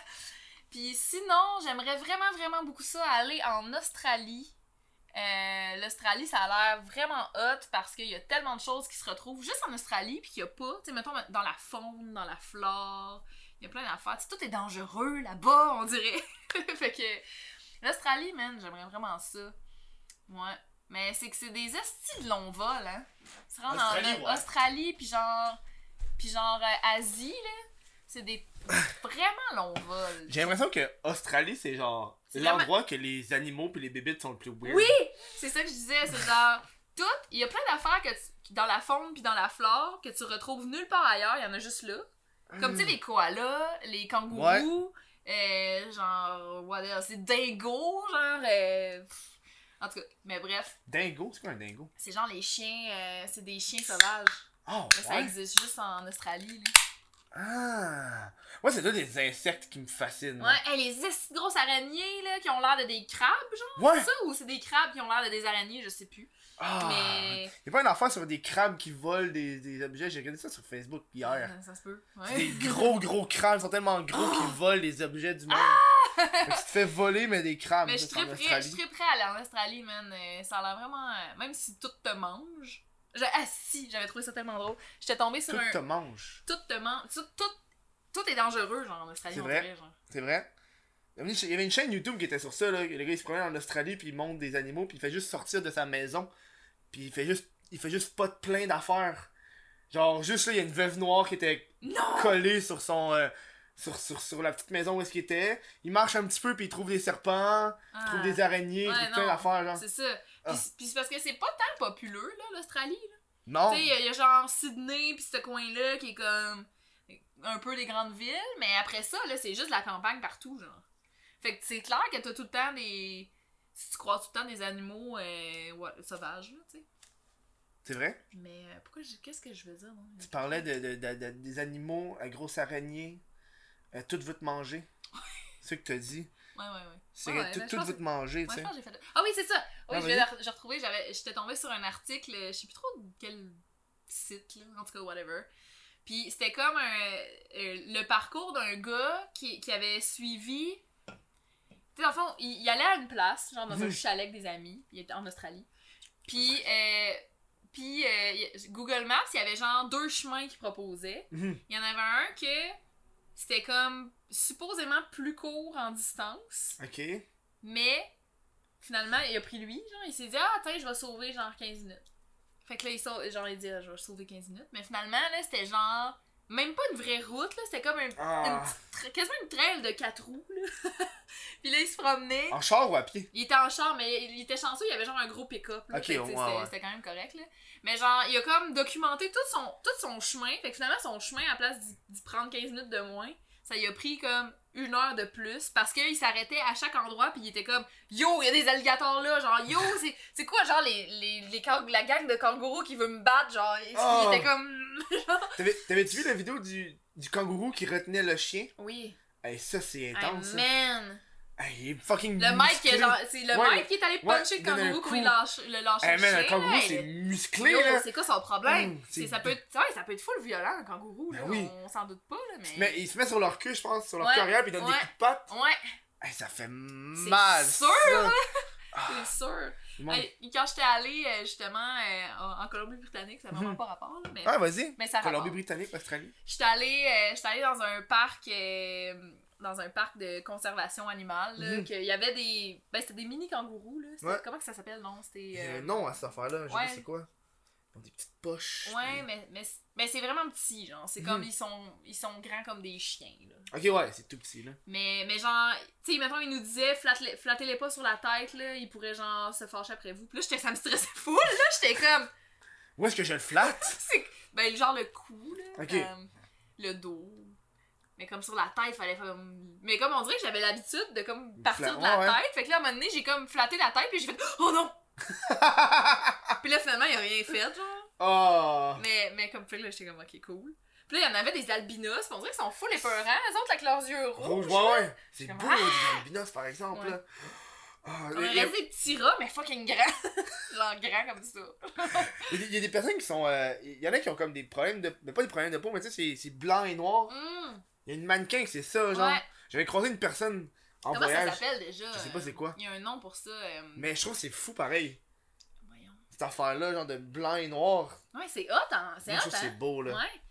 Puis sinon, j'aimerais vraiment, vraiment beaucoup ça, aller en Australie. Euh, L'Australie, ça a l'air vraiment hot parce qu'il y a tellement de choses qui se retrouvent juste en Australie, puis qu'il n'y a pas, tu sais, mettons, dans la faune, dans la flore, il y a plein d'affaires. Tu sais, tout est dangereux là-bas, on dirait. fait que l'Australie, man, j'aimerais vraiment ça. Ouais. Mais c'est que c'est des estis de long vol, hein. Se rendre
Australie,
en
ouais.
Australie, puis genre, puis genre euh, Asie, là, c'est des vraiment long vol.
J'ai l'impression que Australie, c'est genre
C'est vraiment-
l'endroit que les animaux puis les bébites sont le plus weird.
Oui, c'est ça que je disais, c'est genre tout, il y a plein d'affaires que tu- dans la faune puis dans la flore que tu retrouves nulle part ailleurs, il y en a juste là.
Ah.
Comme
Hmm.
tu sais les koalas, les kangourous, euh, genre what else, les dingos, genre euh, pff, en tout cas, mais bref,
Dingo, c'est quoi un dingo?
c'est genre les chiens, euh, c'est des chiens sauvages.
Oh,
Mais ça
ouais.
existe juste en Australie. là.
Ah. Moi, c'est là des insectes qui me fascinent.
Ouais, hey, les estis de grosses araignées là qui ont l'air de des crabes, genre
Ouais.
ça ou c'est des crabes qui ont l'air de des araignées, je sais plus.
Ah.
Mais
Y'a pas une affaire sur des crabes qui volent des, des objets. J'ai regardé ça sur Facebook hier.
Euh, ça se peut.
C'est
Ouais. Ah!
Des gros gros crabes, ils sont tellement gros qu'ils volent les objets du monde. Fait que tu te fais voler, mais des crabes.
Mais je
ça,
suis
c'est en
très prêt, je
Australie.
suis très prêt à aller en Australie, man. Euh, Ça a l'air vraiment. euh, Même si tout te mange. Je- Ah si, j'avais trouvé ça tellement drôle. J'étais tombée sur
Tout
un.
te mange.
Tout te mange. Tout, tout, tout est dangereux, genre en Australie,
C'est
on
vrai.
dirait, genre.
C'est vrai? Il y avait une chaîne YouTube qui était sur ça, là. Le gars, il se promène en Australie, puis il monte des animaux, puis il fait juste sortir de sa maison. Puis il fait juste, il fait juste pas de plein d'affaires. Genre, juste là, il y a une veuve noire qui était
Non!
collée sur son... euh, sur, sur, sur la petite maison où est-ce qu'il était. Il marche un petit peu, puis il trouve des serpents,
Ah,
il trouve des araignées, il
Ouais,
trouve plein
non.
d'affaires, genre.
c'est ça.
Ah.
Puis, puis c'est parce que c'est pas tant populeux, là, l'Australie. là.
Non!
Tu sais, il y a- il y, a genre Sydney, puis ce coin-là qui est comme. Un peu des grandes villes, mais après ça, là, c'est juste la campagne partout, genre. Fait que c'est clair que t'as tout le temps des. Si tu crois tout le temps des animaux euh, ouais, sauvages, là, tu sais.
C'est vrai?
Mais euh, pourquoi j'ai- qu'est-ce que je veux dire? hein?
Tu parlais de, de- de- de- des animaux à grosses araignées. euh, tout veut te manger. C'est ce que t'as dit.
Ouais, ouais, ouais.
C'est
Ouais, ouais,
que
mais
tout,
je
tout
pense
veut te manger,
Ouais,
tu
je
sais.
pense que j'ai fait le- Ah oui, c'est ça! Oui,
Ah,
je l'ai
vas-y.
re- j'ai retrouvé, j'avais- j'étais tombée sur un article, euh, je sais plus trop de quel site, là, en tout cas, whatever. Puis c'était comme un, euh, le parcours d'un gars qui, qui avait suivi. Tu sais, dans le fond, il, il allait à une place, genre dans un
Mhm.
chalet avec des amis, il était en Australie. Puis, euh, puis euh, il- Google Maps, il y avait genre deux chemins qu'il proposait.
Mhm.
Il y en avait un que c'était comme supposément plus court en distance,
Ok.
mais finalement, il a pris lui, genre, il s'est dit « Ah, attends, je vais sauver genre 15 minutes. » Fait que là, il, sau- genre, il dit Ah, Je vais sauver 15 minutes », mais finalement, là, c'était genre... Même pas une vraie route, là, c'était comme un, une
Ah.
petite tra- quasiment une trail de quatre roues, là. Puis là, il se promenait.
En char ou à pied?
Il était en char, mais il était chanceux, il avait genre un gros pick-up. là.
Ok,
Fait que,
ouais,
t'sais,
ouais.
C'était c'était quand même correct. Là. Mais genre, il a comme documenté tout son, tout son chemin. Fait que finalement, son chemin, à la place d'y- d'y prendre 15 minutes de moins, ça lui a pris comme une heure de plus parce qu'il s'arrêtait à chaque endroit puis il était comme Yo, il y a des alligators là. Genre, yo, c'est- c'est quoi, genre, les, les, les kang- la gang de kangourous qui veut me battre? Genre, il, il
Oh.
était comme.
T'avais- T'avais-tu vu la vidéo du, du kangourou qui retenait le chien?
Oui.
Hey, ça, c'est
Hey,
intense. hein. ça.
man.
Hey, il est fucking
Le mec qui est
musclé.
genre. C'est le
Ouais,
mec qui est allé
ouais,
puncher le
donner un
kangourou
coup.
pour il lâche, le lâcher.
Hey,
le
man,
chien,
le kangourou,
là,
c'est
il-
musclé,
Yo,
là.
c'est quoi son problème?
Mm,
C'est-
c'est-
ça, peut être, ouais, ça peut être full violent, un kangourou, là,
Ben oui.
on s'en doute pas, là, mais...
Mais il se met sur leur cul, je pense, sur leur
Ouais,
cul arrière, puis il donne des
ouais.
coups de patte.
Ouais,
Hey, ça fait mal.
sûr,
ça. Ah,
c'est sûr.
le monde-
Hey, quand j'étais allée, euh, justement, euh, en en Colombie-Britannique, ça n'a vraiment
Mhm.
pas rapport, là, mais...
Ah, vas-y.
Mais ça a rapport.
Colombie-Britannique, Australie.
J'étais allée, euh, j'étais allée dans un parc euh, dans un parc de conservation animale, là,
Mhm.
qu'il y avait des... Ben, c'était des mini-kangourous, là. C'était-
Ouais.
Comment que ça s'appelle, non? C'était...
Il y a
euh,
un nom à cette affaire-là, je
ouais.
sais c'est quoi. Ils ont des petites poches.
Ouais, mais, mais, c'est- mais c'est vraiment petit, genre. C'est comme,
Mhm.
ils sont, ils sont grands comme des chiens, là.
Ok, ouais, c'est tout petit, là.
Mais, mais genre, tu sais, mettons, il nous disait, flatte-les- flattez-les pas sur la tête, là, ils pourraient, genre, se fâcher après vous. Puis là, j'étais, ça me stressait fou, là, j'étais comme,
Où est-ce que je le flatte?
c'est, ben, genre, le cou, là,
Ok.
comme, le dos. Mais comme sur la tête, fallait faire comme- Mais comme on dirait que j'avais l'habitude de, comme, partir
Fla-
de la
ouais, ouais.
tête, fait que là, à un moment donné, j'ai, comme, flatté la tête, puis j'ai fait, oh non! puis là, finalement, il a rien fait, genre.
Oh!
Mais, mais comme fait que là, j'étais comme, ok, cool. Puis là, il y en avait des albinos, puis on dirait qu'ils sont full épeurants, elles autres, avec leurs yeux
Rouge,
rouges.
ouais, ouais. C'est
comme, ah!
beau, des albinos, par exemple,
Ouais.
là. Ah,
On
il, y a-
aurait des petits rats, mais fucking grands. Genre grands comme ça.
il y a- il y a des personnes qui sont. euh, Il y en a qui ont comme des problèmes de. Mais pas des problèmes de peau, mais tu sais, c'est- c'est blanc et noir.
Hum,
Il y a une mannequin qui c'est ça, genre.
ouais.
J'avais croisé une personne en
Comment ça
voyage.
s'appelle déjà
Je sais pas
euh,
c'est quoi.
Il y a un nom pour ça. euh,
Mais je trouve que c'est fou pareil.
Voyons.
Cette affaire-là, genre de blanc et noir.
Ouais, c'est hot, hein. C'est
Moi, je trouve
hot,
que c'est
hein.
beau, là.
Ouais.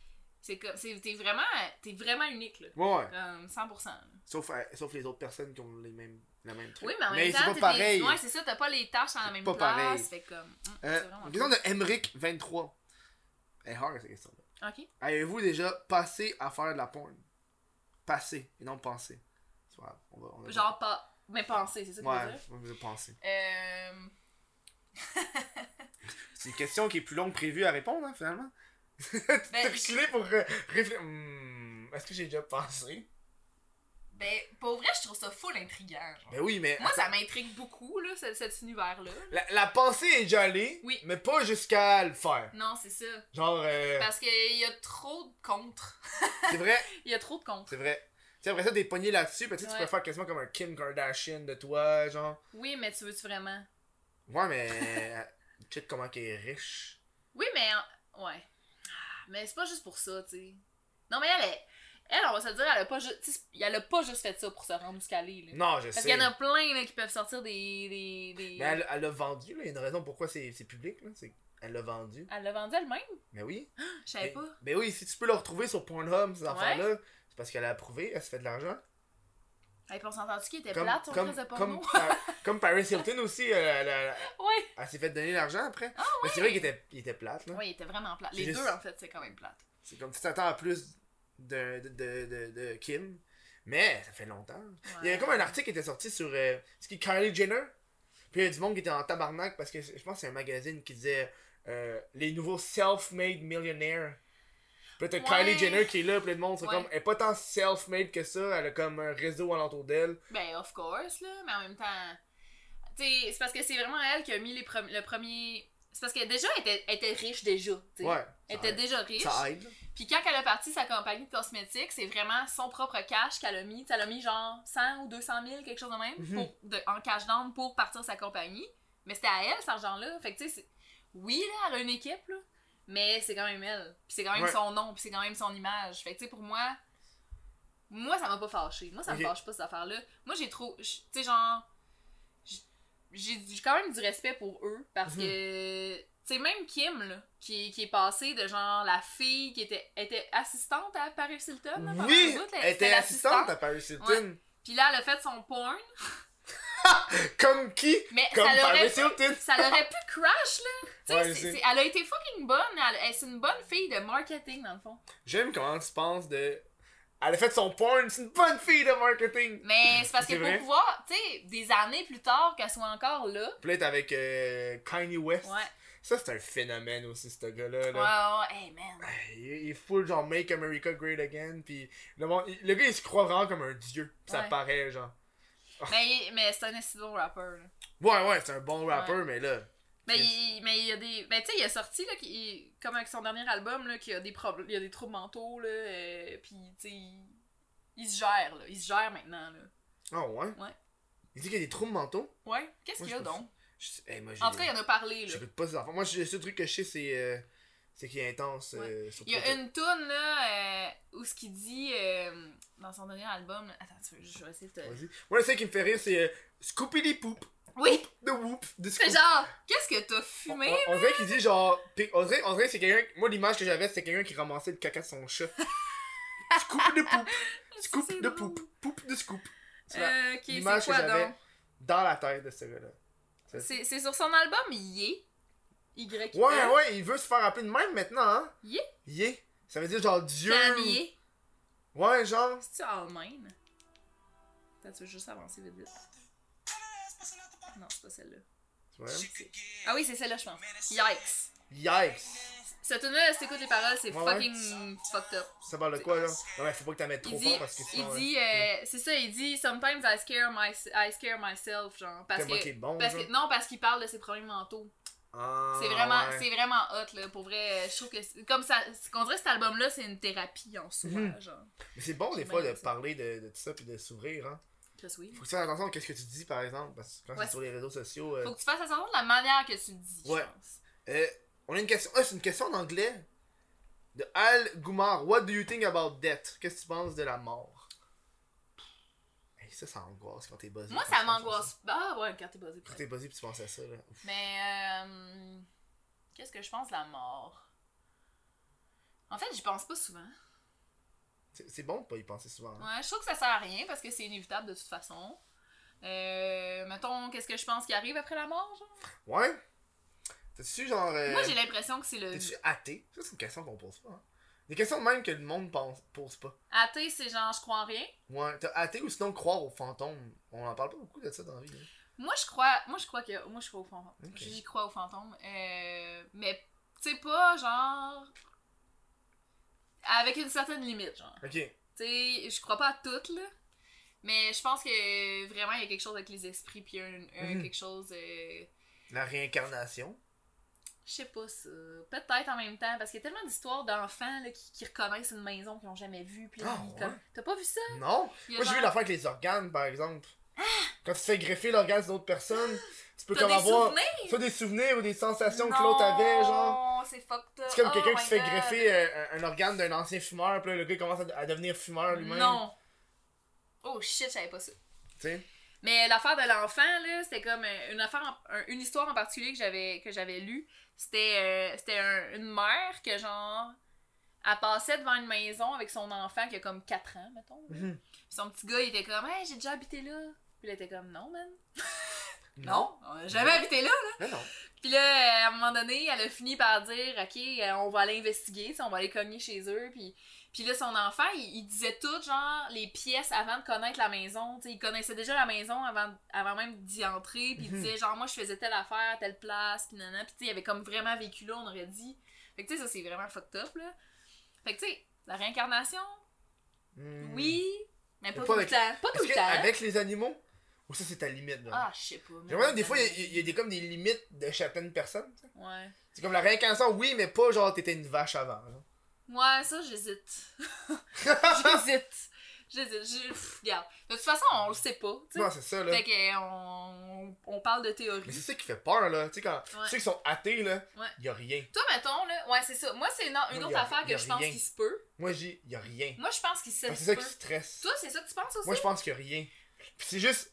C'est comme. c'est- T'es vraiment, t'es vraiment unique, là.
Ouais, ouais.
Comme 100%. là.
Sauf, euh, sauf les autres personnes qui ont les mêmes, la même truc.
Oui, mais en même temps.
c'est pas
t'es-
pareil.
Ouais, c'est ça, t'as pas les taches dans la
C'est
même
pas
place.
pareil.
Fait comme. hum,
Euh,
c'est vraiment
question de Emric 23. Elle est hard cette question-là.
cool. Ok.
Avez-vous déjà passé à faire de la porn Passé et non pensé. C'est pas grave, on va- on va-
Genre pas. Mais penser, c'est ça que tu veux
Ouais,
dire?
on va penser.
Euh.
C'est une question qui est plus longue que prévue à répondre, hein, finalement. T'es
Ben,
reculé pour euh, réfléchir. Hmm, Est-ce que j'ai déjà pensé
ben, pour vrai, je trouve ça full intriguant. genre.
Ben oui, mais.
Moi, ça m'intrigue beaucoup, là, ce- cet univers-là.
La, la pensée est déjà allée,
Oui.
mais pas jusqu'à le faire.
Non, c'est ça.
Genre, euh,
Parce qu'il y a trop de contre.
c'est vrai,
Il y a trop de contre.
c'est vrai. Tu sais, après ça, t'es pogné là-dessus, puis tu sais, tu
Ouais.
peux faire quasiment comme un Kim Kardashian de toi, genre.
Oui, mais tu veux-tu vraiment?
Ouais, mais. euh, check comment qu'elle est riche.
Oui, mais. en- Ouais. Ah, Mais c'est pas juste pour ça, tu sais. Non, mais elle, est... elle, on va se le dire, elle a pas, ju- tu sais, elle a pas juste fait ça pour se rendre jusqu'à là.
Non, je
Parce
sais.
qu'il y en a plein là, qui peuvent sortir des. des, des...
Mais elle, elle l'a vendu, là. Il y a une raison pourquoi c'est c'est public, là. c'est- Elle l'a vendu.
Elle l'a vendue elle-même?
Mais oui.
Je savais
Mais-
pas.
Mais oui, si tu peux le retrouver sur Pornhub, ces
Ouais.
enfants-là, c'est parce qu'elle a approuvé, elle se fait de l'argent.
Hey, puis on s'entend-tu qu'il était
Comme,
plate, son
comme,
crise de porno?
comme, Par- comme Paris Hilton aussi, euh, elle, elle-
Ouais.
elle s'est fait donner l'argent après. Mais c'est vrai qu'il était, il était plate, là.
Ah Ouais, il était vraiment plate.
C'est
Les
juste-
deux, en fait, c'est quand même plate.
C'est comme tu t'attends à plus de, de, de, de- de Kim. Mais ça fait longtemps. Il y avait
Ouais.
comme un article qui était sorti sur euh, ce qui est Kylie Jenner. Puis il y a du monde qui était en tabarnak parce que je pense que c'est un magazine qui disait euh, les nouveaux self-made millionaires. Puis là, t'as
Ouais.
Kylie Jenner qui est là, puis le monde sont
Ouais.
comme elle est pas tant self-made que ça, elle a comme un réseau alentour d'elle.
Ben, of course, là, mais en même temps. Tu sais, c'est parce que c'est vraiment elle qui a mis les premi- le premier. C'est parce que déjà, elle était, elle était riche déjà. tu sais.
Ouais.
Elle
ça
était
aide.
déjà riche.
Ça aide. là.
Puis quand elle a parti sa compagnie de cosmétiques, c'est vraiment son propre cash qu'elle a mis. Tu sais, Elle a mis genre 100 ou 200 000, quelque chose de même,
Mhm.
pour- de- en cash down pour partir sa compagnie. Mais c'était à elle, cet argent-là. Fait que tu sais, c'est- oui, là, elle a une équipe, là, mais c'est quand même elle. Puis c'est quand même
Ouais.
son nom, puis c'est quand même son image. Fait que tu sais, pour moi, moi, ça m'a pas fâché. Moi, ça
Ok.
me fâche pas, cette affaire-là. Moi, j'ai trop. j- Tu sais, genre. j- J'ai du- quand même du respect pour eux
Mhm.
parce que. Tu sais, même Kim, là, qui, qui est passée de genre la fille qui était, était assistante à Paris Hilton. là, pendant
Oui,
un bout,
elle était assistante à Paris Hilton.
Puis là, elle a fait son porn.
Comme qui
Mais
Comme
ça l'aurait
Paris
pu,
Hilton.
ça l'aurait pu crash, là. Tu sais,
Ouais, je
c'est-
sais.
c'est- elle a été fucking bonne. Elle, elle- c'est une bonne fille de marketing, dans le fond.
J'aime comment tu penses de. Elle a fait son porn, c'est une bonne fille de marketing!
Mais c'est parce que
C'est vrai.
pour pouvoir, tu sais, des années plus tard qu'elle soit encore là.
Puis là, t'es avec euh, Kanye West.
Ouais.
Ça, c'est un phénomène aussi, ce gars-là.
Ouais,
là.
ouais, hey man.
Il, il est full, genre, Make America Great Again. Puis le, monde- il- le gars, il se croit vraiment comme un dieu. Puis ça
Ouais.
paraît, genre.
Mais, mais c'est un assez bon rappeur. là.
Ouais, ouais, c'est un bon rappeur,
Ouais.
mais là.
Mais
Yes.
il, mais il y a des. Mais tu sais, il a sorti, là, qui- il- comme avec son dernier album, là, qu'il a des problèmes. Il y a des troubles mentaux, là. euh, Puis, tu sais, il, il se gère, là. Il se gère maintenant, là.
Oh, ouais.
Ouais.
Il dit qu'il y a des troubles mentaux.
Ouais. Qu'est-ce
Moi,
qu'il y a
je peux-
donc
Je sais- hey, moi, j'ai-
En tout cas, il en a parlé, là.
J'écoute pas ces enfants. Moi, je- le seul truc que je sais, c'est. euh, c'est qu'il est intense.
Ouais.
euh, sur
Il y a
Twitter.
une toune, là, euh, où ce qu'il dit euh, dans son dernier album. là- Attends, tu veux- je vais essayer de te.
Vas-y. Moi, le seul qui me fait rire, c'est euh, Scoopity Poop.
Oui!
De Whoop. De Scoop.
C'est genre, qu'est-ce que t'as
On,
fumé?
on- on dirait qu'il dit genre. pi- On dirait, on dirait que c'est quelqu'un. Moi, l'image que j'avais, c'était quelqu'un qui ramassait le caca de son chat. Scoop de poupe.
Scoop
c'est
de
drôle.
poupe. Poupe de scoop. C'est la-
Euh, ok, c'est
l'image que
quoi
j'avais.
donc?
dans la tête de ce gars-là.
C'est c'est sur son album Yé. Y. Hein?
Ouais, ouais, il veut se faire appeler de même maintenant, hein?
Yé?
Yé. Ça veut dire genre Dieu.
Kanye.
Ouais, genre.
C'est-tu Allemagne? Attends, tu veux juste avancer vite vite. Non, c'est pas celle-là.
Tu vois?
Ah oui, c'est celle-là, je pense. Yikes.
Yikes.
Cette tune-là, si t'écoutes les paroles, c'est
Ouais, ouais.
fucking fucked up.
Ça parle de quoi, là? Non, mais faut pas que t'en mettes trop
Il dit,
fort parce que sinon.
il dit, euh, c'est ça, il dit, sometimes I scare, my, I scare myself, genre, parce
Tellement
que,
qu'il est bon,
parce
genre.
que, non, parce qu'il parle de ses problèmes mentaux.
Ah,
C'est vraiment,
ouais.
c'est vraiment hot, là, pour vrai, euh, je trouve que, c'est- comme ça, c'est qu'on dirait que cet album-là, c'est une thérapie en soi,
Mhm.
genre.
Mais c'est bon, des
J'aime
fois,
bien
de
ça.
parler de, de tout ça puis de s'ouvrir, hein.
Chris, oui.
Faut que tu fasses attention à ce que tu dis, par exemple, parce que quand
Ouais.
c'est sur les réseaux sociaux. euh,
Faut que tu fasses attention de la manière que tu le dis,
Ouais.
je pense.
euh, on a une question. Ah, c'est une question en anglais. De Al Goumar. What do you think about death? Qu'est-ce que tu penses de la mort? Hey, ça, ça angoisse quand t'es buzzé.
Moi,
quand tu
ça
penses à
m'angoisse. Ah ouais, quand t'es basé
Quand t'es buzzé puis tu penses à ça, là.
Mais euh, qu'est-ce que je pense de la mort? En fait, j'y pense pas souvent.
C'est c'est bon de pas y penser souvent. hein.
Ouais, je trouve que ça sert à rien parce que c'est inévitable de toute façon. Euh, mettons, qu'est-ce que je pense qui arrive après la mort? genre?
Ouais? T'es-tu genre. euh,
Moi, j'ai l'impression que c'est le.
T'es-tu athée? Ça, c'est une question qu'on pose pas. hein. Des questions de même que le monde pense, pose pas.
Athée, c'est genre, je crois en rien.
Ouais, t'as athée ou sinon croire aux fantômes. On en parle pas beaucoup de ça dans la vie. hein.
Moi, je crois, moi, je crois que, moi, je crois aux fantômes.
Ok.
J'y crois aux fantômes. Euh, mais, tu sais, pas genre. Avec une certaine limite, genre.
Ok.
Tu sais, je crois pas à toutes, là. Mais je pense que vraiment, il y a quelque chose avec les esprits, puis un, un
Mhm.
quelque chose. euh,
La réincarnation.
je sais pas ça. Peut-être en même temps, parce qu'il y a tellement d'histoires d'enfants là, qui, qui reconnaissent une maison qu'ils ont jamais vue. Puis là,
Ah,
ils-
ouais?
comme- T'as pas vu ça?
Non?
Il y a
Moi, j'ai
genre- Ah!
vu l'affaire avec les organes, par exemple. Quand tu te fais greffer l'organe d'une autre personne, tu peux
T'as
comme
des
avoir
souvenirs?
soit des souvenirs ou des sensations que l'autre avait, genre.
Non, c'est fucked up.
C'est comme
Oh
quelqu'un qui
my
se fait
God.
greffer euh, un, un organe d'un ancien fumeur, puis là, le gars commence à, à devenir fumeur lui-même.
Non. Oh shit, je savais pas ça.
Tu sais?
Mais l'affaire de l'enfant, là, c'était comme euh, une affaire, en- un- une histoire en particulier que j'avais que j'avais lue. C'était euh, c'était un- une mère que genre, elle passait devant une maison avec son enfant qui a comme 4 ans, mettons. là.
Mhm.
Puis son petit gars, il était comme, hey, j'ai déjà habité là. Puis elle était comme, non, man.
Non?
on a jamais habité là.
Mais non.
Puis là, euh, à un moment donné, elle a fini par dire, OK, euh, on va aller investiguer, tu sais, on va aller cogner chez eux. Puis, puis là, son enfant, il, il disait tout, genre, les pièces avant de connaître la maison. Tu sais, il connaissait déjà la maison avant, avant même d'y entrer. Puis il
Mhm.
disait, genre, moi, je faisais telle affaire, telle place, puis nanana. Puis tu sais, il avait comme vraiment vécu là, on aurait dit. Fait que tu sais, ça, c'est vraiment fucked up, là. Fait que tu sais, la réincarnation,
Hmm.
oui, mais pas
pas
tout le
avec-
temps. Pas tout
Est-ce
le
que
temps.
avec les animaux? Ou ça, c'est ta limite, là?
Ah, je sais pas.
J'ai l'impression que des fois, il y a- il y, a des, comme des limites de certaines personnes. tu sais.
Ouais.
C'est comme la réincarnation, oui, mais pas genre t'étais une vache avant. là.
Ouais, ça, j'hésite. j'hésite. J'hésite. Je- pff, Regarde. De toute façon, on le sait pas. tu sais.
Non, c'est ça, là.
Fait que, euh, on, on parle de
Mais c'est
théorie.
ça qui fait peur, là. Tu sais, quand
Ouais.
ceux qui sont athées, là,
Ouais.
y a rien.
Toi, mettons, là. Ouais, c'est ça. Moi, c'est une, une
Moi,
autre
y a-
affaire
y
que
a
je pense
rien.
qu'il se peut.
Moi, j'ai y a rien.
Moi, je pense qu'il se
Parce que c'est ça
peut.
qui stresse.
Mm, Toi, c'est ça que tu penses aussi?
Moi, je pense qu'il y a rien. Puis c'est juste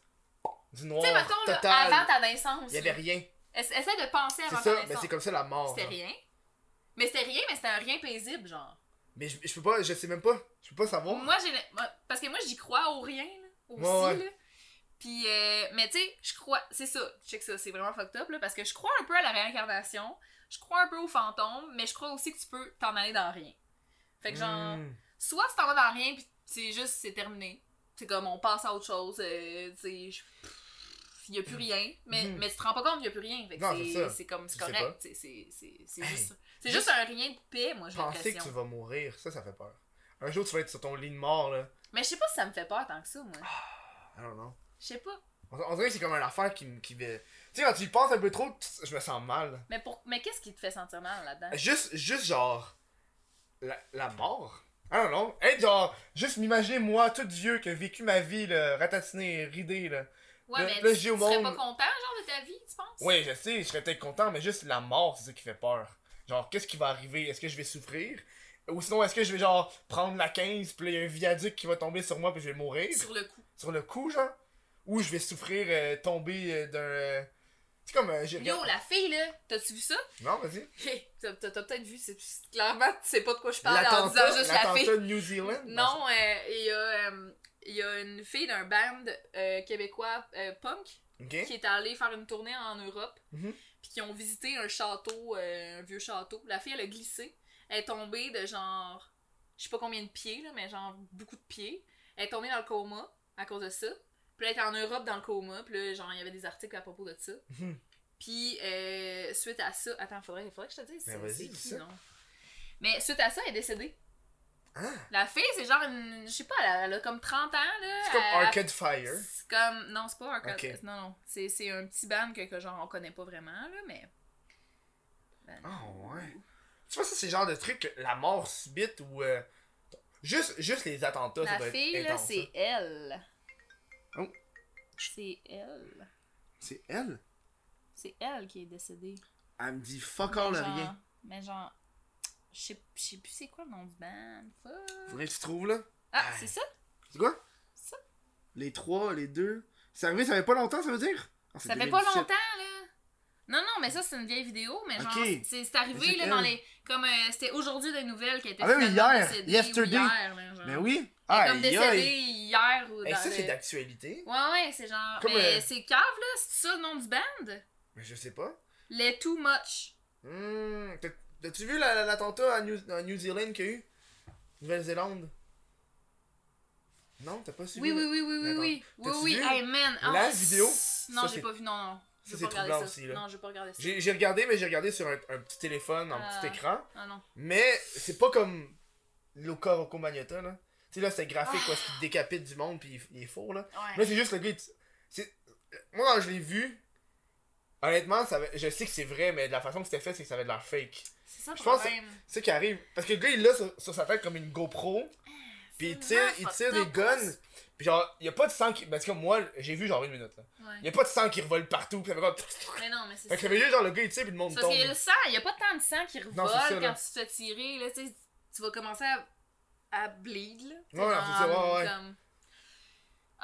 du
Tu
noir
sais, mettons, là,
total.
avant ta naissance.
Il y avait
là.
rien.
Essa- Essaie de penser
C'est
avant ta
ça, mais
naissance.
c'est comme ça hein. la mort.
C'était
genre.
rien. Mais c'était rien, mais c'était un rien paisible, genre.
Mais je, je peux pas, je sais même pas. Je peux pas savoir.
Moi, j'ai. moi- Parce que moi, j'y crois au rien, là, aussi,
Ouais, ouais.
là. Puis, euh, mais tu sais, je crois. C'est ça, je sais que ça, c'est vraiment fucked up, là, parce que je crois un peu à la réincarnation, je crois un peu aux fantômes, mais je crois aussi que tu peux t'en aller dans rien. Fait que, genre,
Hmm.
soit tu t'en vas dans rien, puis c'est juste, c'est terminé. C'est comme, on passe à autre chose, euh, tu sais, je- pff, il y a plus rien. Mais,
Mhm.
mais tu te rends pas compte qu'il y a plus rien. Fait que
Non, c'est
c'est-
ça.
c'est comme, c'est
Tu sais
correct,
pas.
tu sais, c'est c'est- c'est
Hey,
juste. C'est juste un rien de paix, moi, j'ai
Penser que tu
l'impression.
vas mourir, ça, ça fait peur. Un jour, tu vas être sur ton lit de mort, là.
Mais je sais pas si ça me fait peur tant que ça, moi.
Ah. I don't know.
Je sais pas.
On, on dirait que c'est comme une affaire qui me. Qui... me- Tu sais, quand tu y penses un peu trop, tu- je me sens mal.
Mais, pour... mais qu'est-ce qui te fait sentir mal là-dedans?
Juste, juste genre. La, la mort. I don't know. Hey, genre, juste m'imaginer moi, tout vieux, qui a vécu ma vie, là, ratatiné, ridé, là.
Ouais,
le-
mais
le
tu- tu
géo
serais
monde-
pas content, genre, de ta vie, tu penses?
Ouais, je sais, je serais peut-être content, mais juste la mort, c'est ça qui fait peur. Genre, qu'est-ce qui va arriver? Est-ce que je vais souffrir? Ou sinon, est-ce que je vais genre prendre la 15, puis là, il y a un viaduc qui va tomber sur moi, puis je vais mourir?
Sur le coup.
Sur le coup, genre? Ou je vais souffrir, euh, tomber euh, d'un. euh, C'est comme. euh, j'ai
Yo,
regardé-
la fille, là, t'as-tu vu ça?
Non, vas-y.
Hé, t'as t'as- t'as peut-être vu, c'est clairement, tu sais pas de quoi je parle en
L'attentat
disant juste la
l'attentat
fille.
de New Zealand.
Non, euh, il y a, euh, il y a une fille d'un band euh, québécois euh, punk
c'est-
qui
Ok.
est allée faire une tournée en Europe,
Mhm.
puis qui ont visité un château, euh, un vieux château. La fille, elle a glissé. Elle est tombée de genre, je sais pas combien de pieds, là, mais genre beaucoup de pieds. Elle est tombée dans le coma à cause de ça. Puis là, elle était en Europe dans le coma, puis là, genre, il y avait des articles à propos de ça.
Mhm.
Puis, euh, suite à ça, attends, faudrait, faudrait que je te dise,
Ben,
c'est
vas-y,
c'est
dis
qui,
ça.
non? Mais suite à ça, elle est décédée.
Hein?
La fille, c'est genre une. Je sais pas, elle a, elle a comme 30 ans, là.
C'est comme
elle- elle
Arcade Fire.
c'est comme. Non, c'est pas Arcade.
Ok.
Non, non. C'est, c'est un petit band que, que genre on connaît pas vraiment, là, mais. Ben,
Ah ouais. Tu vois, ça, c'est le genre de truc, la mort subite ou. euh, Juste, juste les attentats, ça
La
doit être
fille, là,
intense,
c'est elle.
hein. Oh.
C'est elle.
C'est elle?
C'est elle qui est décédée.
Elle me dit fuck all
mais genre,
rien.
Mais genre. Je sais je sais plus c'est quoi le nom du band. Fuck.
Faudrait que tu trouves là.
Ah,
Aïe.
c'est ça?
C'est quoi?
Ça.
Les trois, les deux. C'est arrivé, ça fait pas longtemps, ça veut dire? Ah, c'est
Ça fait pas
2017.
longtemps, là. Non, non, mais ça, c'est une vieille vidéo, mais genre,
Ok.
c'est, c'est
Mais
arrivé,
c'est
là, dans
elle.
les. Comme euh, c'était aujourd'hui des nouvelles qui étaient
Ah oui, oui,
finalement
hier.
décédées, ou
Yesterday.
Hier, là, genre.
Mais oui!
Elle est
Ah,
comme décédée hier ou dans
Hey, ça, c'est
le-
d'actualité.
Ouais, ouais, c'est genre.
Comme,
mais
euh,
c'est cave, là, c'est ça le nom du band?
Mais je sais pas.
Les Too Much.
Hmm, t'as- T'as-tu vu la- la- l'attentat à New, à New Zealand qu'il y a eu Nouvelle-Zélande Non, t'as pas suivi
Oui,
là?
oui, oui, oui, oui,
Attends,
oui. Oui,
t'as-tu
oui,
vu
hey man.
la
ah,
vidéo?
s- Non,
Ça,
j'ai
c'est-
pas vu, non, non. Je
ça,
vais
c'est
pas regarder
troublant
ça.
aussi, là.
Non, je vais pas regarder ça.
J'ai j'ai regardé, mais j'ai regardé sur un, un petit téléphone, un
Ah.
petit écran.
Ah non.
Mais c'est pas comme Loka Rocco Magnata, là. Tu sais, là, c'est graphique,
Ah.
quoi, ce qui décapite du monde, puis il, il est faux, là. Là,
Ouais.
c'est juste le gars, il t- c'est- Moi, quand je l'ai vu, honnêtement, ça avait- je sais que c'est vrai, mais de la façon que c'était fait, c'est que ça avait de l'air fake.
C'est ça le
je pense que-
problème.
C'est ce qui arrive. Parce que le gars, il l'a sur, sur sa tête comme une GoPro. Puis il tire, il tire des guns. Puis genre, il y a pas de sang qui. ben, Parce que moi, j'ai vu genre une minute là. Il y
Ouais.
a pas de sang qui revole partout. Puis ça fait comme.
Mais non, mais c'est
Fait
ça.
que ça veut dire genre le gars, il tire, puis le monde
C'est Parce
tombe.
que le sang, il y a pas tant de sang qui revole
Non, c'est ça,
quand
là.
tu te fais tirer, là, tu sais, tu vas commencer à, à bleed, là. Tu sais,
Ouais,
genre,
c'est ça, ouais, ouais.
comme-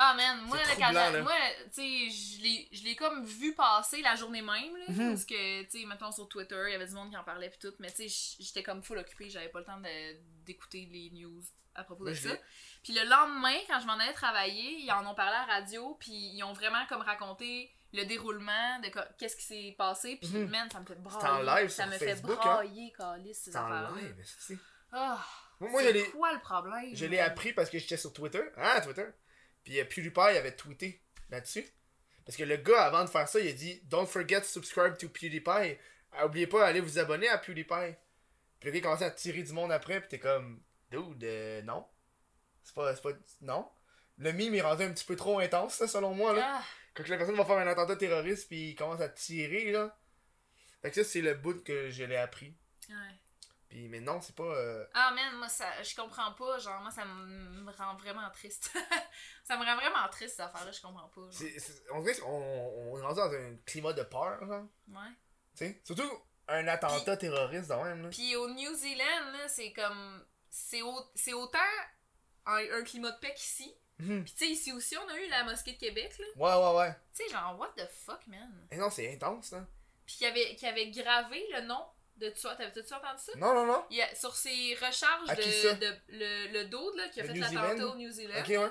Ah, man, moi,
C'est
là, quand
troublant,
j'a-
là.
moi, tu sais, je l'ai- je l'ai comme vu passer la journée même, là,
Mhm.
parce que, tu sais, mettons, sur Twitter, il y avait du monde qui en parlait pis tout, mais tu sais, j- j'étais comme full occupée, j'avais pas le temps de- d'écouter les news à propos
Mais
de
je
ça.
l'ai-
Puis le lendemain, quand je m'en allais travailler, ils en ont parlé à la radio, puis ils ont vraiment comme raconté le déroulement de co- qu'est-ce qui s'est passé, puis
Mhm.
man, ça me fait brailler.
en live
ça
sur
me
Facebook,
fait
hein.
brailler, calice, ces
C'est en
affaires.
live, esti.
Ah,
Moi, moi, je
c'est
l'ai-
quoi le problème?
je l'ai appris parce que j'étais sur Twitter. Ah, Twitter. Puis euh, PewDiePie avait tweeté là-dessus. Parce que le gars, avant de faire ça, il a dit Don't forget to subscribe to PewDiePie. Ah, Oubliez pas, allez vous abonner à PewDiePie. Puis le gars, il commençait à tirer du monde après, puis t'es comme Dude, euh, non. C'est pas, c'est pas. Non. Le mime est rendu un petit peu trop intense, là, selon moi. Là.
Ah,
Quand la personne va faire un attentat terroriste, puis il commence à tirer, là. Fait que ça, c'est le bout que je l'ai appris.
Ah, ouais.
Puis, mais non, c'est pas. euh,
Ah, man, moi, ça, je comprends pas. Genre, moi, ça me rend vraiment triste. ça me rend vraiment triste, cette affaire-là, je comprends pas. genre.
C'est- c'est- on dirait qu'on on est rendu dans un climat de peur, genre.
Ouais.
Tu sais? Surtout un attentat terroriste, de même. Là.
Puis au New Zealand, là, c'est comme. C'est au- c'est autant un, un climat de paix qu'ici.
Mhm.
Puis, tu sais, ici aussi, on a eu la mosquée de Québec, là.
Ouais, ouais, ouais.
Tu sais, genre, what the fuck, man?
Et non, c'est intense, là.
Puis, qui avait, qui avait gravé le nom de toi. T'avais-tu entendu ça?
Non, non, non.
Il y a- sur ses recharges
À qui ça?
de, de- le, le dude là, qui a
Le
fait
New
l'attentat
Zealand?
au New Zealand,
Ok, ouais.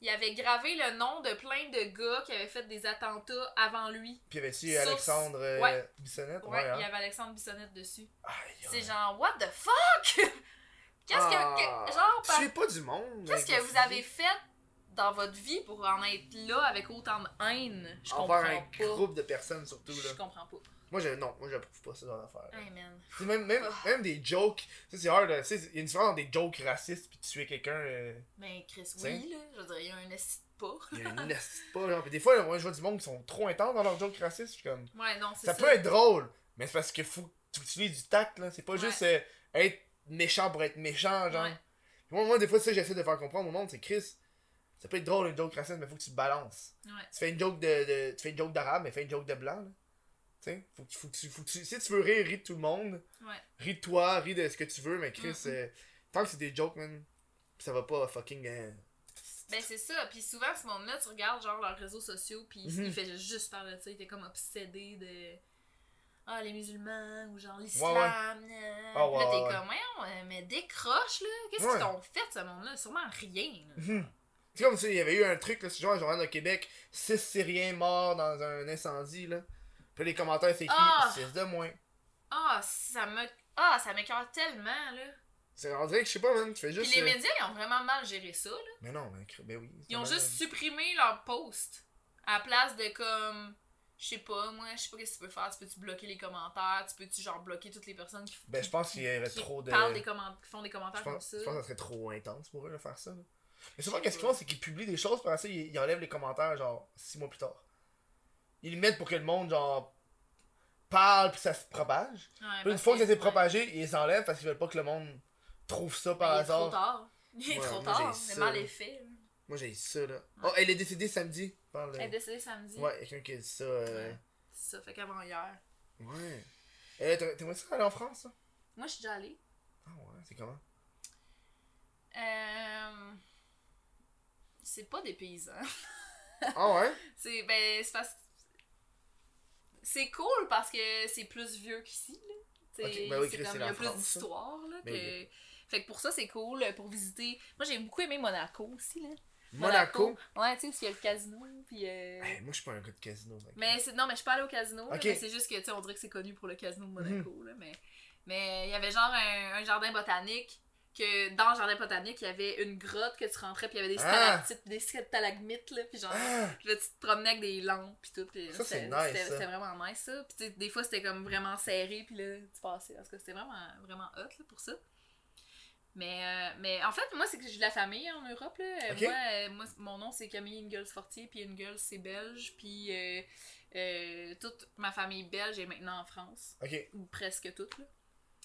il avait gravé le nom de plein de gars qui avaient fait des attentats avant lui.
Puis y avait-tu
Source.
Alexandre euh,
Ouais.
Bissonnette?
Ouais,
Ouais, hein.
il y avait Alexandre Bissonnette dessus.
Aïe,
C'est
aïe.
genre, what the fuck? Qu'est-ce
Ah.
que, que- Genre,
Tu
par-
sais pas du monde.
qu'est-ce
avec
que
le
vous
fusil.
avez fait dans votre vie pour en être là avec autant de haine? Je
Envers
comprends
un
pas.
groupe de personnes, surtout,
Je
là.
comprends Hein. pas.
Moi, je. Non, moi, j'approuve pas ce genre d'affaire. là.
Hey man.
Tu sais, Même, même,
Ah.
même des jokes. Tu sais, c'est hard, là. Tu sais, il y a une différence entre des jokes racistes puis tuer quelqu'un. euh,
Mais Ben, Chris,
Tiens.
oui, là, je veux dire, il y a un esti de pas.
Il y a une esti de pas, genre. Puis des fois, moi, je vois du monde qui sont trop intenses dans leurs jokes racistes. Je suis comme.
Ouais, non, c'est
Ça
ça.
peut être drôle, mais c'est parce que faut que tu utilises du tact, là. C'est pas
Ouais.
juste euh, être méchant pour être méchant, genre.
Ouais.
Moi, moi, des fois, ça, j'essaie de faire comprendre au monde, c'est Chris, ça peut être drôle une joke raciste, mais faut que tu te balances.
Ouais.
Tu fais une joke de, de- tu fais une joke d'arabe, mais fais une joke de blanc, là. Tu sais, faut, que- faut que tu, faut que tu- si tu veux rire, ris de tout le monde.
Ouais.
Ris de toi, ris de ce que tu veux, mais Chris,
Mhm.
euh, tant que c'est des jokes, man, ça va pas fucking euh,
Ben c'est ça, puis souvent à ce moment-là, tu regardes genre leurs réseaux sociaux, puis
Mhm.
il fait juste parler de ça, il était comme obsédé de ah les musulmans ou genre
Ouais, ouais.
l'islam. nan.
Ah, ouais,
Puis là t'es
ouais,
comme voyons, euh, mais décroche là, qu'est-ce qu'ils
Ouais.
t'ont fait ce monde-là, sûrement rien. là.
Hmm. C'est comme s'il y avait eu un truc, là, c'est genre un journal de Québec, 6 Syriens morts dans un incendie, là. Puis les commentaires, c'est qui
Ah!
6 de moins.
Ah ça me ah ça m'écoeure tellement là.
C'est on dirait que je sais pas, man, tu fais
Puis
juste.
les
euh,
médias ils ont vraiment mal géré ça là.
Mais non, mais ben oui. c'est
Ils ont
normal.
juste supprimé leur post à la place de comme je sais pas moi, je sais pas qu'est-ce que tu peux faire, tu peux-tu bloquer les commentaires, tu peux-tu genre bloquer toutes les personnes qui
Ben, je pense qu'il y avait
qui
trop de.
parlent des comment- qui font des commentaires
Je pense,
comme
je
ça.
pense que ça serait trop intense pour eux de faire ça. là. Mais souvent, qu'est-ce qu'ils font, c'est qu'ils publient des choses, puis après ça, ils, ils enlèvent les commentaires, genre, six mois plus tard. Ils les mettent pour que le monde, genre, parle, puis ça se propage. Puis
Ouais,
une
parce
fois que ça s'est
ouais.
propagé, ils les enlèvent parce qu'ils veulent pas que le monde trouve ça par
Mais Il est trop
hasard.
tard. Il est
Ouais,
trop
moi,
tard.
j'ai
C'est
ça.
mal est fait. là.
Moi, j'ai ça, là. Oh, elle est décédée samedi. Parle,
Elle est décédée samedi.
Ouais, quelqu'un qui a dit ça. euh,
Ouais. C'est ça, fait qu'avant hier.
Ouais. Euh, t'as- T'aimerais ça aller en France, ça?
Moi, je suis déjà allée.
Ah ouais, c'est comment?
Euh... C'est pas des paysans.
Ah ouais?
C'est ben, c'est parce c'est cool parce que c'est plus vieux qu'ici. là. C'est
Ok, ben oui,
c'est
Chris,
comme
c'est
il y a
la
plus
France,
d'histoire. là,
Ben
que- Fait que pour ça, c'est cool euh, pour visiter. Moi, j'ai beaucoup aimé Monaco aussi. Là.
Monaco?
Ouais, tu sais, où il y a le casino. Puis, euh,
Eh, moi, je suis pas un gars de casino, mec.
Mais c'est non, mais je suis pas allée au casino. là,
Ok. Mhm.
mais c'est juste que tu sais, on dirait que c'est connu pour le casino de Monaco là, mais mais il y avait genre un, un jardin botanique que dans le jardin botanique, il y avait une grotte que tu rentrais puis il y avait des
Ah!
stalactites, des stalagmites là, puis genre
Ah!
puis là, tu te promenais avec des lampes puis tout puis
Ça, c'est
c'était-
nice,
c'était
ça.
c'était vraiment nice ça. Puis tu sais, des fois c'était comme vraiment serré puis là tu passais parce que c'était vraiment vraiment hot là, pour ça. Mais, euh, mais en fait, moi, c'est que j'ai de la famille en Europe. Là. Euh,
Ok.
Moi, euh, moi, c- mon nom, c'est Camille Ingalls-Fortier, puis Ingalls, c'est belge. Puis euh, euh, toute ma famille belge est maintenant en France,
Ok. Fait
ou presque toute. Là.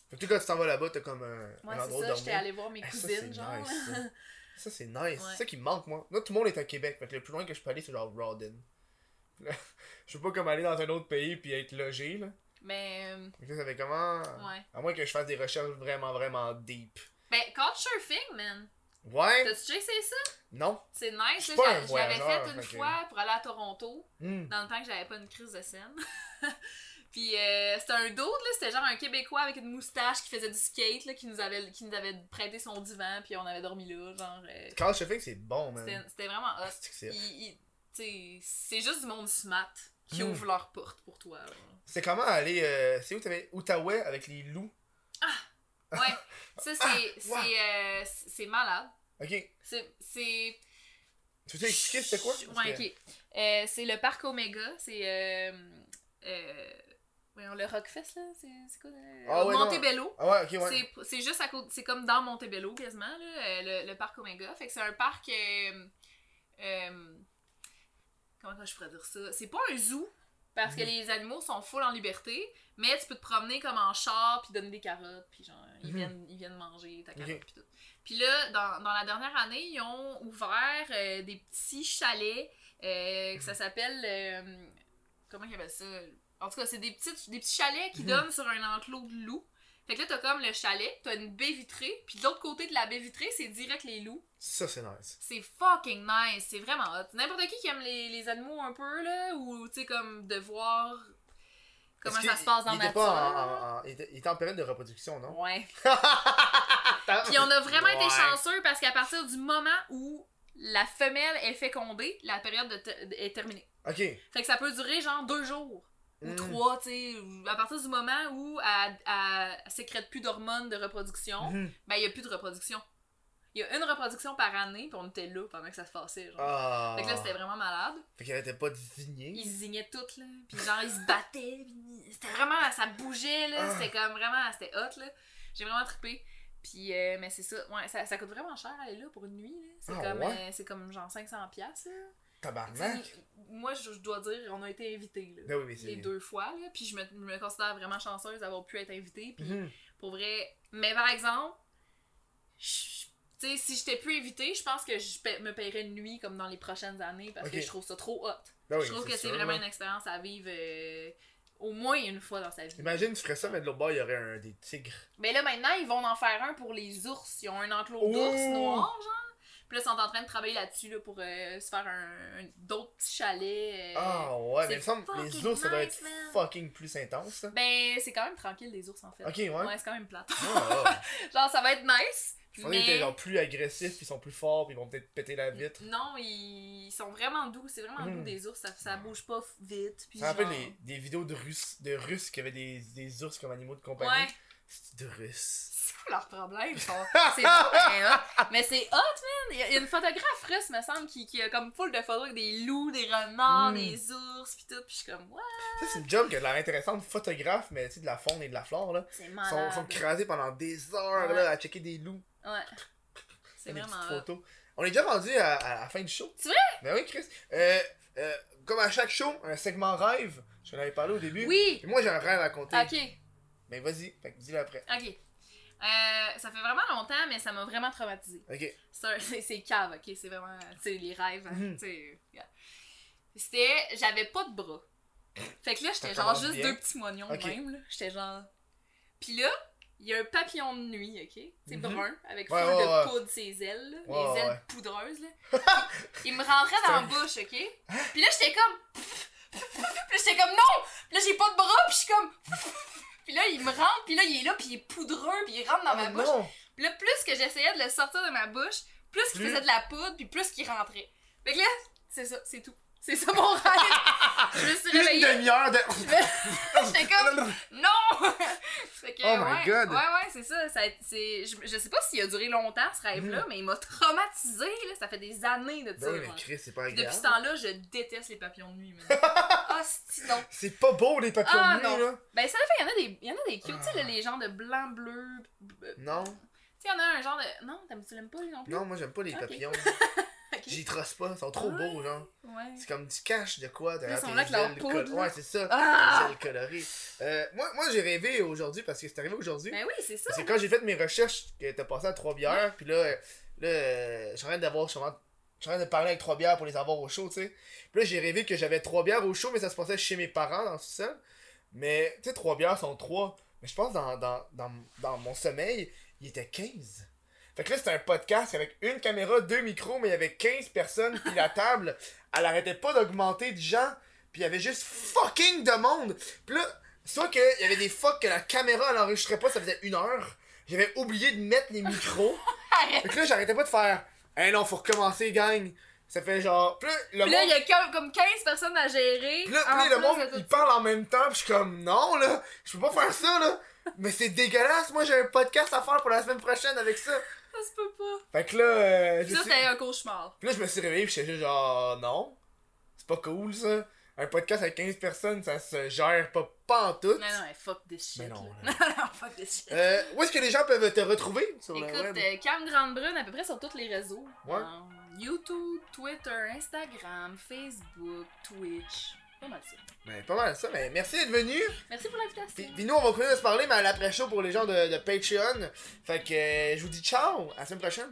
que toi, quand tu t'en vas là-bas, t'as comme un, un
Moi, c'est ça,
endroit où
j'étais
dormir.
allée voir mes
Eh, ça,
cousines,
c'est
genre.
nice, ça. Ça, c'est nice.
Ouais.
C'est ça qui me manque, moi. Là, tout le monde est à Québec. Fait que le plus loin que je peux aller, c'est genre Rawdon. Là, je peux pas comme aller dans un autre pays puis être logé, là.
Mais, euh,
Fait que ça fait comment
ouais.
À moins que je fasse des recherches vraiment, vraiment deep.
Ben, couchsurfing, man.
Ouais
T'as-tu déjà essayé ça?
Non
C'est nice.
Je suis
là.
pas
J'a-
un
Je l'avais
voyageur,
fait une
fait que-
fois pour aller à Toronto.
Hmm.
dans le temps que j'avais pas une crise de scène. Puis euh, c'était un dude, là, c'était genre un Québécois avec une moustache qui faisait du skate, là, qui, nous avait, qui nous avait prêté son divan, puis on avait dormi là, genre... euh,
Carl Schaeffler, c'est bon,
c'était
man.
c'était vraiment hot.
C'est que
Il-
c'est-
il- t'sais, C'est juste du monde smart qui
Mm.
ouvre leur porte pour toi. là.
C'est comment aller. euh, c'est où t'avais Outaouais avec les loups
Ouais, ça c'est- c'est
Ah, wow.
euh, c'est- c'est malade.
Ok.
C'est- C'est
Tu veux expliquer c'était quoi Parce
Ouais,
que-
ok. Euh, c'est le parc Omega, c'est. Euh, euh, voyons, le Rockfest, là, c'est c'est quoi euh,
Ah ouais, non.
Montebello.
Ah ouais, ok, ouais.
C'est- C'est juste à côté, c'est comme dans Montebello quasiment, là, euh, le, le parc Omega. Fait que c'est un parc. euh, euh, comment que je pourrais dire ça C'est pas un zoo, parce que
Mhm.
les animaux sont full en liberté, mais tu peux te promener comme en char, puis donner des carottes, puis genre, ils,
Mhm.
viennent, ils viennent manger ta
Ok.
carotte, puis tout. Puis là, dans, dans la dernière année, ils ont ouvert euh, des petits chalets euh,
Mhm.
que ça s'appelle. euh, comment ils appellent ça En tout cas, c'est des, petites, des petits chalets qui
Mhm.
donnent sur un enclos de loups. Fait que là, t'as comme le chalet, t'as une baie vitrée, puis de l'autre côté de la baie vitrée, c'est direct les loups.
Ça, c'est nice.
C'est fucking nice, c'est vraiment hot. N'importe qui qui aime les, les animaux un peu, là, ou tu sais, comme de voir comment
Est-ce
ça
qu'il-
se passe dans
il
la
était
nature.
pas en- en- en- il était- il était en période de reproduction, non
Ouais.
Attends.
Puis on a vraiment
Ouais.
été chanceux parce qu'à partir du moment où la femelle est fécondée, la période de te- de- est terminée.
Ok.
Fait que ça peut durer genre deux jours ou
Hmm.
trois, tu sais. ou- À partir du moment où elle, elle sécrète plus d'hormones de reproduction,
Mhm.
ben il n'y a plus de reproduction. Il y a une reproduction par année, puis on était là pendant que ça se passait. Genre.
Ah.
Fait que là, c'était vraiment malade.
Fait qu'il arrêtait pas de signer.
Ils se zignaient toutes, là. Puis genre, ils se battaient. puis C'était vraiment... Ça bougeait, là.
Ah.
C'était comme vraiment... C'était hot, là. J'ai vraiment trippé. Puis, euh, mais c'est ça. Ouais, ça, ça coûte vraiment cher, aller là, pour une nuit, là. C'est
Ah,
comme...
ouais? Ah,
euh, c'est comme, genre, 500 piastres, là.
Tabarnak.
Tu sais, Moi, je, je dois dire, on a été invités, là.
Ben oui, mais c'est.
Les deux fois, là. Puis je me, je me considère vraiment chanceuse d'avoir pu être invitée. Puis
Mhm.
pour vrai. Mais par exemple, je- tu sais, si j'étais plus invitée, je pense que je pa- me paierais une nuit comme dans les prochaines années parce
Ok.
que je trouve ça trop hot.
Ben oui,
je trouve que c'est
sûr,
vraiment
là.
une expérience à vivre euh, au moins une fois dans sa vie.
Imagine, tu ferais ça, mais de l'autre bord, il y aurait un, des tigres.
Mais là, maintenant, ils vont en faire un pour les ours. Ils ont un enclos
Oh!
d'ours noir, genre. Puis Puis là, ils sont en train de travailler là-dessus là, pour euh, se faire un, un- d'autres petits chalets. euh.
Ah ouais,
c'est
mais il me semble que les
fucking
ours, ça doit
nice,
être
man.
fucking plus intense. là.
Ben, c'est quand même tranquille, les ours, en fait.
Ok, ouais.
Ouais, c'est quand même plate.
Ah, ah.
Genre, ça va être nice.
Je pensais qu'ils étaient
Mais...
genre plus agressifs, ils sont plus forts, puis ils vont peut-être péter la vitre.
Non, ils ils sont vraiment doux. C'est vraiment
Mm.
doux des ours. Ça, ça bouge pas f- vite. Puis
Ça me rappelle
genre-
les- des vidéos de Russes, de Russes qui avaient des, des ours comme animaux de compagnie.
Ouais.
C'est de Russes.
C'est quoi leur problème? ils sont- C'est pas bien hot. Mais c'est hot, man! Il y a- il y a une photographe russe, me semble, qui, qui a comme full de photos avec des loups, des renards,
Mm.
des ours, pis tout. Pis je suis comme, what?
Ça, c'est une job qui a de l'air intéressante, photographe, mais tu sais, de la faune et de la flore, là.
C'est
Ils sont,
malade.
sont crasés pendant des heures,
Ah, Ouais.
là, à checker des loups,
Ouais. C'est
des petites
vraiment hot.
photos. On est déjà rendu à, à la fin du show.
C'est vrai?
Ben oui, Chris. Euh, euh, comme à chaque show, un segment rêve. Je l'avais parlé au début.
Oui!
Et moi, j'ai un rêve à compter.
Ok,
Ben vas-y, fait que dis-le après.
ok. Euh, ça fait vraiment longtemps, mais ça m'a vraiment traumatisée.
Ok.
C'est un- c'est c'est cave, ok? C'est vraiment. Tu sais, les rêves, hein,
Mhm.
tu sais, regarde. C'était. J'avais pas de bras. Fait que là, j'étais
Ça
genre
commence
juste
bien.
deux petits moignons de
Ok.
même, là. J'étais genre. Pis là, il y a un papillon de nuit, ok? C'est
Mhm.
brun, avec
Ouais,
full
ouais, ouais.
de poudre ses ailes, là,
Ouais,
les ailes
ouais.
poudreuses, là. il, il me rentrait dans la bouche, ok? Pis là, j'étais comme. Pis là, j'étais comme non! Pis là, j'ai pas de bras, pis je suis comme. Pis là, il me rentre, pis là, il est là, pis il est poudreux, pis il rentre dans ma
Ah,
bouche.
non!
Puis là, plus que j'essayais de le sortir de ma bouche, plus qu'il
Plus-
faisait de la poudre, puis plus qu'il rentrait. Fait que là, c'est ça, c'est tout. C'est ça mon rêve. je me suis
Une
réveillée,
demi-heure de.
j'étais comme non! fait que,
Oh my
ouais,
God.
Ouais, ouais, c'est ça. ça a été- c'est, je, je sais pas s'il a duré longtemps ce rêve-là, mais il m'a traumatisée, là. Ça fait des années de
Mm.
ça.
Ben oui, mais
moi.
Chris, c'est pas
Puis Depuis
agréable.
ce temps-là, je déteste les papillons de nuit, maintenant. Ah, c'est non.
C'est pas beau les papillons
Ah,
de nuit,
non.
là.
Ben, ça fait, il y en a des, il y en a des cute, tu sais,
Ah. Mm.
là, les genres de blanc-bleu. Tu
Non,
sais, il y en a un genre de. Non, t'aimes- tu l'aimes pas, lui, non plus?
non, moi j'aime pas les
Ok.
papillons.
Ok.
J'y trosse pas, ils sont trop beaux, genre.
Ouais.
C'est comme du cash de quoi derrière
sont
tes
là avec leur
ailes
poudre,
col-
là.
Ouais, c'est ça.
Ah!
C'est coloré. Euh, moi, moi j'ai rêvé aujourd'hui parce que c'est arrivé aujourd'hui.
Ben oui, c'est ça.
Parce que quand j'ai fait mes recherches, que t'as passé à trois bières, puis là, euh, là, euh, je suis en train d'avoir, je suis en train- je suis en train de parler avec trois bières pour les avoir au show, tu sais. Puis là, j'ai rêvé que j'avais trois bières au show, mais ça se passait chez mes parents dans le sous-sol. Mais, tu sais, trois bières sont trois. Mais je pense dans, dans, dans, dans mon sommeil, il était 15. Fait que là, c'était un podcast avec une caméra, deux micros, mais il y avait 15 personnes, puis la table, elle arrêtait pas d'augmenter de gens, puis il y avait juste fucking de monde. Puis là, Soit qu'il y avait des fucks que la caméra elle enregistrait pas, ça faisait une heure. J'avais oublié de mettre les micros.
Arrête.
Fait que là, j'arrêtais pas de faire. Hey non, faut recommencer, gang. Ça fait genre. Puis là, le
Puis là, il
monde.
y a Ah, comme- comme 15 personnes à gérer.
Puis là,
en
puis là, le
plus
monde,
de
il
tout-
parle en même temps, pis je suis comme non, là, je peux pas faire ça, là. Mais c'est dégueulasse, moi j'ai un podcast à faire pour la semaine prochaine avec ça.
Ça se peut pas.
Fait que là, euh, je
Ça,
sais-
c'était un cauchemar.
Puis là, je me suis réveillé, pis j'étais juste genre non. C'est pas cool, ça. Un podcast avec 15 personnes, ça se gère pas pantoute.
Non, non, hey, fuck this shit.
Mais
là.
non, hein.
non,
là.
non, fuck this shit.
Euh, où est-ce que les gens peuvent te retrouver sur le web?
Écoute, euh, Cam Grande-Brune, à peu près sur tous les réseaux.
Ouais.
Euh, YouTube, Twitter, Instagram, Facebook, Twitch. Pas mal ça.
Ben, pas mal ça, mais merci d'être venu.
Merci pour
Puis,
l'invitation.
puis nous, on va continuer de se parler, mais à l'après-show pour les gens de, de Patreon. Fait que euh, je vous dis ciao, à la semaine prochaine.